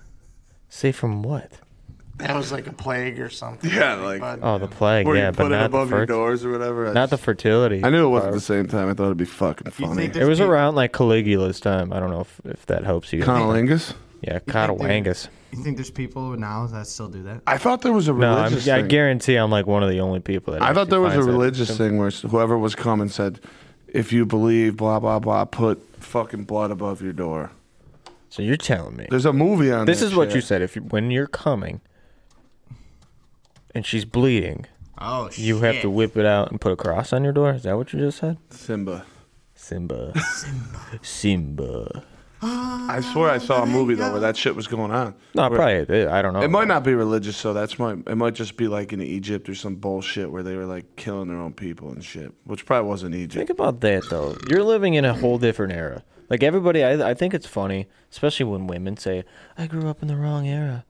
Speaker 4: Say from what?
Speaker 5: that was like a plague or something.
Speaker 2: Yeah, like-
Speaker 5: but-
Speaker 4: Oh, the plague,
Speaker 2: Where
Speaker 4: yeah,
Speaker 2: you
Speaker 4: but
Speaker 2: put it
Speaker 4: not the,
Speaker 2: above your
Speaker 4: fer-
Speaker 2: doors or whatever. I
Speaker 4: not the
Speaker 2: just-
Speaker 4: fertility.
Speaker 2: I knew it wasn't
Speaker 4: part.
Speaker 2: the same time. I thought it'd be fucking funny.
Speaker 1: think
Speaker 4: It was
Speaker 1: Just be-
Speaker 4: around like Caligula's time. I don't know if, if that helps you.
Speaker 2: Conolingus?
Speaker 4: Yeah,
Speaker 1: think they're-
Speaker 4: Cotawangas.
Speaker 1: You think there's people now that still do that?
Speaker 2: I thought there was a
Speaker 4: No, I'm,
Speaker 2: religious
Speaker 4: I
Speaker 2: thing.
Speaker 4: guarantee I'm like one of the only people that.
Speaker 2: I thought
Speaker 4: actually
Speaker 2: there was a
Speaker 4: finds it.
Speaker 2: religious thing where whoever was coming said, if you believe, blah, blah, blah, put fucking blood above your door.
Speaker 4: So you're telling me
Speaker 2: There's a movie on
Speaker 4: this
Speaker 2: that
Speaker 4: is what
Speaker 2: shit.
Speaker 4: you said? If you, when you're coming, and she's bleeding,
Speaker 1: Oh, shit.
Speaker 4: you have to whip it out and put a cross on your door. Is that what you just said?
Speaker 2: Simba.
Speaker 4: Simba. Simba. Simba.
Speaker 2: I swear I saw a movie, though, where that shit was going on.
Speaker 4: No,
Speaker 2: Where-
Speaker 4: probably. it- I don't know.
Speaker 2: It might not be religious, so that's my. It might just be like in Egypt or some bullshit where they were like killing their own people and shit, which probably wasn't
Speaker 4: Think
Speaker 2: Egypt.
Speaker 4: about that though. You're living in a whole different era. Like everybody, I, I think it's funny, especially when women say, "I grew up in the wrong era,"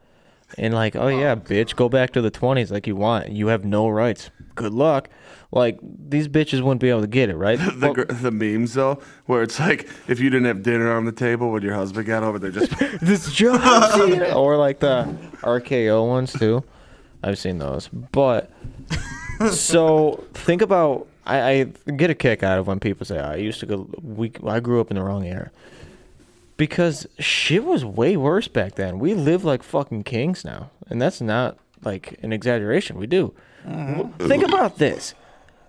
Speaker 4: and like, "Oh yeah, bitch, go back to the '20s like you want. You have no rights. Good luck." Like these bitches wouldn't be able to get it right.
Speaker 2: The, gr- the memes though, where it's like if you didn't have dinner on the table when your husband got over, they're just
Speaker 4: this joke, or like the RKO ones too. I've seen those, but so think about. I, I get a kick out of when people say, "Oh, "I used to go. We I grew up in the wrong era," because shit was way worse back then. We live like fucking kings now, and that's not like an exaggeration. We do.
Speaker 2: Mm-hmm.
Speaker 4: Think about this.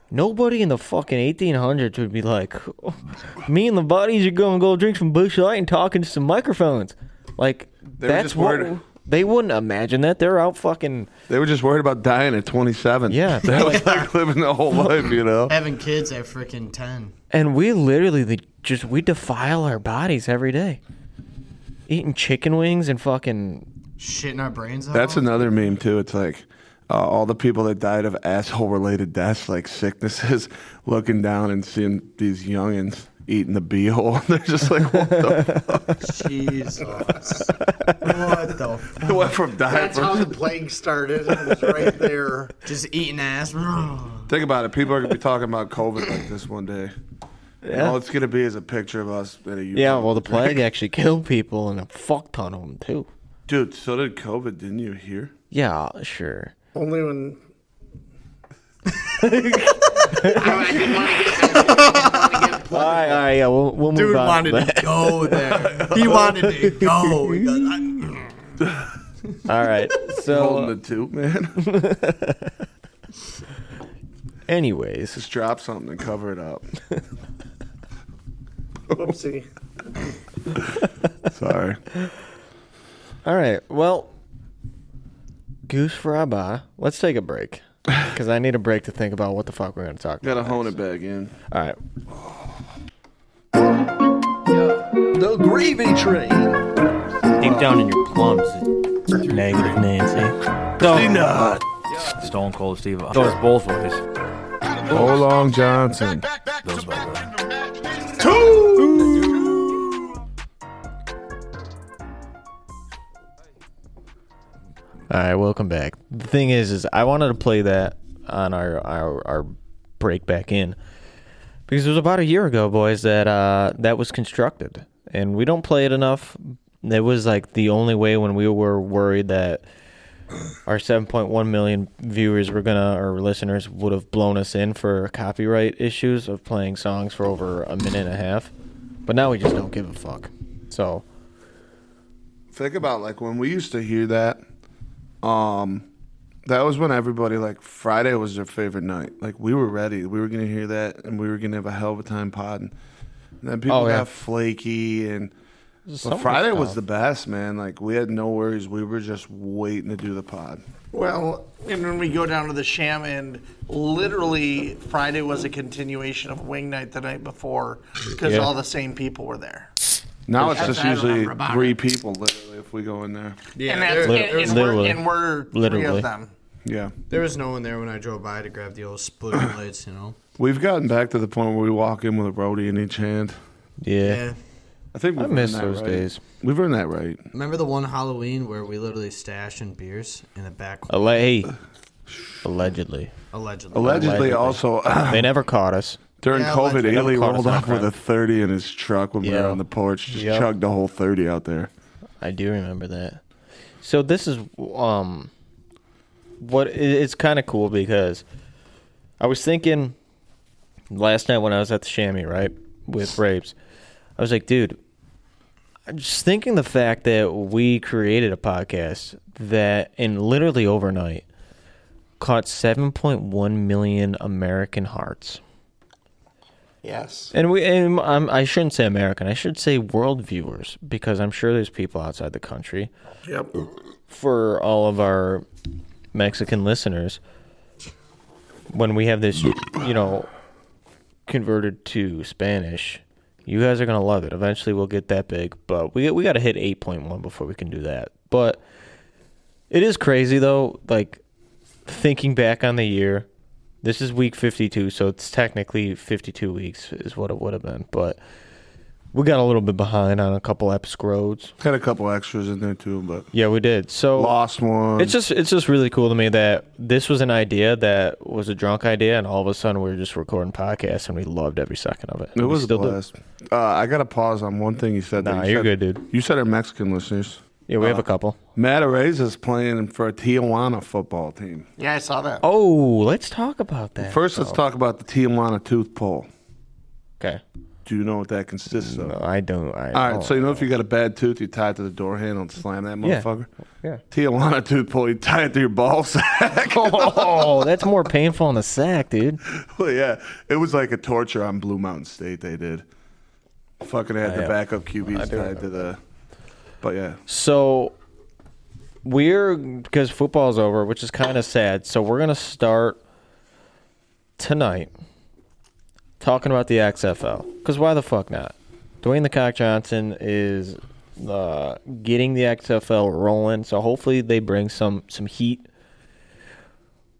Speaker 4: Nobody in the fucking 1800s would be like, me and the buddies are going to go drink some Bush Light and talk into some microphones. Like,
Speaker 2: were
Speaker 4: that's
Speaker 2: just
Speaker 4: what.
Speaker 2: worried-
Speaker 4: They wouldn't imagine that. They're out fucking.
Speaker 2: they were just worried about dying at 27.
Speaker 4: Yeah.
Speaker 2: they was like living the whole life, you know.
Speaker 1: Having kids at freaking 10.
Speaker 4: And we literally the- just. We defile our bodies every day. Eating chicken wings and fucking.
Speaker 1: Shitting our brains out.
Speaker 2: That's another meme too. It's like uh, all the people that died of asshole-related deaths, like sicknesses, looking down and seeing these youngins eating the beehole. they're just like, what the
Speaker 1: Jesus. what the fuck?
Speaker 2: went from dying
Speaker 5: That's
Speaker 2: from
Speaker 5: how the plague started. It was right there.
Speaker 1: Just eating ass.
Speaker 2: Think about it. People are gonna be talking about COVID like this one day. And all it's gonna be is a picture of us in a uniform.
Speaker 4: Yeah, well, the plague actually killed people and a fuck ton of them, too.
Speaker 2: dude. So did COVID. Didn't you hear?
Speaker 4: Yeah, sure.
Speaker 5: Only when.
Speaker 7: I didn't want to get there. I didn't wanna get
Speaker 4: All right, all right, yeah, we'll, we'll move
Speaker 1: Dude
Speaker 4: on.
Speaker 1: wanted
Speaker 4: from
Speaker 1: to
Speaker 4: that.
Speaker 1: go there. He wanted to go. He goes, "I'm-"
Speaker 4: All right,
Speaker 2: Holding the
Speaker 4: so,
Speaker 2: two, man.
Speaker 4: anyways,
Speaker 2: Just drop something and cover it up.
Speaker 5: Whoopsie.
Speaker 2: Sorry.
Speaker 4: all right, well, Goose for Abba, let's take a break because I need a break to think about what the fuck we're gonna talk
Speaker 2: Gotta
Speaker 4: about.
Speaker 2: hone it back in.
Speaker 4: All right,
Speaker 8: The gravy train.
Speaker 9: Deep down in your plums, it's negative Nancy. Stone, Stone Cold Steve. Those both ways.
Speaker 2: How long, Johnson?
Speaker 9: Those both ways.
Speaker 4: all right, welcome back. The thing is, is I wanted to play that on our our, our break back in because it was about a year ago, boys, that uh, that was constructed, and we don't play it enough. That was like the only way when we were worried that our 7.1 million viewers were gonna or listeners would have blown us in for copyright issues of playing songs for over a minute and a half, but now we just don't give a fuck. So
Speaker 2: Think about like when we used to hear that. Um, that was when everybody like Friday was their favorite night. Like we were ready. We were gonna hear that, and we were gonna have a hell of a time podding. And then people
Speaker 4: Oh, yeah.
Speaker 2: got flaky, and
Speaker 4: some
Speaker 2: but Friday
Speaker 4: stuff.
Speaker 2: was the best, man. Like we had no worries. We were just waiting to do the pod.
Speaker 5: Well, and when we go down to the sham end, literally Friday was a continuation of Wing Night the night before because
Speaker 4: Yeah.
Speaker 5: all the same people were there.
Speaker 2: Now it's
Speaker 7: That's
Speaker 2: just
Speaker 7: what I
Speaker 2: usually
Speaker 7: remember about
Speaker 2: three people literally if we go in there.
Speaker 1: yeah,
Speaker 5: and
Speaker 1: there-
Speaker 5: that's
Speaker 4: Lit-
Speaker 5: and, and
Speaker 4: literally.
Speaker 5: we're, and we're three
Speaker 4: Literally.
Speaker 5: of them.
Speaker 2: Yeah.
Speaker 1: There was no one there when I drove by to grab the old splitter lights, you know.
Speaker 2: We've gotten back to the point where we walk in with a roadie in each hand.
Speaker 4: yeah.
Speaker 1: Yeah.
Speaker 2: I think we've
Speaker 4: I miss
Speaker 2: earned that
Speaker 4: those
Speaker 2: right.
Speaker 4: days.
Speaker 2: We've earned that right.
Speaker 1: Remember the one Halloween where we literally stashed in beers in the back,
Speaker 4: Alle- hey. Allegedly.
Speaker 1: allegedly.
Speaker 2: Allegedly,
Speaker 4: Allegedly.
Speaker 2: also
Speaker 4: They never caught us.
Speaker 2: during
Speaker 1: Yeah,
Speaker 2: COVID,
Speaker 1: allegedly.
Speaker 2: Haley
Speaker 4: Never caught
Speaker 2: rolled
Speaker 4: us on
Speaker 2: up with
Speaker 4: crime.
Speaker 2: a thirty in his truck when we
Speaker 4: Yeah.
Speaker 2: were on the porch. Just
Speaker 4: Yep.
Speaker 2: chugged a whole thirty out there.
Speaker 4: I do remember that. So this is um what i- it's kind of cool because I was thinking last night when I was at the chamois, right, with Rapes. I was like, dude, I'm just thinking the fact that we created a podcast that in literally overnight caught 7.1 million American hearts.
Speaker 5: Yes.
Speaker 4: And we, and I'm, I shouldn't say American. I should say world viewers because I'm sure there's people outside the country.
Speaker 5: Yep.
Speaker 4: For all of our Mexican listeners, when we have this, you know, converted to Spanish, you guys are gonna love it. Eventually, we'll get that big, but we we got to hit 8.1 before we can do that. But it is crazy though. Like thinking back on the year, this is week 52, so it's technically 52 weeks is what it would have been. But we got a little bit behind on a couple episodes.
Speaker 2: Had a couple extras in there too, but
Speaker 4: Yeah, we did. So
Speaker 2: lost one.
Speaker 4: it's just it's just really cool to me that this was an idea that was a drunk idea, and all of a sudden we were just recording podcasts, and we loved every second of it.
Speaker 2: it
Speaker 4: And we
Speaker 2: was a
Speaker 4: do.
Speaker 2: blast. Uh, I got to pause on one thing you said.
Speaker 4: Nah,
Speaker 2: that you
Speaker 4: you're
Speaker 2: said-
Speaker 4: good, dude.
Speaker 2: You said our Mexican listeners.
Speaker 4: Yeah, we
Speaker 2: Uh,
Speaker 4: have a couple.
Speaker 2: Matt Araiz is playing for a Tijuana football team.
Speaker 5: Yeah, I saw that.
Speaker 4: Oh, let's talk about that.
Speaker 2: First, let's
Speaker 4: though.
Speaker 2: talk about the Tijuana tooth pull.
Speaker 4: Okay.
Speaker 2: Do you know what that consists of?
Speaker 4: No, I don't.
Speaker 2: All
Speaker 4: I,
Speaker 2: right,
Speaker 4: oh,
Speaker 2: so you know if you got a bad tooth, you tie it to the door handle and slam that
Speaker 4: Yeah.
Speaker 2: motherfucker.
Speaker 4: yeah.
Speaker 2: Tijuana tooth pull, you tie it to your ball sack.
Speaker 4: Oh, that's more painful in the sack, dude.
Speaker 2: Well, yeah, it was like a torture on Blue Mountain State. They did. Fucking had the
Speaker 4: Oh, yeah.
Speaker 2: backup QBs tied to the. But yeah,
Speaker 4: So we're because football's over, which is kind of sad. So we're gonna start tonight talking about the XFL because why the fuck not? Dwayne the Cock Johnson is uh, getting the XFL rolling, so hopefully they bring some some heat.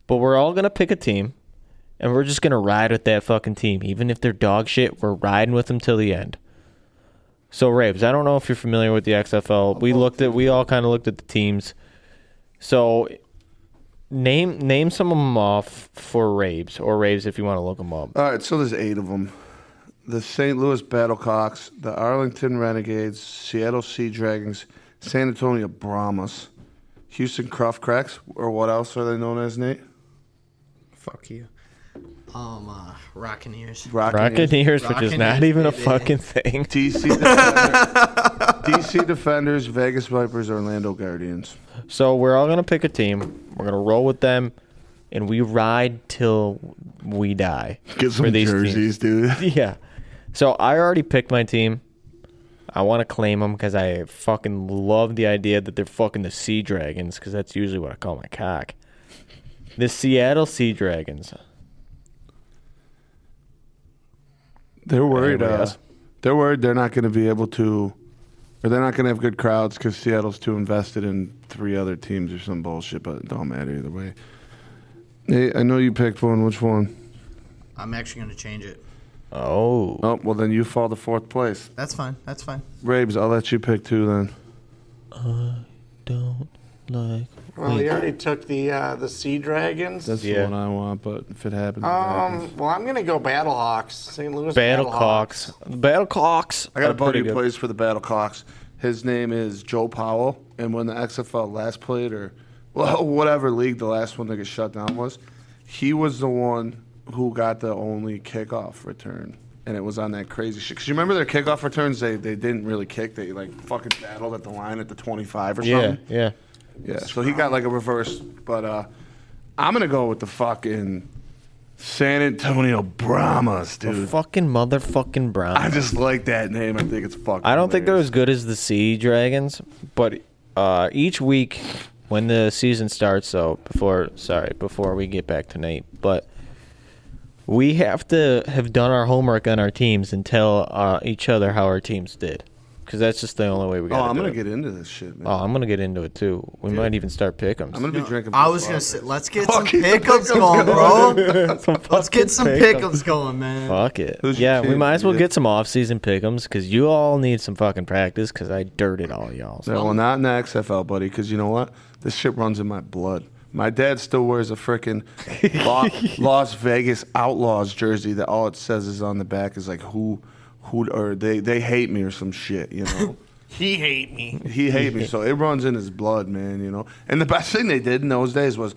Speaker 4: But we're all gonna pick a team, and we're just gonna ride with that fucking team, even if they're dog shit. We're riding with them till the end. So Raves, I don't know if you're familiar with the XFL. We looked at we all kind of looked at the teams. So name name some of them off for Raves or Raves if you want to look them up.
Speaker 2: all right. So there's eight of them: the St. Louis Battlecocks, the Arlington Renegades, Seattle Sea Dragons, San Antonio Brahmas, Houston Cruff Cracks, or what else are they known as, Nate?
Speaker 1: Oh, Fuck you. um, uh, Rocketeers.
Speaker 4: Rocketeers, which is not
Speaker 1: Rocketeers,
Speaker 4: even a
Speaker 1: baby.
Speaker 4: fucking thing.
Speaker 2: DC Defenders, DC Defenders, Vegas Vipers, Orlando Guardians.
Speaker 4: So we're all gonna pick a team. We're gonna roll with them, and we ride till we die.
Speaker 2: Get
Speaker 4: for
Speaker 2: some
Speaker 4: these teams.
Speaker 2: jerseys, dude.
Speaker 4: Yeah. So I already picked my team. I want to claim them because I fucking love the idea that they're fucking the Sea Dragons because that's usually what I call my cock. The Seattle Sea Dragons.
Speaker 2: They're worried.
Speaker 4: Anybody
Speaker 2: Uh,
Speaker 4: else?
Speaker 2: they're worried they're not going to be able to, or they're not going to have good crowds because Seattle's too invested in three other teams or some bullshit. But it don't matter either way. Hey, I know you picked one. Which one?
Speaker 1: I'm actually going to change it.
Speaker 4: Oh.
Speaker 2: Oh, well then you fall to fourth place.
Speaker 1: That's fine. That's fine.
Speaker 2: Rabes, I'll let you pick two then.
Speaker 4: Don't like.
Speaker 5: Well,
Speaker 4: Oh.
Speaker 5: you already took the uh, the Sea Dragons.
Speaker 2: That's
Speaker 4: Yeah.
Speaker 2: the one I want. But if it happens, it happens.
Speaker 5: Um, well, I'm gonna go Battlehawks. St. Louis Battlehawks.
Speaker 4: Battlecocks. Battlecocks.
Speaker 2: I got a
Speaker 4: are pretty
Speaker 2: buddy who
Speaker 4: good.
Speaker 2: plays for the Battlecocks. His name is Joe Powell, and when the XFL last played, or well, whatever league the last one that got shut down was, he was the one who got the only kickoff return, and it was on that crazy shit. Cause you remember their kickoff returns? They they didn't really kick. They like fucking battled at the line at the twenty five or
Speaker 4: Yeah,
Speaker 2: something.
Speaker 4: yeah.
Speaker 2: Yeah, so he got like a reverse, but uh, I'm gonna go with the fucking San Antonio Brahmas, dude.
Speaker 4: Fucking motherfucking Brown.
Speaker 2: I just like that name. I think it's fucking.
Speaker 4: I don't think they're
Speaker 2: hilarious.
Speaker 4: as good as the Sea Dragons, but uh, each week when the season starts, so before sorry, before we get back to Nate, but we have to have done our homework on our teams and tell uh, each other how our teams did, because that's just the only way we
Speaker 2: Oh,
Speaker 4: got.
Speaker 2: I'm
Speaker 4: do
Speaker 2: gonna
Speaker 4: it.
Speaker 2: get into this shit, man.
Speaker 4: Oh, I'm gonna get into it too. We might even start pick'ems.
Speaker 2: I'm gonna be drinking.
Speaker 1: I
Speaker 2: for
Speaker 1: was going to
Speaker 2: fuck.
Speaker 1: say, let's get some
Speaker 2: Fucking
Speaker 1: pickups going, bro.
Speaker 4: Some
Speaker 1: Let's
Speaker 4: fucking
Speaker 1: get some
Speaker 4: pick'em.
Speaker 1: pickups going, man.
Speaker 4: Fuck it.
Speaker 2: Who's your
Speaker 4: yeah, we
Speaker 2: team,
Speaker 4: might as well
Speaker 2: idiot?
Speaker 4: get some off-season pick'ems because you all need some fucking practice because I dirted all y'all.
Speaker 2: No, well, not in the XFL, buddy, because you know what? This shit runs in my blood. My dad still wears a frickin' La- Las Vegas Outlaws jersey that all it says is on the back is like who, who, or they they hate me or some shit, you know.
Speaker 5: He hate me.
Speaker 2: he hates me, so it runs in his blood, man. You know. And the best thing they did in those days was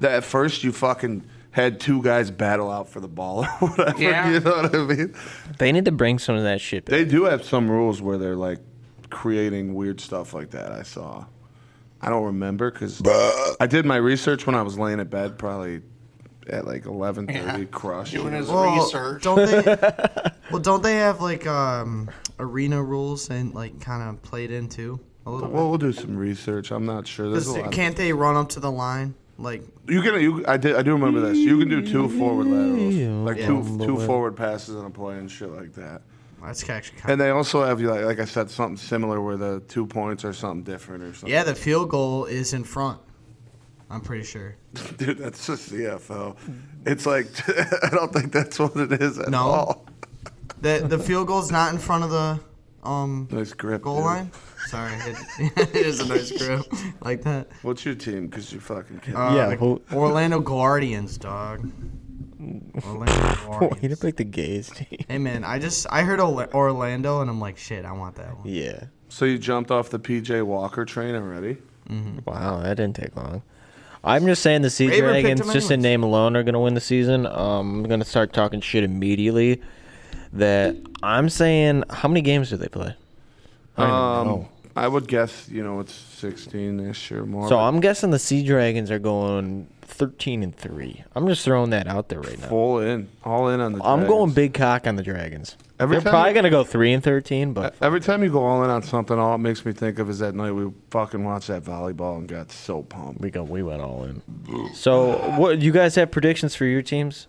Speaker 2: that at first you fucking had two guys battle out for the ball or whatever.
Speaker 5: Yeah.
Speaker 2: You know what I mean?
Speaker 4: They need to bring some of that shit. back.
Speaker 2: They do have some rules where they're like creating weird stuff like that. I saw. I don't remember because I did my research when I was laying in bed, probably at like eleven thirty. Crush.
Speaker 5: Doing his
Speaker 1: Well,
Speaker 5: research.
Speaker 1: don't they? well, don't they have like um, arena rules and like kind of played into a little
Speaker 2: well, we'll do some research. I'm not sure.
Speaker 1: bit?
Speaker 2: There's a lot. of-
Speaker 1: Can't they run up to the line? Like,
Speaker 2: you can. You, I did. I do remember this. You can do two forward laterals, like two two
Speaker 4: Yeah.
Speaker 2: forward passes on a play and shit like that.
Speaker 1: that's actually kind
Speaker 2: And they also have like like I said something similar where the two points are something different or something.
Speaker 1: Yeah, the field goal is in front. I'm pretty sure.
Speaker 2: dude, that's the CFL. It's like I don't think that's what it is at
Speaker 1: No.
Speaker 2: all.
Speaker 1: The the field goal's not in front of the um
Speaker 2: Nice grip.
Speaker 1: goal
Speaker 2: dude.
Speaker 1: line. Sorry, it, it is a nice grip like that.
Speaker 2: What's your team? Because you fucking kidding.
Speaker 4: yeah, who,
Speaker 1: Orlando Guardians, dog. Orlando
Speaker 4: Way to
Speaker 1: Guardians.
Speaker 4: pick the gays team.
Speaker 1: Hey man, I just I heard Ola- Orlando and I'm like, shit, I want that one.
Speaker 4: Yeah.
Speaker 2: so you jumped off the PJ Walker train already?
Speaker 4: Wow, that didn't take long. I'm just saying the Sea
Speaker 1: Raven picked
Speaker 4: Dragons,
Speaker 1: them
Speaker 4: just in
Speaker 1: anyways.
Speaker 4: name alone, are going to win the season. Um, I'm going to start talking shit immediately. That I'm saying, how many games do they play? I don't even know.
Speaker 2: I would guess you know it's 16 this year more.
Speaker 4: So I'm guessing the Sea Dragons are going 13 and three. I'm just throwing that out there right now.
Speaker 2: full in, all in on the.
Speaker 4: I'm going
Speaker 2: Dragons.
Speaker 4: big cock on the Dragons.
Speaker 2: Every
Speaker 4: They're
Speaker 2: time
Speaker 4: probably
Speaker 2: you-
Speaker 4: going to go three and 13, but
Speaker 2: Every time you go all in on something, all it makes me think of is that night we fucking watched that volleyball and got so pumped.
Speaker 4: we go. We went all in. So, what you guys have predictions for your teams?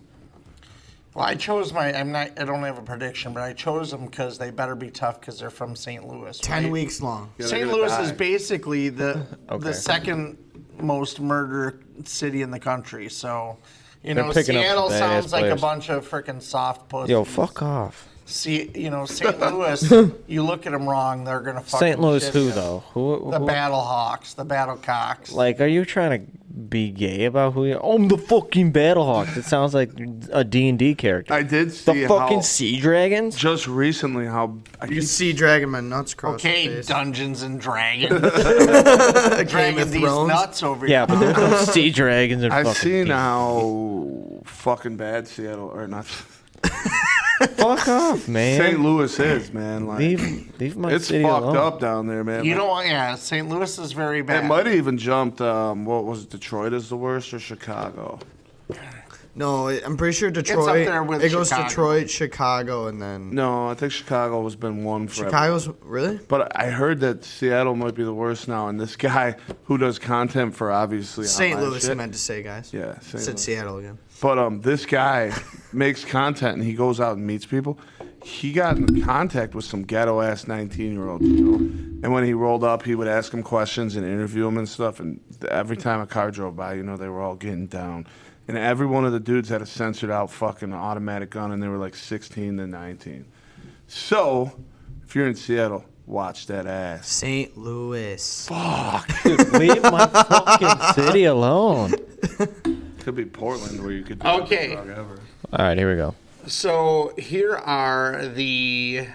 Speaker 5: Well, I chose my. I'm not. I don't have a prediction, but I chose them because they better be tough because they're from St. Louis.
Speaker 1: Ten
Speaker 5: right?
Speaker 1: weeks long.
Speaker 2: they're
Speaker 5: St.
Speaker 2: gonna
Speaker 5: Louis
Speaker 2: die.
Speaker 5: is basically the
Speaker 4: Okay.
Speaker 5: the second most murder city in the country. So, you
Speaker 4: They're
Speaker 5: know,
Speaker 4: picking up
Speaker 5: Seattle
Speaker 4: badass
Speaker 5: sounds like
Speaker 4: players.
Speaker 5: a bunch of freaking soft pussies.
Speaker 4: Yo, fuck off.
Speaker 5: See, you know, St. Louis. you look at them wrong, they're gonna. Fucking
Speaker 4: St. Louis,
Speaker 5: shit
Speaker 4: who
Speaker 5: you.
Speaker 4: though? Who?
Speaker 5: The
Speaker 4: who-
Speaker 5: Battle Hawks, the Battle Cocks.
Speaker 4: Like, are you trying to be gay about who you are. Oh, I'm the fucking Battlehawks. It sounds like a D&D character.
Speaker 2: I did
Speaker 4: the
Speaker 2: see
Speaker 4: fucking
Speaker 2: how,
Speaker 4: Sea Dragons?
Speaker 2: just recently how I
Speaker 1: You
Speaker 2: keep-
Speaker 1: see dragging my nuts across the
Speaker 5: Okay,
Speaker 1: face.
Speaker 5: Dungeons and Dragons. Dragging these
Speaker 1: Thrones.
Speaker 5: nuts over
Speaker 4: Yeah, but they're called Sea Dragons. Are
Speaker 2: I've
Speaker 4: fucking
Speaker 2: seen uh,
Speaker 4: deep.
Speaker 2: how fucking bad Seattle or not
Speaker 4: Fuck off, man.
Speaker 2: St. Louis is, man. Like
Speaker 4: Leave, leave my
Speaker 2: it's
Speaker 4: city
Speaker 2: fucked
Speaker 4: alone.
Speaker 2: up down there, man.
Speaker 5: You
Speaker 2: Like,
Speaker 5: don't. Yeah, St. Louis is very
Speaker 2: it
Speaker 5: bad.
Speaker 2: might have even jumped. Um, what was it, Detroit is the worst or Chicago?
Speaker 1: No, I- I'm pretty sure Detroit.
Speaker 5: there with
Speaker 1: it goes
Speaker 5: Chicago.
Speaker 1: Detroit, Chicago, and then
Speaker 2: No, I think Chicago has been one forever.
Speaker 1: Chicago's really.
Speaker 2: But I heard that Seattle might be the worst now, and this guy who does content for obviously
Speaker 1: St.
Speaker 2: online
Speaker 1: Louis, I
Speaker 2: shit-
Speaker 1: meant to say, guys.
Speaker 2: Yeah,
Speaker 1: I
Speaker 2: St.
Speaker 1: said
Speaker 2: Louis.
Speaker 1: Seattle again.
Speaker 2: But um, this guy makes content and he goes out and meets people. He got in contact with some ghetto ass nineteen year olds, you know. And when he rolled up, he would ask them questions and interview them and stuff. And th- every time a car drove by, you know, they were all getting down. And every one of the dudes had a censored out fucking automatic gun, and they were like sixteen to nineteen. So, if you're in Seattle, watch that ass.
Speaker 1: St. Louis.
Speaker 4: Leave my fucking city alone.
Speaker 2: Could be Portland where you could. Do
Speaker 5: Okay.
Speaker 2: whatever the fuck ever.
Speaker 4: All right, here we go.
Speaker 5: So here are the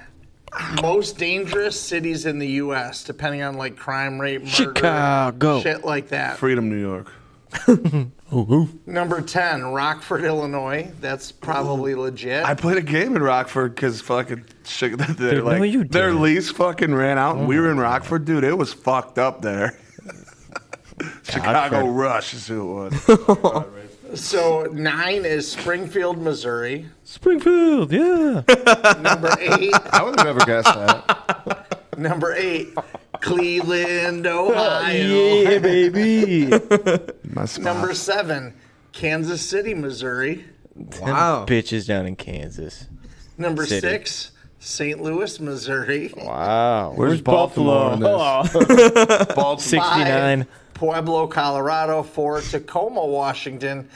Speaker 5: most dangerous cities in the U.S. Depending on like crime rate, murder,
Speaker 4: Chicago.
Speaker 5: shit like that.
Speaker 2: Freedom, New York.
Speaker 5: Number ten, Rockford, Illinois. That's
Speaker 4: Oh,
Speaker 5: probably legit.
Speaker 2: I played a game in Rockford because fucking shit, they're
Speaker 4: Dude, no,
Speaker 2: like
Speaker 4: you
Speaker 2: their
Speaker 4: didn't. Oh
Speaker 2: lease fucking ran out. and we were in Rockford, dude. It was fucked up there. Chicago
Speaker 4: Rockford.
Speaker 2: Rush is who it was.
Speaker 5: so nine is Springfield, Missouri.
Speaker 4: Springfield, yeah.
Speaker 5: Number eight,
Speaker 2: I would have never guessed that.
Speaker 5: number eight, Cleveland, Ohio.
Speaker 4: Oh, yeah, baby.
Speaker 2: My spot.
Speaker 5: Number seven, Kansas City, Missouri.
Speaker 1: Wow.
Speaker 4: Bitches down in Kansas.
Speaker 5: Number
Speaker 4: City.
Speaker 5: six, St. Louis, Missouri.
Speaker 4: Wow.
Speaker 2: Where's Baltimore in this?
Speaker 5: Five,
Speaker 4: 69.
Speaker 5: Pueblo, Colorado. Four, Tacoma, Washington.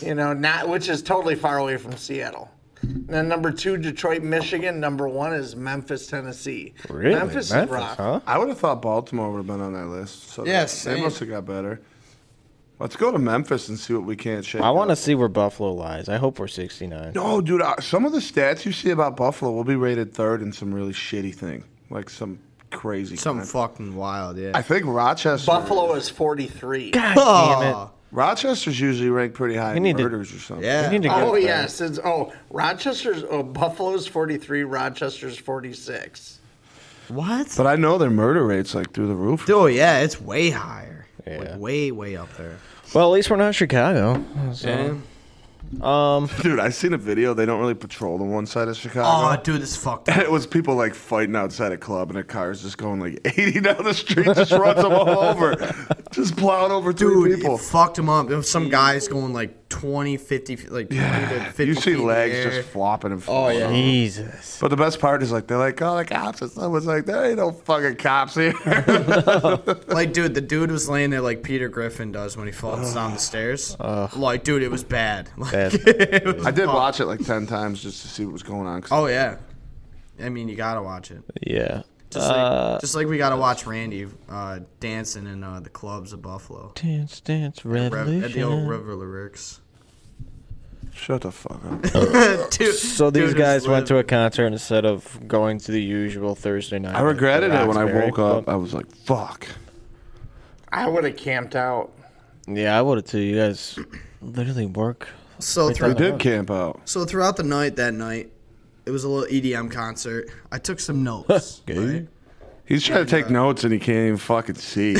Speaker 5: You know, not which is totally far away from Seattle. And then number two, Detroit, Michigan. Number one is Memphis, Tennessee.
Speaker 4: Really?
Speaker 5: Memphis, is rough.
Speaker 4: huh?
Speaker 2: I would have thought Baltimore would have been on that list. So
Speaker 1: Yes,
Speaker 2: they,
Speaker 1: same.
Speaker 2: must have got better. Let's go to Memphis and see what we can't shake.
Speaker 4: I want to
Speaker 2: out.
Speaker 4: see where Buffalo lies. I hope we're 69.
Speaker 2: No, dude. uh, Some of the stats you see about Buffalo will be rated third in some really shitty thing, like some crazy.
Speaker 1: Something
Speaker 2: crime.
Speaker 1: fucking wild, yeah.
Speaker 2: I think Rochester.
Speaker 5: Buffalo is 43.
Speaker 1: oh,
Speaker 2: Rochester's usually ranked pretty high in
Speaker 4: need to-
Speaker 2: murders or something.
Speaker 1: Yeah.
Speaker 4: We need to go
Speaker 5: Oh
Speaker 4: back.
Speaker 5: yes, it's oh Rochester's oh Buffalo's 43, Rochester's 46.
Speaker 1: What?
Speaker 2: But I know their murder rate's like through the roof.
Speaker 1: Oh, yeah, it's way higher.
Speaker 4: Yeah.
Speaker 1: Like, way, way up there.
Speaker 4: Well, at least we're not Chicago. So.
Speaker 2: Dude, I seen a video. They don't really patrol the one side of
Speaker 1: Oh,
Speaker 2: Chicago.
Speaker 1: dude, this is fucked
Speaker 2: And
Speaker 1: up.
Speaker 2: it was people like fighting outside a club, and a car's just going like 80 down the street, just runs them all over, just plowing over two
Speaker 1: Dude,
Speaker 2: people.
Speaker 1: it fucked him up. There was some guys going like 20, 50, like 20 to 50
Speaker 2: You see
Speaker 1: feet in the
Speaker 2: legs
Speaker 1: air.
Speaker 2: just flopping and falling.
Speaker 1: yeah.
Speaker 4: Jesus.
Speaker 2: But the best part is like they're like, oh, the cops. And someone's like, there ain't no fucking cops here.
Speaker 1: Like, dude, the dude was laying there like Peter Griffin does when he falls down the stairs. like, dude, it was bad. Like, it was
Speaker 2: I did
Speaker 1: fucked.
Speaker 2: watch it like 10 times just to see what was going on. 'cause
Speaker 1: Oh yeah, I mean you gotta watch it.
Speaker 4: Yeah.
Speaker 1: Just like,
Speaker 4: uh,
Speaker 1: just like we gotta watch Randy uh, dancing in uh, the clubs of Buffalo
Speaker 4: Dance, dance,
Speaker 1: Rev- at the old
Speaker 4: revolution.
Speaker 1: River Lyrics.
Speaker 2: Shut the fuck up.
Speaker 1: Dude,
Speaker 4: so these
Speaker 1: dude,
Speaker 4: guys
Speaker 1: just
Speaker 4: went to
Speaker 1: live-
Speaker 4: a concert instead of going to the usual Thursday night.
Speaker 2: I regretted
Speaker 4: at
Speaker 2: it when I
Speaker 4: Roxbury
Speaker 2: woke up.
Speaker 4: Club.
Speaker 2: I was like, fuck.
Speaker 5: I would have camped out.
Speaker 4: Yeah, I would have too. You guys literally work.
Speaker 1: So
Speaker 4: Right
Speaker 1: through,
Speaker 2: We did camp out.
Speaker 1: so throughout the night that night, it was a little EDM concert. I took some notes. right?
Speaker 2: He's trying to take notes and he can't even fucking see.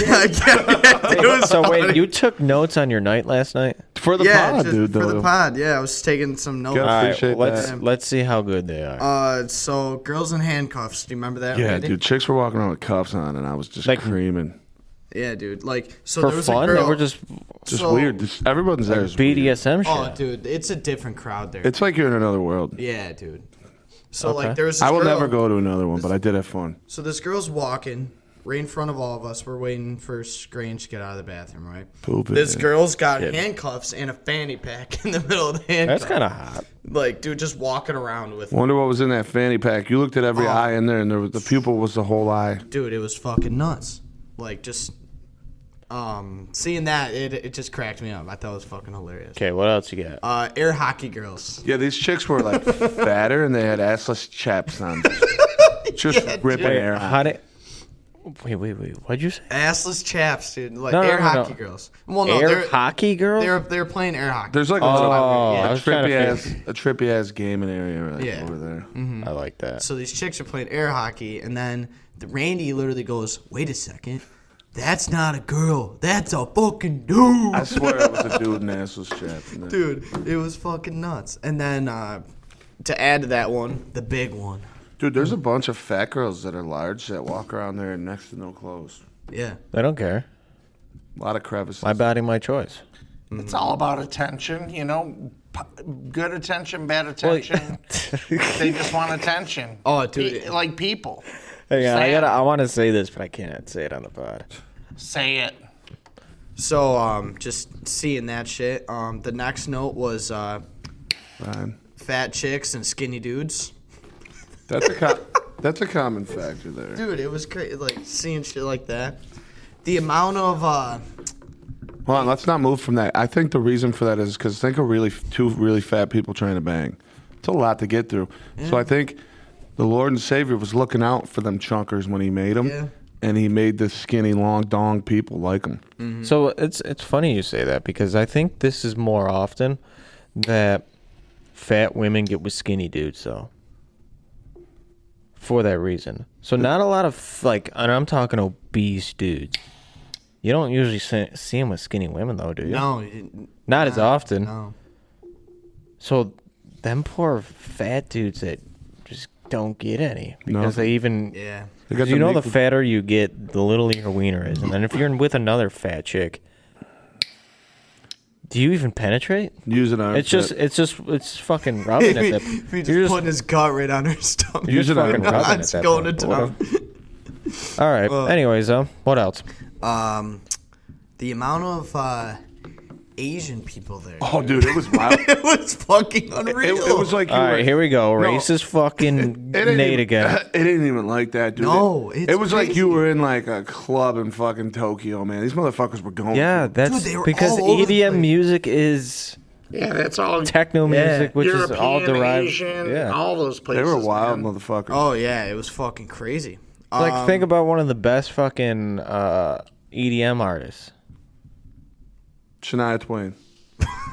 Speaker 1: it was
Speaker 4: So wait,
Speaker 1: funny.
Speaker 4: you took notes on your night last night?
Speaker 2: For the
Speaker 1: yeah,
Speaker 2: pod,
Speaker 1: just
Speaker 2: dude,
Speaker 1: for
Speaker 2: though.
Speaker 1: the pod. Yeah, I was taking some notes.
Speaker 2: Yeah.
Speaker 4: All right,
Speaker 2: Appreciate
Speaker 4: let's
Speaker 2: that.
Speaker 4: let's see how good they are.
Speaker 1: Uh, so girls in handcuffs. Do you remember that?
Speaker 2: Yeah,
Speaker 1: Randy?
Speaker 2: dude, chicks were walking around with cuffs on and I was just
Speaker 4: Like-
Speaker 2: creaming.
Speaker 1: Yeah, dude. Like, so there
Speaker 4: For
Speaker 1: was
Speaker 4: fun,
Speaker 1: a
Speaker 4: they
Speaker 1: girl.
Speaker 4: were just
Speaker 2: Just
Speaker 1: so-
Speaker 2: weird. Just, everyone's there is weird.
Speaker 4: BDSM shit.
Speaker 1: Oh, dude, it's a different crowd there.
Speaker 2: It's like you're in another world.
Speaker 1: Yeah, dude. So
Speaker 4: Okay.
Speaker 1: like there was this
Speaker 2: I will
Speaker 1: girl-
Speaker 2: never go to another one, but I did have fun.
Speaker 1: So this girl's walking right in front of all of us. We're waiting for Grange to get out of the bathroom, right?
Speaker 2: Pooping.
Speaker 1: This girl's got handcuffs and a fanny pack in the middle of the handcuffs.
Speaker 4: That's kind of hot.
Speaker 1: like dude just walking around with
Speaker 2: Wonder what was in that fanny pack. You looked at
Speaker 1: Oh.
Speaker 2: every eye in there, and there was, the pupil was the whole eye.
Speaker 1: dude, it was fucking nuts. Like just um, seeing that, it, it just cracked me up. I thought it was fucking hilarious.
Speaker 4: Okay, what else you got?
Speaker 1: Uh, air hockey girls.
Speaker 2: Yeah, these chicks were like fatter and they had assless chaps on. Just ripping air.
Speaker 4: How did? Wait, wait, wait. What'd you say?
Speaker 1: Assless chaps, dude. Like
Speaker 4: No, no,
Speaker 1: air
Speaker 4: Oh, no, no.
Speaker 1: hockey girls. Well, no,
Speaker 4: Air
Speaker 1: they're,
Speaker 4: hockey girl.
Speaker 1: they're they're playing air hockey.
Speaker 2: There's like a,
Speaker 4: Oh,
Speaker 2: little,
Speaker 4: I
Speaker 2: a
Speaker 4: was trying
Speaker 2: trippy
Speaker 4: to
Speaker 2: ass,
Speaker 4: figure-
Speaker 2: a trippy ass gaming area like,
Speaker 1: Yeah.
Speaker 2: over there.
Speaker 4: I like that.
Speaker 1: So these chicks are playing air hockey, and then the Randy literally goes, "Wait a second, that's not a girl, that's a fucking dude."
Speaker 2: I swear it was a dude in assless chaps. in there.
Speaker 1: Dude, it was fucking nuts. And then uh, to add to that one, the big one.
Speaker 2: Dude, there's a bunch of fat girls that are large that walk around there in next to no clothes.
Speaker 1: Yeah.
Speaker 4: I don't care.
Speaker 2: A lot of crevices.
Speaker 4: My body, my choice.
Speaker 5: It's all about attention, you know. P- good attention, bad attention. they just want attention.
Speaker 1: Oh, dude,
Speaker 5: Pe-
Speaker 1: it-
Speaker 5: like people.
Speaker 4: Hang on, I
Speaker 5: Sad.
Speaker 4: gotta. I want to say this, but I can't say it on the pod.
Speaker 5: Say it.
Speaker 1: So um, just seeing that shit. Um, the next note was uh,
Speaker 2: Fine.
Speaker 1: fat chicks and skinny dudes.
Speaker 2: That's a co- that's a common factor there.
Speaker 1: Dude, it was crazy. Like seeing shit like that. The amount of uh,
Speaker 2: Hold on, let's not move from that. I think the reason for that is because think of really two really fat people trying to bang. It's a lot to get through. So I think the Lord and Savior was looking out for them chunkers when He made them,
Speaker 1: Yeah.
Speaker 2: and He made the skinny, long dong people like them.
Speaker 4: Mm. So it's it's funny you say that because I think this is more often that fat women get with skinny dudes though. For that reason, so not a lot of like, and I'm talking obese dudes. You don't usually see, see them with skinny women though, do you?
Speaker 1: no, it-
Speaker 4: not as often.
Speaker 1: no.
Speaker 4: So them poor fat dudes that just don't get any because
Speaker 2: No.
Speaker 4: they even
Speaker 1: Yeah.
Speaker 2: They got
Speaker 4: you
Speaker 2: the
Speaker 4: know the
Speaker 2: meat-
Speaker 4: fatter you get, the littler your wiener is, and then if you're with another fat chick, do you even penetrate?
Speaker 2: Use an arm.
Speaker 4: It's just
Speaker 2: set.
Speaker 4: it's just it's fucking rubbing at that.
Speaker 1: He- he
Speaker 4: You're
Speaker 1: just
Speaker 4: just,
Speaker 1: putting his gut right on her stomach.
Speaker 4: you're just
Speaker 2: Use it on
Speaker 4: fucking
Speaker 2: her.
Speaker 4: rubbing at
Speaker 1: It's
Speaker 4: that
Speaker 1: going
Speaker 4: point.
Speaker 1: to
Speaker 4: Whatever. All right. Anyways, though, what else?
Speaker 1: Um, the amount of uh, Asian people there.
Speaker 2: oh, dude, it was wild. it,
Speaker 1: It was fucking unreal.
Speaker 2: it was like you
Speaker 4: All
Speaker 2: were-
Speaker 4: right, here we go.
Speaker 2: No.
Speaker 4: Racist fucking
Speaker 2: It ain't
Speaker 4: Nate
Speaker 2: even-
Speaker 4: again.
Speaker 2: It ain't even like that, dude.
Speaker 1: No,
Speaker 2: it,
Speaker 1: it's
Speaker 2: it was like
Speaker 1: crazy.
Speaker 2: you were in like a club in fucking Tokyo, man. These motherfuckers were going.
Speaker 4: Yeah, that's
Speaker 1: they were
Speaker 4: because
Speaker 1: all over the
Speaker 4: EDM
Speaker 1: place.
Speaker 4: music is
Speaker 5: Yeah, that's all.
Speaker 4: techno music, which
Speaker 5: European,
Speaker 4: is all derived.
Speaker 5: Asian,
Speaker 4: yeah.
Speaker 5: all those
Speaker 2: they
Speaker 5: places.
Speaker 2: were wild
Speaker 5: man.
Speaker 2: motherfuckers.
Speaker 1: oh yeah, it was fucking crazy.
Speaker 4: Like,
Speaker 1: Um,
Speaker 4: think about one of the best fucking uh, EDM artists.
Speaker 2: Shania Twain.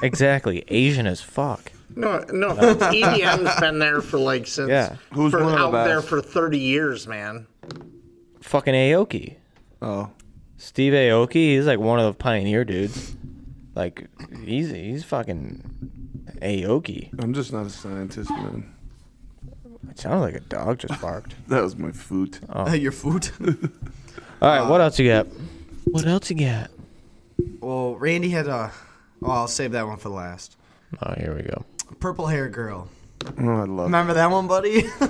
Speaker 4: Exactly, Asian as fuck.
Speaker 5: No, no. EDM's been there for like since.
Speaker 4: Yeah.
Speaker 2: Who's
Speaker 5: for,
Speaker 2: one of the
Speaker 5: out there
Speaker 2: best?
Speaker 5: for thirty years, man.
Speaker 4: Fucking Aoki,
Speaker 2: Oh,
Speaker 4: Steve Aoki. He's like one of the pioneer dudes. Like, he's he's fucking Aoki.
Speaker 2: I'm just not a scientist, man.
Speaker 4: It sounds like a dog just barked.
Speaker 2: That was my food.
Speaker 4: Oh.
Speaker 1: your food.
Speaker 4: All right, what else you got? What else you got?
Speaker 1: well, Randy had a. Well, I'll save that one for last.
Speaker 4: Oh, here we go.
Speaker 1: Purple hair girl.
Speaker 2: Oh, I love.
Speaker 1: Remember that one, buddy?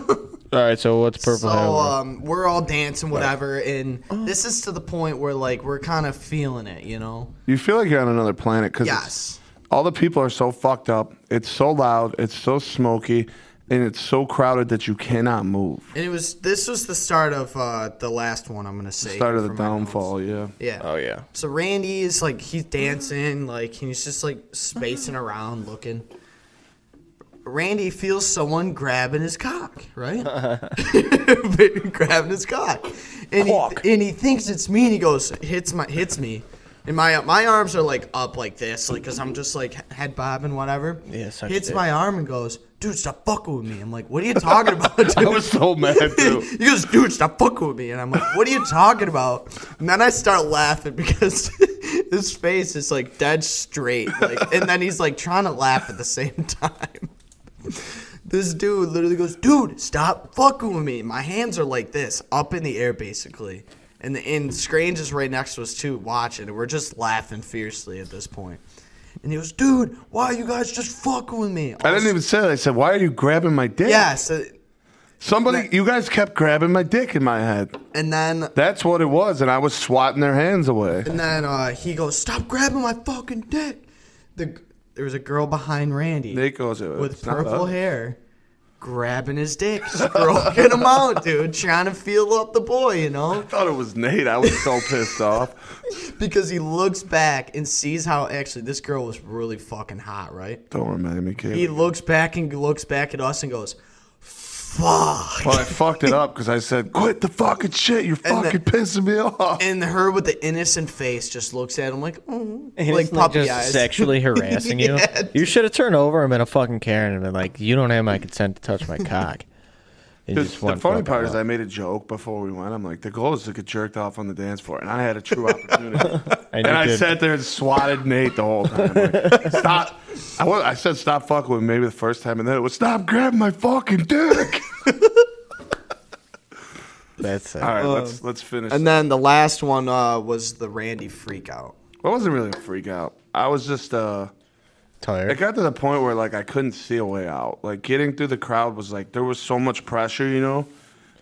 Speaker 4: All right, so what's
Speaker 1: so
Speaker 4: purple? hair?
Speaker 1: um, we're all dancing, whatever, and
Speaker 2: Oh.
Speaker 1: this is to the point where like we're kind of feeling it, you know?
Speaker 2: You feel like you're on another planet because
Speaker 1: Yes.
Speaker 2: all the people are so fucked up. It's so loud. It's so smoky, and it's so crowded that you cannot move.
Speaker 1: And it was this was the start of uh, the last one I'm gonna say.
Speaker 2: Start
Speaker 1: here
Speaker 2: of the
Speaker 1: for my notes.
Speaker 2: downfall. Yeah.
Speaker 1: Yeah.
Speaker 4: oh yeah.
Speaker 1: So Randy is like he's dancing, like he's just like spacing around, looking. Randy feels someone grabbing his cock, right? grabbing his cock, and he, and he thinks it's me. And he goes, hits my, hits me, and my my arms are like up like this, like because I'm just like head bobbing, whatever.
Speaker 4: Yeah, suck
Speaker 1: hits
Speaker 4: dick.
Speaker 1: my arm and goes, dude, stop fucking with me. I'm like, what are you talking about? Dude?
Speaker 2: I was so mad too.
Speaker 1: he goes, dude, stop fucking with me. And I'm like, what are you talking about? And then I start laughing because his face is like dead straight. Like, and then he's like trying to laugh at the same time. This dude literally goes, dude, stop fucking with me. My hands are like this, up in the air basically. And, the, and Scrange is right next to us too, watching. And we're just laughing fiercely at this point. And he goes, dude, why are you guys just fucking with me?
Speaker 2: I didn't even say that. I said, "Why are you grabbing my dick?"
Speaker 1: Yes. uh,
Speaker 2: Somebody, you guys kept grabbing my dick in my head.
Speaker 1: And then
Speaker 2: That's what it was, and I was swatting their hands away.
Speaker 1: And then uh, he goes, "Stop grabbing my fucking dick." The there was a girl behind Randy
Speaker 2: Nick goes, "Uh, "It's
Speaker 1: with
Speaker 2: not
Speaker 1: purple
Speaker 2: us."
Speaker 1: hair, grabbing his dick, stroking him out, dude, trying to feel up the boy, you know?
Speaker 2: I thought it was Nate. I was so pissed off.
Speaker 1: Because he looks back and sees how actually this girl was really fucking hot, right?
Speaker 2: Don't remind me, kid.
Speaker 1: He looks back and looks back at us and goes, fuck.
Speaker 2: Well, I fucked it up because I said, "Quit the fucking shit! You're
Speaker 1: And the-
Speaker 2: fucking pissing me off."
Speaker 1: And her with the innocent face just looks at him like, oh,
Speaker 4: And
Speaker 1: like
Speaker 4: it's not
Speaker 1: puppy
Speaker 4: just
Speaker 1: eyes.
Speaker 4: sexually harassing you.
Speaker 1: Yeah,
Speaker 4: You should have turned over and been a fucking Karen and been like, "You don't have my consent to touch my cock." And
Speaker 2: The,
Speaker 4: just
Speaker 2: the
Speaker 4: went
Speaker 2: funny
Speaker 4: fucking
Speaker 2: part is,
Speaker 4: wild.
Speaker 2: I made a joke before we went. I'm like, the goal is to get jerked off on the dance floor, and I had a true opportunity. and
Speaker 4: And you
Speaker 2: I
Speaker 4: did.
Speaker 2: sat there and swatted Nate the whole time. Like, stop! I, wa- I said stop fucking with me maybe the first time, and then it was stop grabbing my fucking dick.
Speaker 4: that's it.
Speaker 2: All right, let's let's finish.
Speaker 1: And then the last one uh, was the Randy freakout.
Speaker 2: I wasn't really a freak out. I was just uh
Speaker 4: tired.
Speaker 2: it got to the point where like I couldn't see a way out. Like getting through the crowd was like there was so much pressure, you know,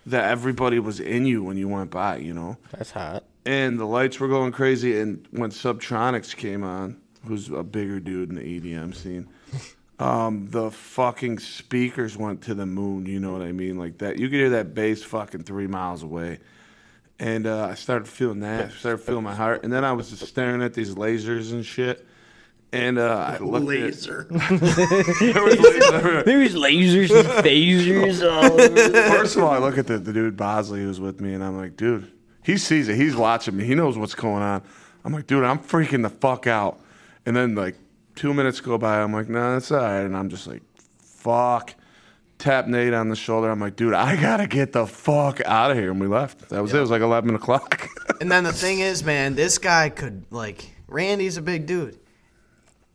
Speaker 2: that everybody was in you when you went by, you know.
Speaker 4: that's hot.
Speaker 2: And the lights were going crazy and when Subtronics came on, who's a bigger dude in the EDM scene, um, the fucking speakers went to the moon, you know what I mean? Like that you could hear that bass fucking three miles away. And uh, I started feeling that, started feeling my heart, and then I was just staring at these lasers and shit. And uh, I looked at-
Speaker 5: Laser.
Speaker 2: there was lasers everywhere.
Speaker 4: There's lasers and phasers. all over.
Speaker 2: First of all, I look at the, the dude Bosley who's with me, and I'm like, dude, he sees it. He's watching me. He knows what's going on. I'm like, dude, I'm freaking the fuck out. And then like two minutes go by. I'm like, nah, that's all right. And I'm just like, fuck. Tap Nate on the shoulder. I'm like, dude, I gotta get the fuck out of here. And we left. That was it. It was like 11 o'clock.
Speaker 1: And then the thing is, man, this guy could like Randy's a big dude.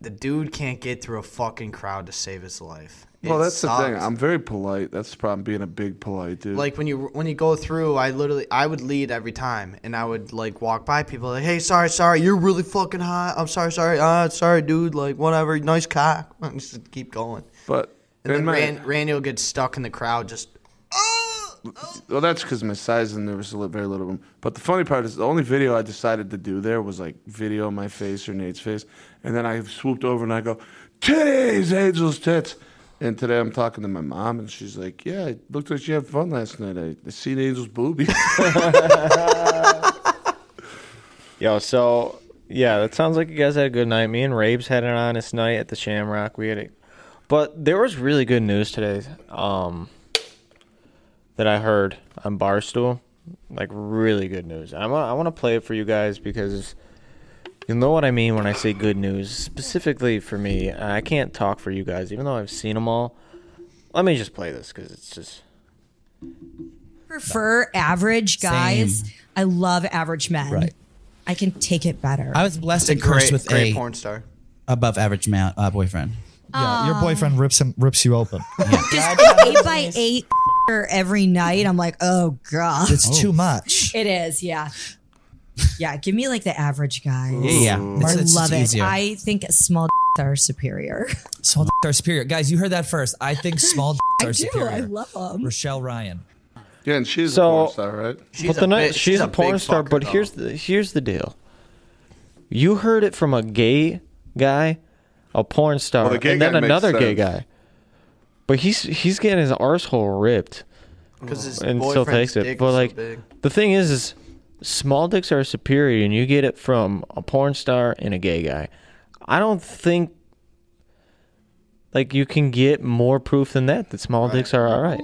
Speaker 1: The dude can't get through a fucking crowd to save his life.
Speaker 2: well,
Speaker 1: It
Speaker 2: that's the thing.
Speaker 1: sucks.
Speaker 2: I'm very polite. That's the problem. Being a big polite dude.
Speaker 1: like when you when you go through, I literally I would lead every time, and I would like walk by people like, hey, sorry, sorry, you're really fucking hot. I'm sorry, sorry, uh, sorry, dude. Like whatever, nice cock. Just keep going.
Speaker 2: but
Speaker 1: And then
Speaker 2: in my-
Speaker 1: Ran- Randy will get stuck in the crowd just.
Speaker 2: Well, that's because my size and there was a li- very little room. But the funny part is the only video I decided to do there was like video of my face or Nate's face, and then I swooped over and I go, "Titties, angels, tits." And today I'm talking to my mom, and she's like, "Yeah, it looked like you had fun last night. I, I seen angels' boobies."
Speaker 4: Yo, so yeah, that sounds like you guys had a good night. Me and Rabes had an honest night at the Shamrock. We had it, but there was really good news today. Um, that I heard on Barstool, like really good news. And I'm I want to play it for you guys because you know what I mean when I say good news. Specifically for me, and I can't talk for you guys, even though I've seen them all. Let me just play this because it's just
Speaker 10: prefer average guys. I love average men.
Speaker 11: Right.
Speaker 10: I can take it better.
Speaker 11: I was blessed and
Speaker 1: Great,
Speaker 11: cursed with
Speaker 1: great
Speaker 11: a
Speaker 1: porn star.
Speaker 11: above average man uh, boyfriend.
Speaker 12: Yeah, your boyfriend rips him, rips you open.
Speaker 10: Just an eight by eight er, every night. I'm like, oh god,
Speaker 12: It's too much.
Speaker 10: it is. Yeah, yeah. Give me like the average guy.
Speaker 11: Yeah,
Speaker 10: I
Speaker 11: It's- it's
Speaker 10: love it.
Speaker 12: easier.
Speaker 10: I think small are superior.
Speaker 12: Small d- are superior, guys. You heard that first. I think small d- are
Speaker 10: I do.
Speaker 12: superior.
Speaker 10: I love them.
Speaker 12: Rochelle Ryan.
Speaker 2: yeah, and she's
Speaker 4: So-
Speaker 2: a porn star, right?
Speaker 1: She's
Speaker 4: but the night,
Speaker 1: bitch.
Speaker 4: she's, a,
Speaker 1: big
Speaker 4: porn star.
Speaker 1: fucker,
Speaker 4: But
Speaker 1: though.
Speaker 4: here's the here's the deal. You heard it from a gay guy, a porn star,
Speaker 2: Well, the gay
Speaker 4: and then
Speaker 2: guy makes
Speaker 4: another gay
Speaker 2: sense.
Speaker 4: guy. But he's he's getting his arsehole ripped
Speaker 1: because his
Speaker 4: and still
Speaker 1: boyfriend's
Speaker 4: takes it.
Speaker 1: dick
Speaker 4: But
Speaker 1: is so
Speaker 4: like
Speaker 1: big.
Speaker 4: the thing is, is small dicks are superior, and you get it from a porn star and a gay guy. I don't think like you can get more proof than that that small dicks are all right.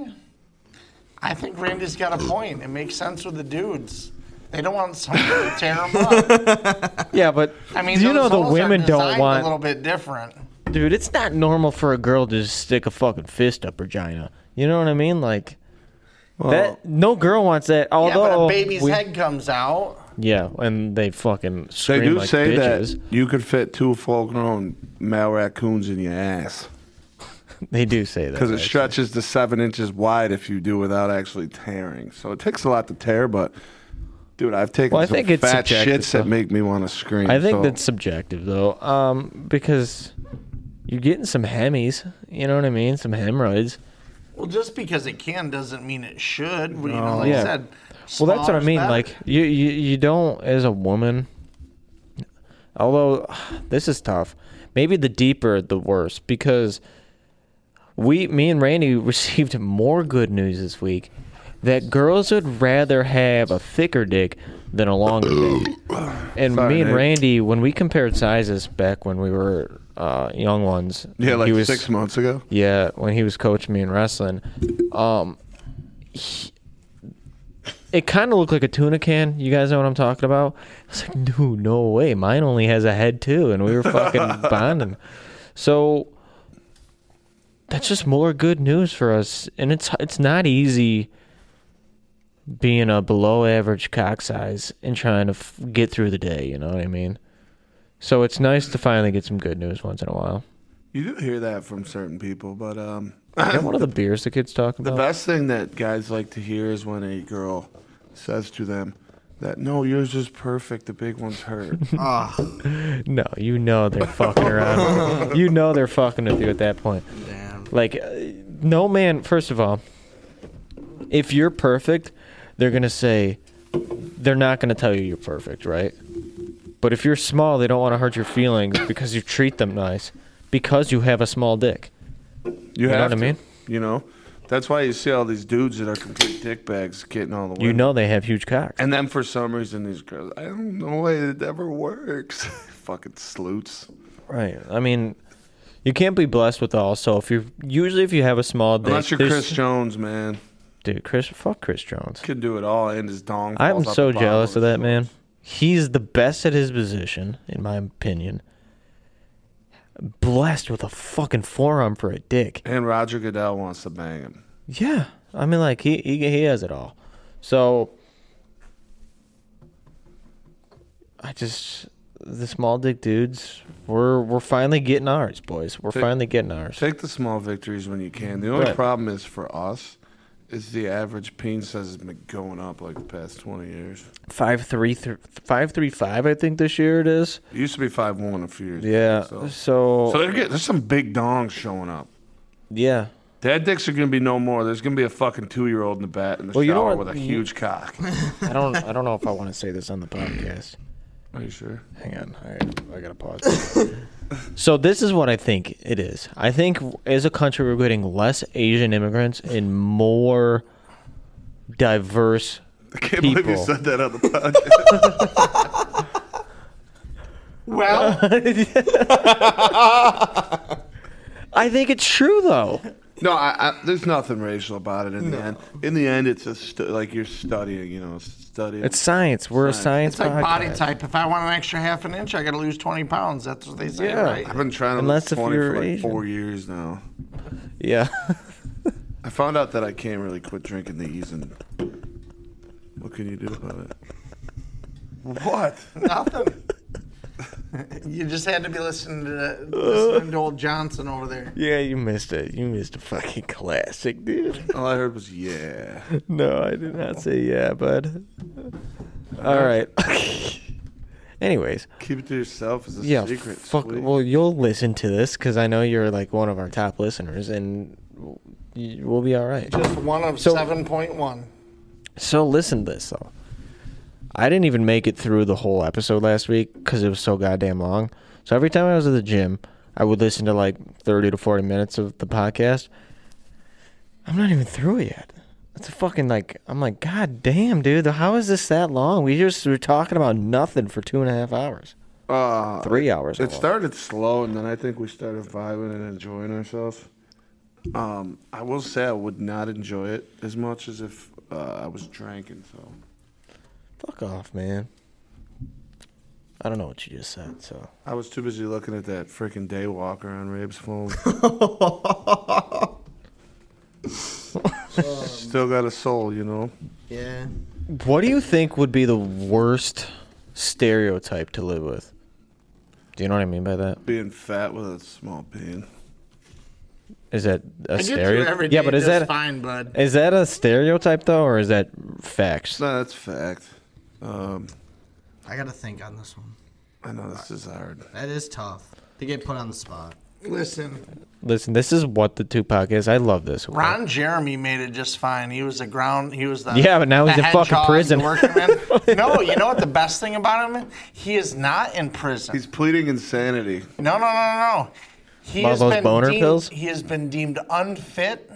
Speaker 5: I think Randy's got a point. It makes sense with the dudes. They don't want someone to tear them up.
Speaker 4: Yeah, but
Speaker 5: I mean,
Speaker 4: you know
Speaker 5: those
Speaker 4: the
Speaker 5: holes are
Speaker 4: women don't
Speaker 5: designed
Speaker 4: want
Speaker 5: a little bit different.
Speaker 4: Dude, it's not normal for a girl to just stick a fucking fist up her vagina. You know what I mean? Like that. No girl wants that. Although,
Speaker 5: yeah, but a baby's
Speaker 4: we-
Speaker 5: head comes out.
Speaker 4: Yeah, and they fucking
Speaker 2: They
Speaker 4: scream
Speaker 2: do
Speaker 4: like
Speaker 2: say
Speaker 4: bitches.
Speaker 2: that you could fit two full-grown male raccoons in your ass
Speaker 4: They do say that.
Speaker 2: because it
Speaker 4: actually.
Speaker 2: stretches to seven inches wide if you do without actually tearing. So it takes a lot to tear, but. Dude, I've taken
Speaker 4: Well, I
Speaker 2: some
Speaker 4: think it's
Speaker 2: fat
Speaker 4: subjective,
Speaker 2: shits that
Speaker 4: though.
Speaker 2: make me want to scream.
Speaker 4: I think
Speaker 2: so-
Speaker 4: that's subjective though, um, because you're getting some hemis. You know what I mean? Some hemorrhoids.
Speaker 5: Well, just because it can doesn't mean it should. You know, like
Speaker 4: Yeah.
Speaker 5: I said.
Speaker 4: Well, that's what I
Speaker 5: smaller's
Speaker 4: mean.
Speaker 5: better.
Speaker 4: Like you, you, you don't as a woman. Although this is tough. Maybe the deeper the worse because we, me and Randy received more good news this week that girls would rather have a thicker dick than a longer dick. And
Speaker 2: Sorry,
Speaker 4: me and
Speaker 2: Nate.
Speaker 4: Randy, when we compared sizes back when we were uh, young ones,
Speaker 2: Yeah, like
Speaker 4: he was,
Speaker 2: six months ago.
Speaker 4: Yeah, when he was coaching me in wrestling, um, it kind of looked like a tuna can. You guys know what I'm talking about? I was like, no, no way. Mine only has a head too, and we were fucking bonding. So that's just more good news for us, and it's it's not easy being a below average cock size and trying to f- get through the day. You know what I mean? So it's nice to finally get some good news once in a while.
Speaker 2: You do hear that from certain people, but um,
Speaker 4: Is that one of the beers the kids talk
Speaker 2: The
Speaker 4: about?
Speaker 2: best thing that guys like to hear is when a girl says to them that no, yours is perfect. The big one's hurt.
Speaker 1: Ah,
Speaker 4: No, you know they're fucking around. you know they're fucking with you at that point.
Speaker 1: Damn.
Speaker 4: Like, uh, no man. First of all, if you're perfect, they're gonna say they're not gonna tell you you're perfect, right? But if you're small, they don't want to hurt your feelings because you treat them nice because you have a small dick.
Speaker 2: You,
Speaker 4: know
Speaker 2: have
Speaker 4: what
Speaker 2: to,
Speaker 4: I mean?
Speaker 2: You know, that's why you see all these dudes that are complete dickbags getting all the way.
Speaker 4: You know they have huge cocks.
Speaker 2: And then for some reason, these girls, I don't know why it ever works. Fucking sleuts.
Speaker 4: Right. I mean, you can't be blessed with all. So if you're usually if you have a small dick,
Speaker 2: Unless you're
Speaker 4: there's-
Speaker 2: Chris Jones, man,
Speaker 4: dude, Chris, fuck Chris Jones.
Speaker 2: could do it all and his dong.
Speaker 4: I'm
Speaker 2: falls out
Speaker 4: so
Speaker 2: the bottom
Speaker 4: jealous of
Speaker 2: his
Speaker 4: that man. He's the best at his position, in my opinion. Blessed with a fucking forearm for a dick.
Speaker 2: And Roger Goodell wants to bang him.
Speaker 4: Yeah, I mean, like he he, he has it all. So I just the small dick dudes. We're we're finally getting ours, boys. We're
Speaker 2: Take-
Speaker 4: finally getting ours.
Speaker 2: Take the small victories when you can. The only
Speaker 4: Right.
Speaker 2: problem is for us is the average peen size has been going up like the past 20 years.
Speaker 4: Five three three five three five. I think this year it is.
Speaker 2: It used to be 5'1 a few years
Speaker 4: Yeah.
Speaker 2: ago. so-
Speaker 4: So,
Speaker 2: So they're getting, there's some big dongs showing up.
Speaker 4: yeah.
Speaker 2: Dad dicks are going to be no more. There's going to be a fucking two year old in the bat in the
Speaker 4: Well,
Speaker 2: shower
Speaker 4: you know what-
Speaker 2: with a huge cock.
Speaker 4: I don't I don't know if I want to say this on the podcast.
Speaker 2: Are you sure?
Speaker 4: Hang on. All right. I got to pause. so this is what I think it is. I think as a country we're getting less Asian immigrants and more diverse
Speaker 2: I can't
Speaker 4: people.
Speaker 2: believe you said that on the podcast.
Speaker 5: Well,
Speaker 4: I think it's true though.
Speaker 2: no, I, I, there's nothing racial about it in the end. In the end, it's just stu- like you're studying, you know, studying.
Speaker 4: It's science. We're
Speaker 2: Science.
Speaker 4: a science
Speaker 5: it's like body
Speaker 4: podcast.
Speaker 5: type. If I want an extra half an inch, I got to lose 20 pounds. That's what they say,
Speaker 4: Yeah.
Speaker 5: right?
Speaker 2: I've been trying to
Speaker 4: Unless
Speaker 2: Unless
Speaker 4: if
Speaker 2: lose 20
Speaker 4: you're
Speaker 2: for like
Speaker 4: Asian.
Speaker 2: four years now.
Speaker 4: Yeah.
Speaker 2: I found out that I can't really quit drinking these, and what can you do about it? What?
Speaker 5: Nothing. you just had to be listening to listening to old Johnson over there.
Speaker 4: yeah, you missed it. You missed a fucking classic, dude.
Speaker 5: Oh.
Speaker 2: All I heard was yeah.
Speaker 4: No, I did not say yeah, bud. All right. Anyways,
Speaker 2: Keep it to yourself as a
Speaker 4: yeah,
Speaker 2: secret.
Speaker 4: fuck.
Speaker 2: sweet.
Speaker 4: Well, you'll listen to this because I know you're like one of our top listeners, and w- y- we'll be all right.
Speaker 5: Just one of
Speaker 4: So-
Speaker 5: 7.1.
Speaker 4: So listen to this though. I didn't even make it through the whole episode last week because it was so goddamn long. So every time I was at the gym, I would listen to like thirty to forty minutes of the podcast. I'm not even through it yet. It's a fucking like I'm like, God damn, dude, how is this that long? We just were talking about nothing for two and a half hours.
Speaker 2: Uh,
Speaker 4: Three hours.
Speaker 2: It
Speaker 4: almost.
Speaker 2: started slow, and then I think we started vibing and enjoying ourselves. Um, I will say I would not enjoy it as much as if uh, I was drinking. So
Speaker 4: Fuck off, man. I don't know what you just said, so
Speaker 2: I was too busy looking at that freaking day walker on Rabe's phone. Still got a soul, you know.
Speaker 1: yeah.
Speaker 4: What do you think would be the worst stereotype to live with? Do you know what I mean by that?
Speaker 2: Being fat with a small peen.
Speaker 4: Is that
Speaker 5: I
Speaker 4: a
Speaker 5: get through every
Speaker 4: stereotype?
Speaker 5: day
Speaker 4: Yeah, but is
Speaker 5: just
Speaker 4: that
Speaker 5: fine, bud?
Speaker 4: is that a stereotype though, or is that facts?
Speaker 2: No, that's fact. Um,
Speaker 1: I gotta think on this one.
Speaker 2: I know this is hard.
Speaker 1: That is tough to get put on the spot.
Speaker 5: Listen,
Speaker 4: Listen, this is what the Tupac is. I love this. okay?
Speaker 5: Ron Jeremy made it just fine. He was the ground. He was the
Speaker 4: Yeah, but now
Speaker 5: the
Speaker 4: he's in
Speaker 5: hedgehog,
Speaker 4: fucking prison.
Speaker 5: the working man. no, you know what the best thing about him? He is not in prison.
Speaker 2: He's pleading insanity.
Speaker 5: No, no, no, no. He
Speaker 4: All
Speaker 5: has
Speaker 4: those
Speaker 5: been
Speaker 4: boner
Speaker 5: deemed-
Speaker 4: pills?
Speaker 5: He has been deemed unfit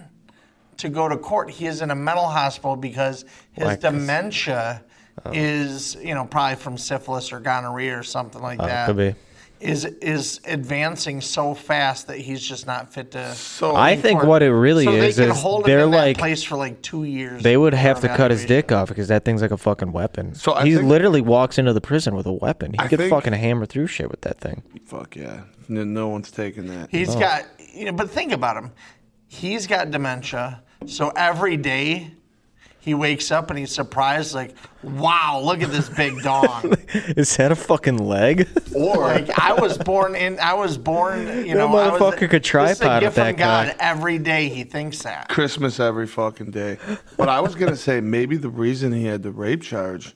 Speaker 5: to go to court. He is in a mental hospital because his
Speaker 4: Why? 'Cause-
Speaker 5: dementia
Speaker 4: Oh.
Speaker 5: is, you know, probably from syphilis or gonorrhea or something like
Speaker 4: Oh,
Speaker 5: that.
Speaker 4: could be.
Speaker 5: Is is advancing so fast that he's just not fit to. So
Speaker 4: I think what it really is
Speaker 5: they can
Speaker 4: is
Speaker 5: hold
Speaker 4: they're
Speaker 5: him in
Speaker 4: like-
Speaker 5: that place for like two years.
Speaker 4: They would have
Speaker 5: for
Speaker 4: to cut his
Speaker 5: evaluation.
Speaker 4: dick off because that thing's like a fucking weapon.
Speaker 2: So I
Speaker 4: he
Speaker 2: think-
Speaker 4: literally walks into the prison with a weapon. He
Speaker 2: I
Speaker 4: could
Speaker 2: think-
Speaker 4: fucking hammer through shit with that thing.
Speaker 2: Fuck yeah. No, no one's taking that.
Speaker 5: He's
Speaker 4: Oh.
Speaker 5: got, you know, but think about him. He's got dementia. So every day he wakes up and he's surprised, like, wow, look at this big dog.
Speaker 4: Is that a fucking leg?
Speaker 5: or like, I was born in, I was born, you
Speaker 4: That
Speaker 5: know, I was-
Speaker 4: motherfucker could
Speaker 5: this is a
Speaker 4: tripod with
Speaker 5: gift from
Speaker 4: that
Speaker 5: God.
Speaker 4: cock.
Speaker 5: Every day he thinks that.
Speaker 2: Christmas every fucking day. But I was gonna say maybe the reason he had the rape charge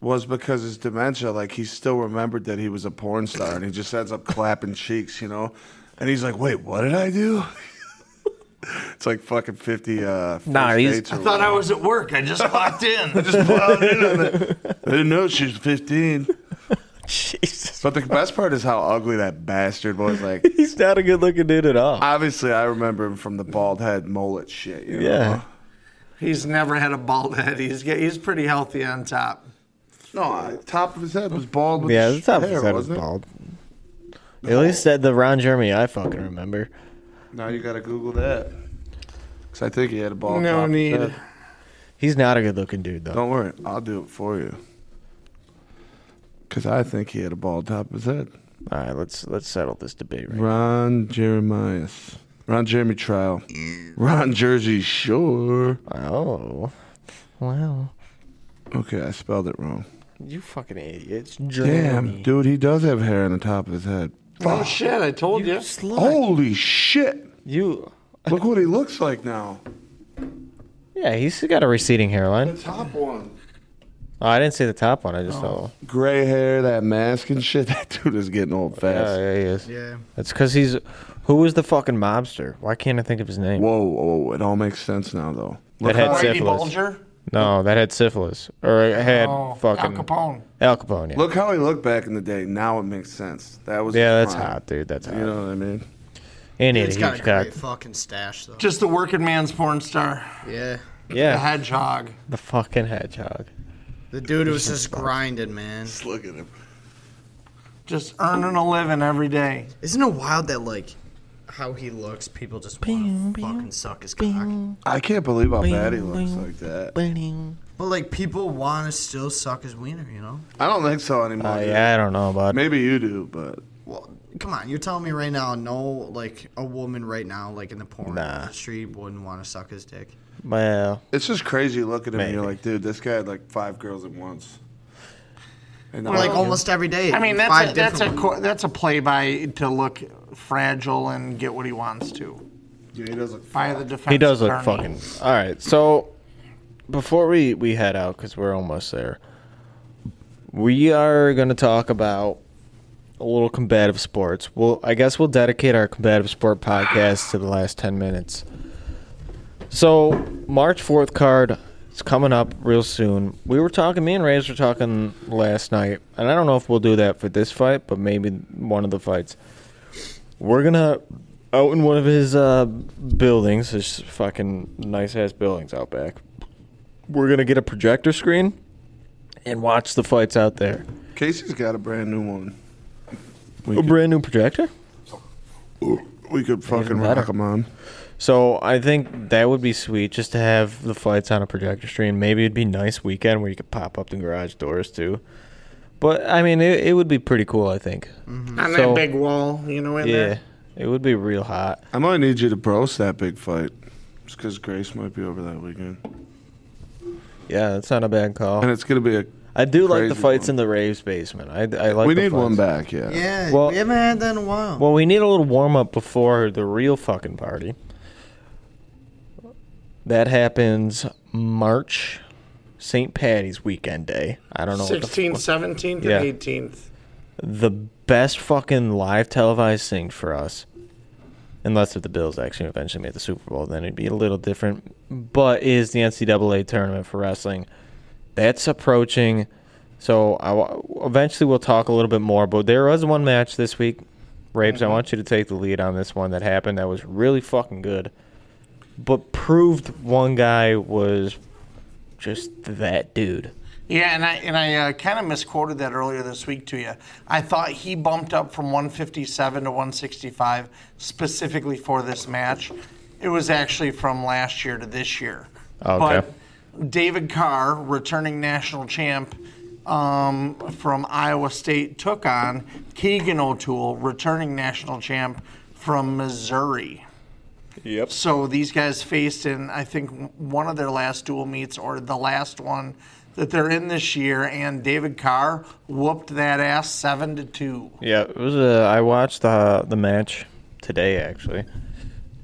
Speaker 2: was because his dementia. Like he still remembered that he was a porn star, and he just ends up clapping cheeks, you know. And he's like, "Wait, what did I do?" it's like fucking fifty. Uh,
Speaker 5: Nah,
Speaker 2: first
Speaker 5: he's-
Speaker 2: dates or
Speaker 5: I thought I
Speaker 2: whatever.
Speaker 5: was at work. I just walked in. I
Speaker 2: just plowed in on it. I didn't know she was fifteen. Jesus. But the best part is how ugly that bastard was. Like
Speaker 4: he's not a good looking dude at all.
Speaker 2: Obviously, I remember him from the bald head mullet shit. You know?
Speaker 4: Yeah.
Speaker 5: He's never had a bald head. He's get, he's pretty healthy on top.
Speaker 2: No, top of his head was bald. With
Speaker 4: yeah,
Speaker 2: the
Speaker 4: the top of
Speaker 2: hair,
Speaker 4: his head was
Speaker 2: wasn't it?
Speaker 4: bald. At least that the Ron Jeremy I fucking remember.
Speaker 2: Now you gotta Google that. Cause I think he had a bald.
Speaker 5: No
Speaker 2: top of his
Speaker 5: need.
Speaker 2: head.
Speaker 4: He's not a good looking dude though.
Speaker 2: Don't worry, I'll do it for you. Cause I think he had a bald top of his head.
Speaker 4: All right, let's let's settle this debate. Right
Speaker 2: Ron Jeremias. Ron Jeremy trial. Ron Jersey Shore.
Speaker 4: Oh. Wow.
Speaker 2: Okay, I spelled it wrong.
Speaker 4: You fucking idiots.
Speaker 2: Damn, dude, he does have hair on the top of his head.
Speaker 5: Oh shit! I told you.
Speaker 2: Holy shit!
Speaker 4: You
Speaker 2: look what he looks like now.
Speaker 4: Yeah, he's got a receding hairline.
Speaker 2: Top one.
Speaker 4: Oh, I didn't see the top one. I
Speaker 2: Oh.
Speaker 4: just saw.
Speaker 2: Gray hair, that mask and shit. That dude is getting old fast.
Speaker 4: Yeah, yeah, he is.
Speaker 2: Yeah.
Speaker 4: That's because he's. Who was the fucking mobster? Why can't I think of his name?
Speaker 2: Whoa, whoa, whoa, it all makes sense now though.
Speaker 4: That had syphilis. No, that had syphilis or it had
Speaker 2: Oh,
Speaker 4: fucking
Speaker 2: Al Capone.
Speaker 4: Al Capone. Yeah.
Speaker 2: Look how he looked back in the day. Now it makes sense. That was
Speaker 4: Yeah,
Speaker 2: his
Speaker 4: that's
Speaker 2: prime.
Speaker 4: hot, dude. That's hot.
Speaker 2: You know what I mean?
Speaker 4: And he had
Speaker 1: He's
Speaker 4: a
Speaker 1: got
Speaker 4: huge
Speaker 1: a
Speaker 4: cock.
Speaker 1: great fucking stash though.
Speaker 5: Just the working man's porn star.
Speaker 1: Yeah.
Speaker 4: Yeah.
Speaker 5: The hedgehog.
Speaker 4: The fucking hedgehog.
Speaker 1: The dude was just grinding, man. Just
Speaker 2: look at him.
Speaker 5: Just earning a living every day.
Speaker 1: Isn't it wild that like how he looks, people just want to fucking suck his cock.
Speaker 2: I can't believe how bad he looks like that.
Speaker 1: But like people want to still suck his wiener, you know?
Speaker 2: I don't think so anymore.
Speaker 4: Oh,
Speaker 2: dude.
Speaker 4: yeah, I don't know about.
Speaker 2: Maybe you do, but
Speaker 1: Well, come on, you're telling me right now, no, like a woman right now, like in the porn industry, wouldn't want to suck his dick.
Speaker 4: Well,
Speaker 2: it's just crazy looking at him. You're like, dude, this guy had like five girls at once. And
Speaker 1: Well, like almost every day.
Speaker 5: I mean, that's
Speaker 1: five
Speaker 5: a, that's a
Speaker 1: different
Speaker 5: co- that's a play by to look fragile and get what he wants to.
Speaker 2: Yeah, he does look.
Speaker 5: By the defense.
Speaker 4: He does look
Speaker 5: attorney.
Speaker 4: fucking. All right, so before we we head out because we're almost there, we are going to talk about a little combative sports. Well, I guess we'll dedicate our combative sport podcast to the last ten minutes. So March fourth card is coming up real soon. We were talking, me and Raves were talking last night, and I don't know if we'll do that for this fight, but maybe one of the fights. We're gonna out in one of his uh, buildings, his fucking nice ass buildings out back. We're gonna get a projector screen and watch the fights out there.
Speaker 2: Casey's got a brand new one.
Speaker 4: a brand new projector.
Speaker 2: We could fucking rock him on.
Speaker 4: So I think that would be sweet, just to have the fights on a projector screen. Maybe it'd be nice weekend where you could pop up the garage doors too. But I mean, it, it would be pretty cool. I think.
Speaker 5: On
Speaker 4: So-
Speaker 5: that big wall, you know, in
Speaker 4: Yeah,
Speaker 5: there.
Speaker 4: it would be real hot.
Speaker 2: I might need you to brost that big fight, just because Grace might be over that weekend.
Speaker 4: Yeah, that's not a bad call.
Speaker 2: And it's gonna be a.
Speaker 4: I do like the
Speaker 2: crazy
Speaker 4: fights in the Raves basement. I, I like.
Speaker 2: we
Speaker 4: the
Speaker 2: need one
Speaker 4: fights.
Speaker 2: back, yeah.
Speaker 1: Yeah,
Speaker 4: Well-
Speaker 1: we haven't had that in a while.
Speaker 4: Well, we need a little warm up before the real fucking party. That happens March St. Patty's weekend day. I don't know. what the fu-
Speaker 5: 16th, 17th,
Speaker 4: Yeah.
Speaker 5: and 18th.
Speaker 4: the best fucking live televised thing for us. Unless if the Bills actually eventually made the Super Bowl, then it'd be a little different. But is the NCAA tournament for wrestling? That's approaching. So I w- eventually we'll talk a little bit more. But there was one match this week Rapes, I want you to take the lead on this one that happened that was really fucking good, but proved one guy was just that dude.
Speaker 5: Yeah, and I and I uh, kind of misquoted that earlier this week to you. I thought he bumped up from 157 to 165 specifically for this match. It was actually from last year to this year.
Speaker 4: Okay.
Speaker 5: But David Carr, returning national champ um, from Iowa State, took on Keegan O'Toole, returning national champ from Missouri.
Speaker 13: Yep.
Speaker 5: So these guys faced in, I think, one of their last dual meets or the last one that they're in this year, and David Carr whooped that ass seven to two.
Speaker 4: Yeah, it was a. I watched the the match today actually. It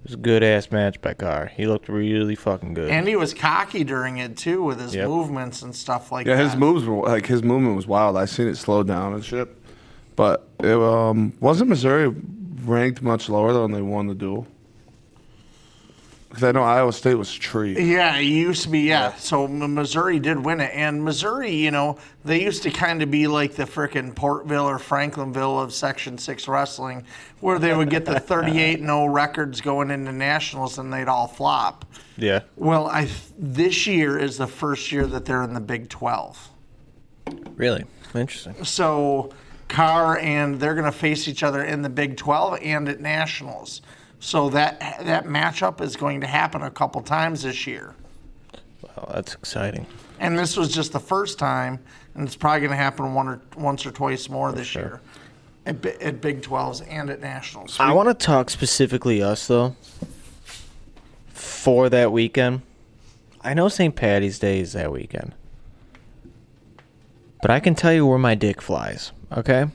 Speaker 4: was a good ass match by Carr. He looked really fucking good.
Speaker 5: And he was cocky during it too with his
Speaker 4: Yep.
Speaker 5: movements and stuff like
Speaker 2: yeah,
Speaker 5: that.
Speaker 2: his moves were like his movement was wild. I seen it slow down and shit. But it um, wasn't Missouri ranked much lower than they won the duel? Because I know Iowa State was tree.
Speaker 5: Yeah, it used to be. Yeah, so M- Missouri did win it, and Missouri, you know, they used to kind of be like the frickin' Portville or Franklinville of Section Six wrestling, where they would get the 38 and 0 records going into nationals, and they'd all flop.
Speaker 4: Yeah.
Speaker 5: Well, I th- this year is the first year that they're in the Big 12.
Speaker 4: Really interesting.
Speaker 5: So Carr and they're going to face each other in the Big 12 and at nationals. So that that matchup is going to happen a couple times this year.
Speaker 4: Wow, Oh, that's exciting.
Speaker 5: And this was just the first time, and it's probably going to happen one or once or twice more this year at, Bi- at Big 12s and at nationals.
Speaker 4: I want to talk specifically us though. For that weekend, I know St. Patty's Day is that weekend, but I can tell you where my dick flies. Okay,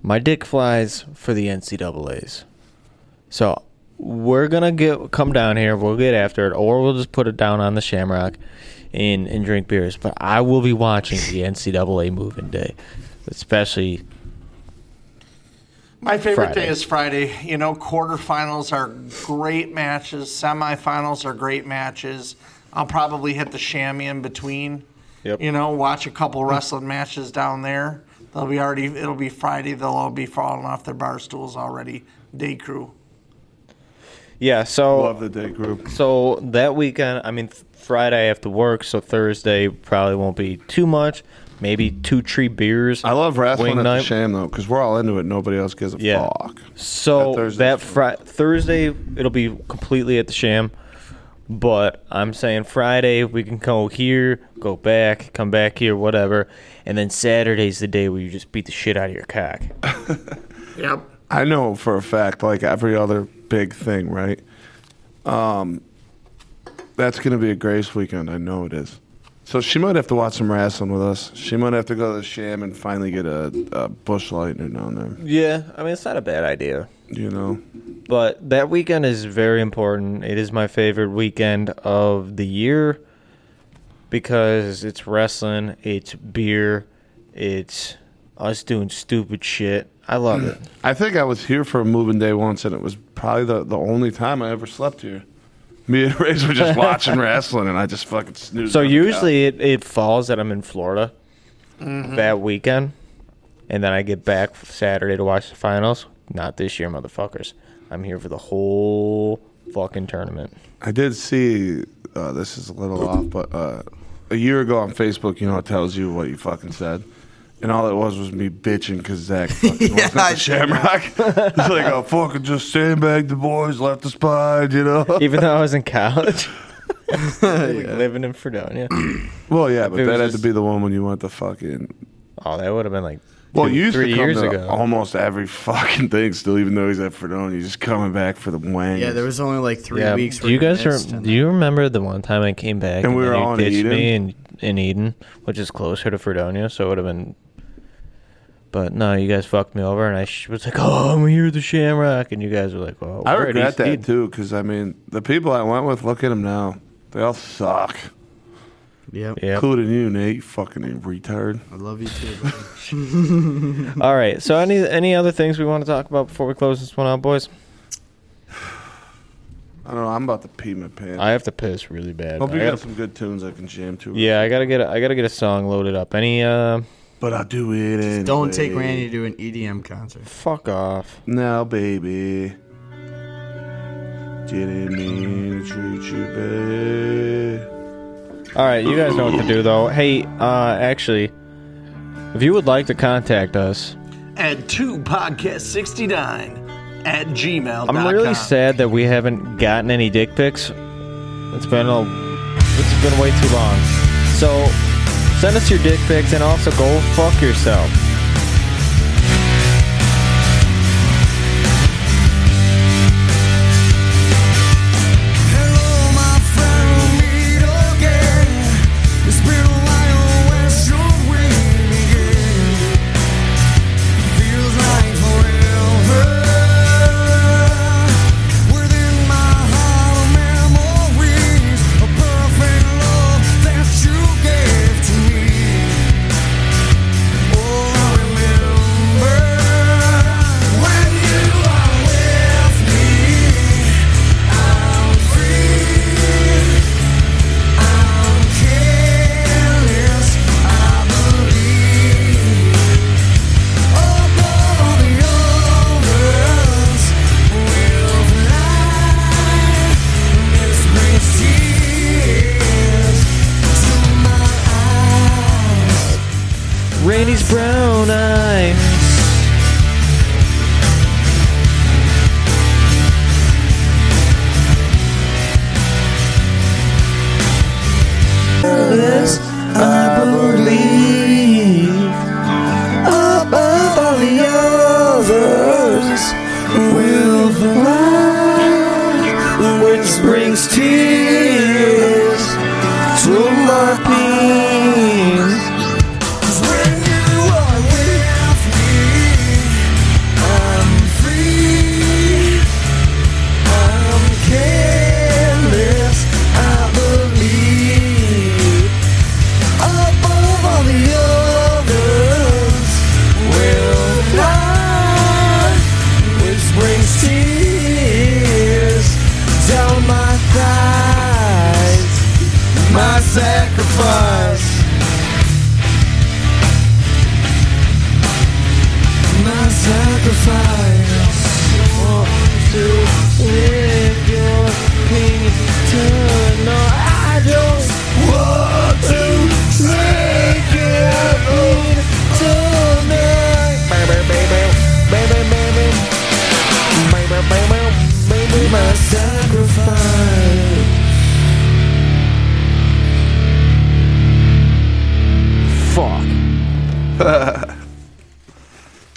Speaker 4: my dick flies for the NCAA's. So we're gonna get come down here. We'll get after it, or we'll just put it down on the Shamrock and and drink beers. But I will be watching the NCAA moving day, especially
Speaker 5: My favorite
Speaker 4: Friday.
Speaker 5: day is Friday. You know, quarterfinals are great matches. Semifinals are great matches. I'll probably hit the chamois in between.
Speaker 4: Yep.
Speaker 5: You know, watch a couple wrestling matches down there. They'll be already. It'll be Friday. They'll all be falling off their bar stools already. Day crew.
Speaker 4: Yeah, so
Speaker 2: love the day group.
Speaker 4: So that weekend, I mean, th- Friday I have to work, so Thursday probably won't be too much. Maybe two tree beers. I
Speaker 2: love Wrestling
Speaker 4: wing
Speaker 2: at the
Speaker 4: night.
Speaker 2: sham though, because we're all into it. Nobody else gives a
Speaker 4: Yeah.
Speaker 2: fuck.
Speaker 4: So that, Fri Thursday it'll be completely at the sham, but I'm saying Friday we can go here, go back, come back here, whatever, and then Saturday's the day where you just beat the shit out of your cock.
Speaker 5: Yep.
Speaker 2: I know for a fact, like every other big thing, right? Um, that's gonna be a Grace weekend. I know it is. So she might have to watch some wrestling with us. She might have to go to the sham and finally get a, a bush lightning down there.
Speaker 4: Yeah, I mean it's not a bad idea.
Speaker 2: You know.
Speaker 4: But that weekend is very important. It is my favorite weekend of the year because it's wrestling, it's beer, it's us doing stupid shit. I love it.
Speaker 2: I think I was here for a moving day once, and it was probably the, the only time I ever slept here. Me and Ray's were just watching wrestling, and I just fucking snoozed.
Speaker 4: So
Speaker 2: on the
Speaker 4: usually it, it falls that I'm in Florida
Speaker 2: Mhm.
Speaker 4: that weekend and then I get back Saturday to watch the finals. Not this year, motherfuckers. I'm here for the whole fucking tournament.
Speaker 2: I did see uh, this is a little off, but uh, a year ago on Facebook, you know, it tells you what you fucking said, and all it was was me bitching because Zach fucking yeah, was the Shamrock. it's like, oh, fucking just sandbag the boys, left the spine, you know.
Speaker 4: Even though I was in college, living in Fredonia.
Speaker 2: well, yeah, but
Speaker 4: It was
Speaker 2: that had to
Speaker 4: just-
Speaker 2: be the one when you went to fucking.
Speaker 4: Oh, that would have been like.
Speaker 2: Well,
Speaker 4: two-
Speaker 2: you used
Speaker 4: three
Speaker 2: to come
Speaker 4: years
Speaker 2: to
Speaker 4: ago.
Speaker 2: almost every fucking thing still, even though he's at Fredonia. He's just coming back for the wang.
Speaker 1: Yeah, there was only like three
Speaker 4: Yeah,
Speaker 1: weeks.
Speaker 4: Do you
Speaker 1: where
Speaker 4: guys
Speaker 1: missed
Speaker 4: rem
Speaker 1: and-
Speaker 4: do you remember the one time I came back
Speaker 2: And we
Speaker 4: then
Speaker 2: were
Speaker 4: you
Speaker 2: all in
Speaker 4: ditched me
Speaker 2: Eden?
Speaker 4: in, in Eden, which is closer to Fredonia, so it would have been. But no, you guys fucked me over, and I sh- was like, "Oh, I'm here at the Shamrock," and you guys were like, "Well,
Speaker 2: I
Speaker 4: we're at
Speaker 2: regret
Speaker 4: East
Speaker 2: that
Speaker 4: Eden."
Speaker 2: too, because I mean, the people I went with, look at them now. They all suck.
Speaker 1: Yep.
Speaker 2: Including you, Nate. You fucking retard.
Speaker 1: I love you too. buddy.
Speaker 4: All right. So any any other things we want to talk about before we close this one out, boys?
Speaker 2: I don't know. I'm about to pee my pants.
Speaker 4: I have to piss really bad.
Speaker 2: Hope
Speaker 4: but
Speaker 2: you got
Speaker 4: I gotta-
Speaker 2: some good tunes I can jam to.
Speaker 4: yeah, I gotta get a, I gotta get a song loaded up. Any uh,
Speaker 2: but I do it anyway.
Speaker 1: Don't take Randy to an EDM concert.
Speaker 4: Fuck off.
Speaker 2: Now, baby. Didn't mean to treat you bad.
Speaker 4: All right, you guys know what to do, though. Hey, uh, actually, if you would like to contact us,
Speaker 5: At 2 podcast 69 at gmail.
Speaker 4: I'm really sad that we haven't gotten any dick pics. It's been a, it's been way too long. So, send us your dick pics and also go fuck yourself. Randy's brown eyes.
Speaker 3: I believe above all the others will fly, which brings tears.